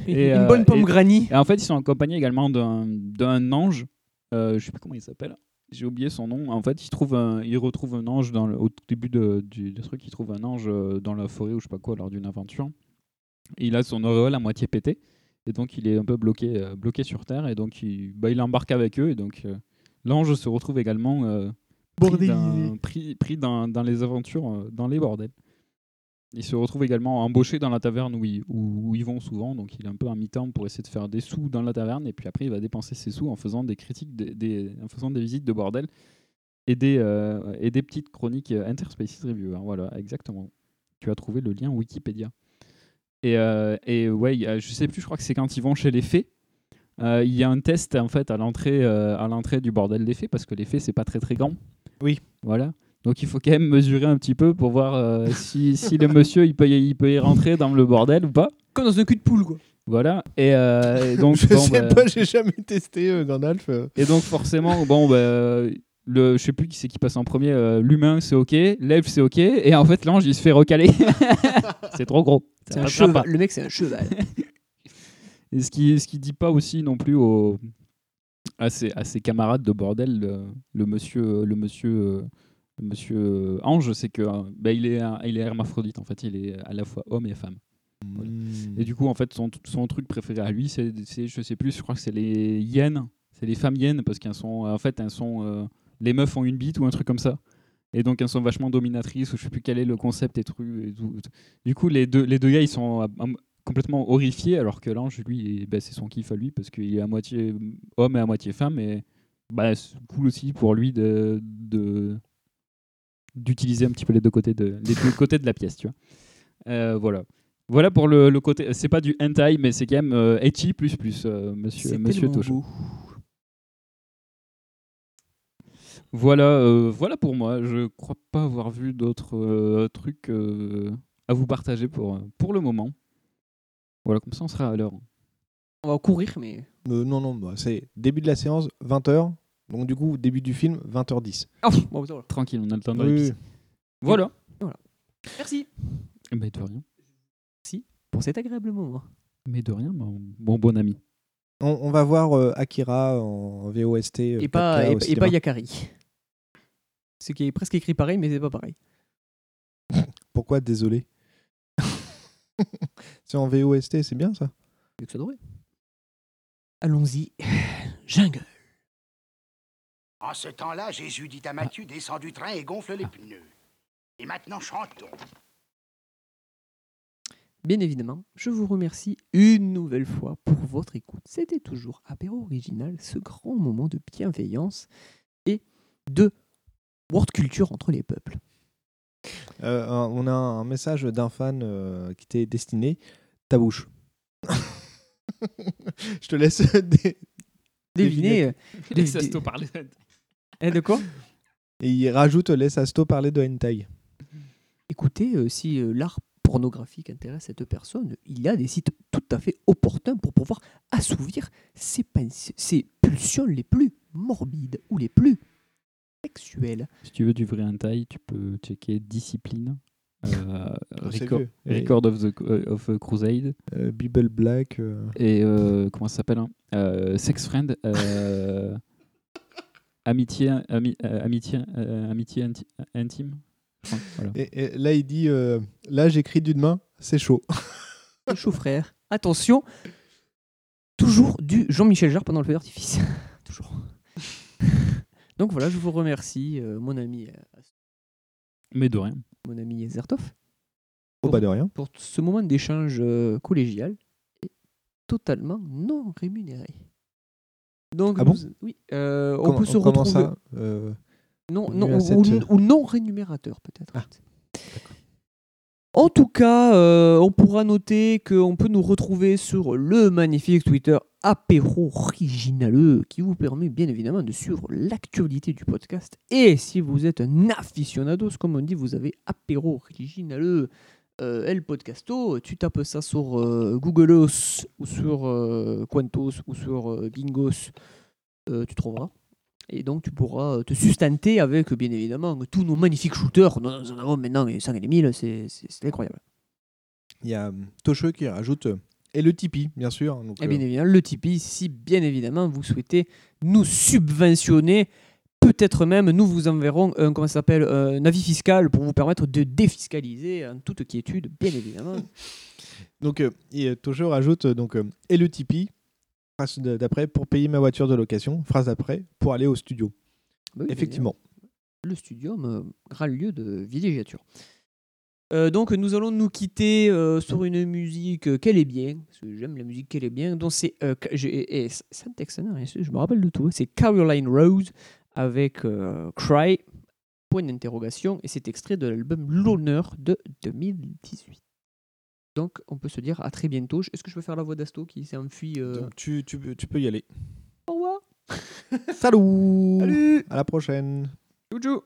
Speaker 8: Une- une bonne pomme granny.
Speaker 9: euh, et Ah. en fait, ils sont accompagnés également d'un- d'un ange. Euh, je sais plus comment il s'appelle. J'ai oublié son nom. En fait, ils, trouvent un- ils retrouvent un ange dans le- au tout début de, du, du truc. Ils trouvent un ange euh, dans la forêt ou je sais pas quoi lors d'une aventure. Il a son auréole à moitié pété. Et donc, il est un peu bloqué, euh, bloqué sur Terre. Et donc, il, bah, il embarque avec eux. Et donc, euh, l'ange se retrouve également euh, pris,
Speaker 8: Bordélisé.
Speaker 9: d'un- pris, pris dans, dans les aventures, euh, dans les bordels. Il se retrouve également embauché dans la taverne où ils, où- où ils vont souvent, donc il est un peu à mi-temps pour essayer de faire des sous dans la taverne, et puis après il va dépenser ses sous en faisant des critiques, des, des- en faisant des visites de bordel et des, euh, et des petites chroniques euh, Interspaces Review. hein, voilà, exactement. Tu as trouvé le lien Wikipédia. Et, euh, et ouais, il y a- je sais plus, je crois que c'est quand ils vont chez les fées. Euh, Il y a un test en fait à l'entrée euh, à l'entrée du bordel des fées parce que les fées c'est pas très très grand.
Speaker 10: Oui.
Speaker 9: Voilà. Donc il faut quand même mesurer un petit peu pour voir euh, si, si le monsieur il peut, y, il peut y rentrer dans le bordel ou pas.
Speaker 8: Comme dans un cul de poule quoi.
Speaker 9: Voilà. Et, euh, et donc
Speaker 10: je
Speaker 9: bon,
Speaker 10: sais
Speaker 9: bah,
Speaker 10: pas, j'ai jamais testé euh, Gandalf. euh.
Speaker 9: et donc forcément, bon, bah, le, je sais plus qui c'est qui passe en premier. euh, L'humain, c'est ok. L'elfe, c'est ok. Et en fait, l'ange, il se fait recaler. c'est trop gros. Ça
Speaker 8: C'est un
Speaker 9: passera
Speaker 8: cheval.
Speaker 9: pas.
Speaker 8: Le mec, c'est un cheval.
Speaker 9: Et ce qui, ce qui dit pas aussi non plus au, à, ses, à ses camarades de bordel, le, le monsieur, le monsieur, euh, le monsieur euh, ange, c'est que euh, bah, il est, un- il est hermaphrodite en fait, il est à la fois homme et femme. Voilà. Hmm. Et du coup, en fait, son, son truc préféré à lui, c'est, c'est- je sais plus, je crois que c'est les hyènes, c'est les femmes hyènes parce qu'elles sont, en fait, elles sont, euh, les meufs ont une bite ou un truc comme ça. Et donc elles sont vachement dominatrices, ou je sais plus quel est le concept et tru- et tout. Du coup, les deux, les deux gars, ils sont euh, hum, complètement horrifiés, alors que l'ange, lui, eh ben, c'est son kiff à lui, parce qu'il est à moitié homme et à moitié femme, et bah, c'est cool aussi pour lui de, de- d'utiliser un petit peu les deux côtés de, les deux côtés de la pièce, tu vois. Euh, voilà. Voilà pour le, le côté. C'est pas du hentai, mais c'est quand même euh, etchi plus plus, euh, monsieur,
Speaker 8: C'est
Speaker 9: monsieur
Speaker 8: tellement
Speaker 9: Toche.
Speaker 8: beau.
Speaker 9: Voilà, euh, voilà pour moi. Je crois pas avoir vu d'autres euh, trucs euh, à vous partager pour, euh, pour le moment. Voilà, comme ça on sera à l'heure.
Speaker 8: On va courir, mais.
Speaker 10: Euh, non, non, bah, c'est début de la séance, 20h. Donc du coup, début du film, 20h10.
Speaker 8: Ah, pff, bon, putain, voilà.
Speaker 9: Tranquille, on a le temps de
Speaker 10: Oui,
Speaker 9: réviser.
Speaker 10: oui.
Speaker 9: Voilà.
Speaker 8: Voilà. Merci.
Speaker 9: Eh ben, de rien.
Speaker 8: Merci pour cet agréable moment.
Speaker 9: Mais de rien, mon bon, bon ami.
Speaker 10: On, on va voir euh, Akira en VOST. euh,
Speaker 8: Et pas,
Speaker 10: 4K
Speaker 8: et,
Speaker 10: au
Speaker 8: pas- et
Speaker 10: cinéma.
Speaker 8: pas Yakari. Ce qui est presque écrit pareil, mais c'est pas pareil.
Speaker 10: Pourquoi désolé C'est en VOST, c'est bien ça
Speaker 8: Mieux que ça devrait. Allons-y. Jungle.
Speaker 16: En ce temps-là, Jésus dit à Matthieu, descends du train et gonfle les pneus. Et maintenant, chantons.
Speaker 8: Bien évidemment, je vous remercie une nouvelle fois pour votre écoute. C'était toujours Apéro Original, ce grand moment de bienveillance et de world culture entre les peuples.
Speaker 10: Euh, un- On a un message d'un fan euh, qui t'est destiné. Ta bouche. Je te laisse dé-
Speaker 8: Devinez. euh,
Speaker 9: Laisse
Speaker 8: devi-
Speaker 9: Asto parler.
Speaker 8: Eh, de quoi
Speaker 10: Et il rajoute Laisse Asto parler de hentai.
Speaker 8: Écoutez, euh, si euh, l'art pornographique intéresse cette personne, il y a des sites tout à fait opportuns pour pouvoir assouvir ses, pens- ses pulsions les plus morbides ou les plus sexuelles.
Speaker 9: Si tu veux du vrai hentai, tu peux checker Discipline, euh,
Speaker 10: c'est
Speaker 9: Record,
Speaker 10: vieux. Et-
Speaker 9: Record of, the, euh, of a Crusade,
Speaker 10: Euh, Bible Black. euh,
Speaker 9: et euh, comment ça s'appelle hein Euh, Sex Friend, euh, Amitié, ami- euh, amitié, euh, amitié inti- intime. Enfin, voilà.
Speaker 10: Et, et là, il dit euh, Là, j'écris d'une main, c'est chaud.
Speaker 8: Le chaud frère. Attention, toujours du Jean-Michel Jarre pendant le feu d'artifice. toujours. Donc voilà, je vous remercie, euh, mon ami, euh,
Speaker 9: Mais de rien.
Speaker 8: mon ami Zertov,
Speaker 10: Oh, bah de rien.
Speaker 8: pour ce moment d'échange euh, collégial et totalement non rémunéré. Donc,
Speaker 10: Ah bon
Speaker 8: nous- oui, euh, on
Speaker 10: Comment-
Speaker 8: peut se
Speaker 10: comment
Speaker 8: retrouver.
Speaker 10: ça Euh,
Speaker 8: Non,
Speaker 10: venu
Speaker 8: non,
Speaker 10: à
Speaker 8: ou,
Speaker 10: cette- Ah,
Speaker 8: ou- ou non rémunérateur peut-être. En tout cas, euh, on pourra noter qu'on peut nous retrouver sur le magnifique Twitter apéro originaleux qui vous permet bien évidemment de suivre l'actualité du podcast. Et si vous êtes un aficionados, comme on dit, vous avez apéro originaleux euh, El Podcasto. Tu tapes ça sur euh, Google Earth ou sur euh, Quantos ou sur euh, Bingos, euh, tu trouveras. Et donc, tu pourras euh, te sustenter avec, bien évidemment, tous nos magnifiques shooters. Nous en avons maintenant 5 et 1000, c'est c'est incroyable.
Speaker 10: Il y a euh, Tosheux qui rajoute euh, et le Tipeee, bien sûr. hein, donc,
Speaker 8: Et bien
Speaker 10: euh,
Speaker 8: évidemment, le Tipeee, si bien évidemment vous souhaitez nous subventionner, peut-être même nous vous enverrons un, comment ça s'appelle, un avis fiscal pour vous permettre de défiscaliser en toute quiétude, bien évidemment. Bah
Speaker 10: donc euh, et, euh, Tosheux rajoute euh, donc euh, et le Tipeee. Phrase d- d'après pour payer ma voiture de location. Phrase d'après pour aller au studio.
Speaker 8: Bah oui, bien
Speaker 10: Effectivement.
Speaker 8: le studium, euh, grand lieu de villégiature. Euh, donc nous allons nous quitter euh, sur une musique euh, qu'elle est bien, parce que j'aime la musique qu'elle est bien, donc c'est euh, ca- j'ai- eh, eh, c'est un Texan, hein, c'est- je me rappelle de tout, hein, c'est Caroline Rose avec euh, Cry, point d'interrogation, et c'est extrait de l'album L'honneur de 2018. Donc on peut se dire à très bientôt. Je- Est-ce que je peux faire la voix d'Asto qui s'est enfui euh,
Speaker 10: Tu, tu peux- tu peux y aller.
Speaker 8: Au revoir
Speaker 10: Salut. Salut. À la prochaine.
Speaker 8: Joujou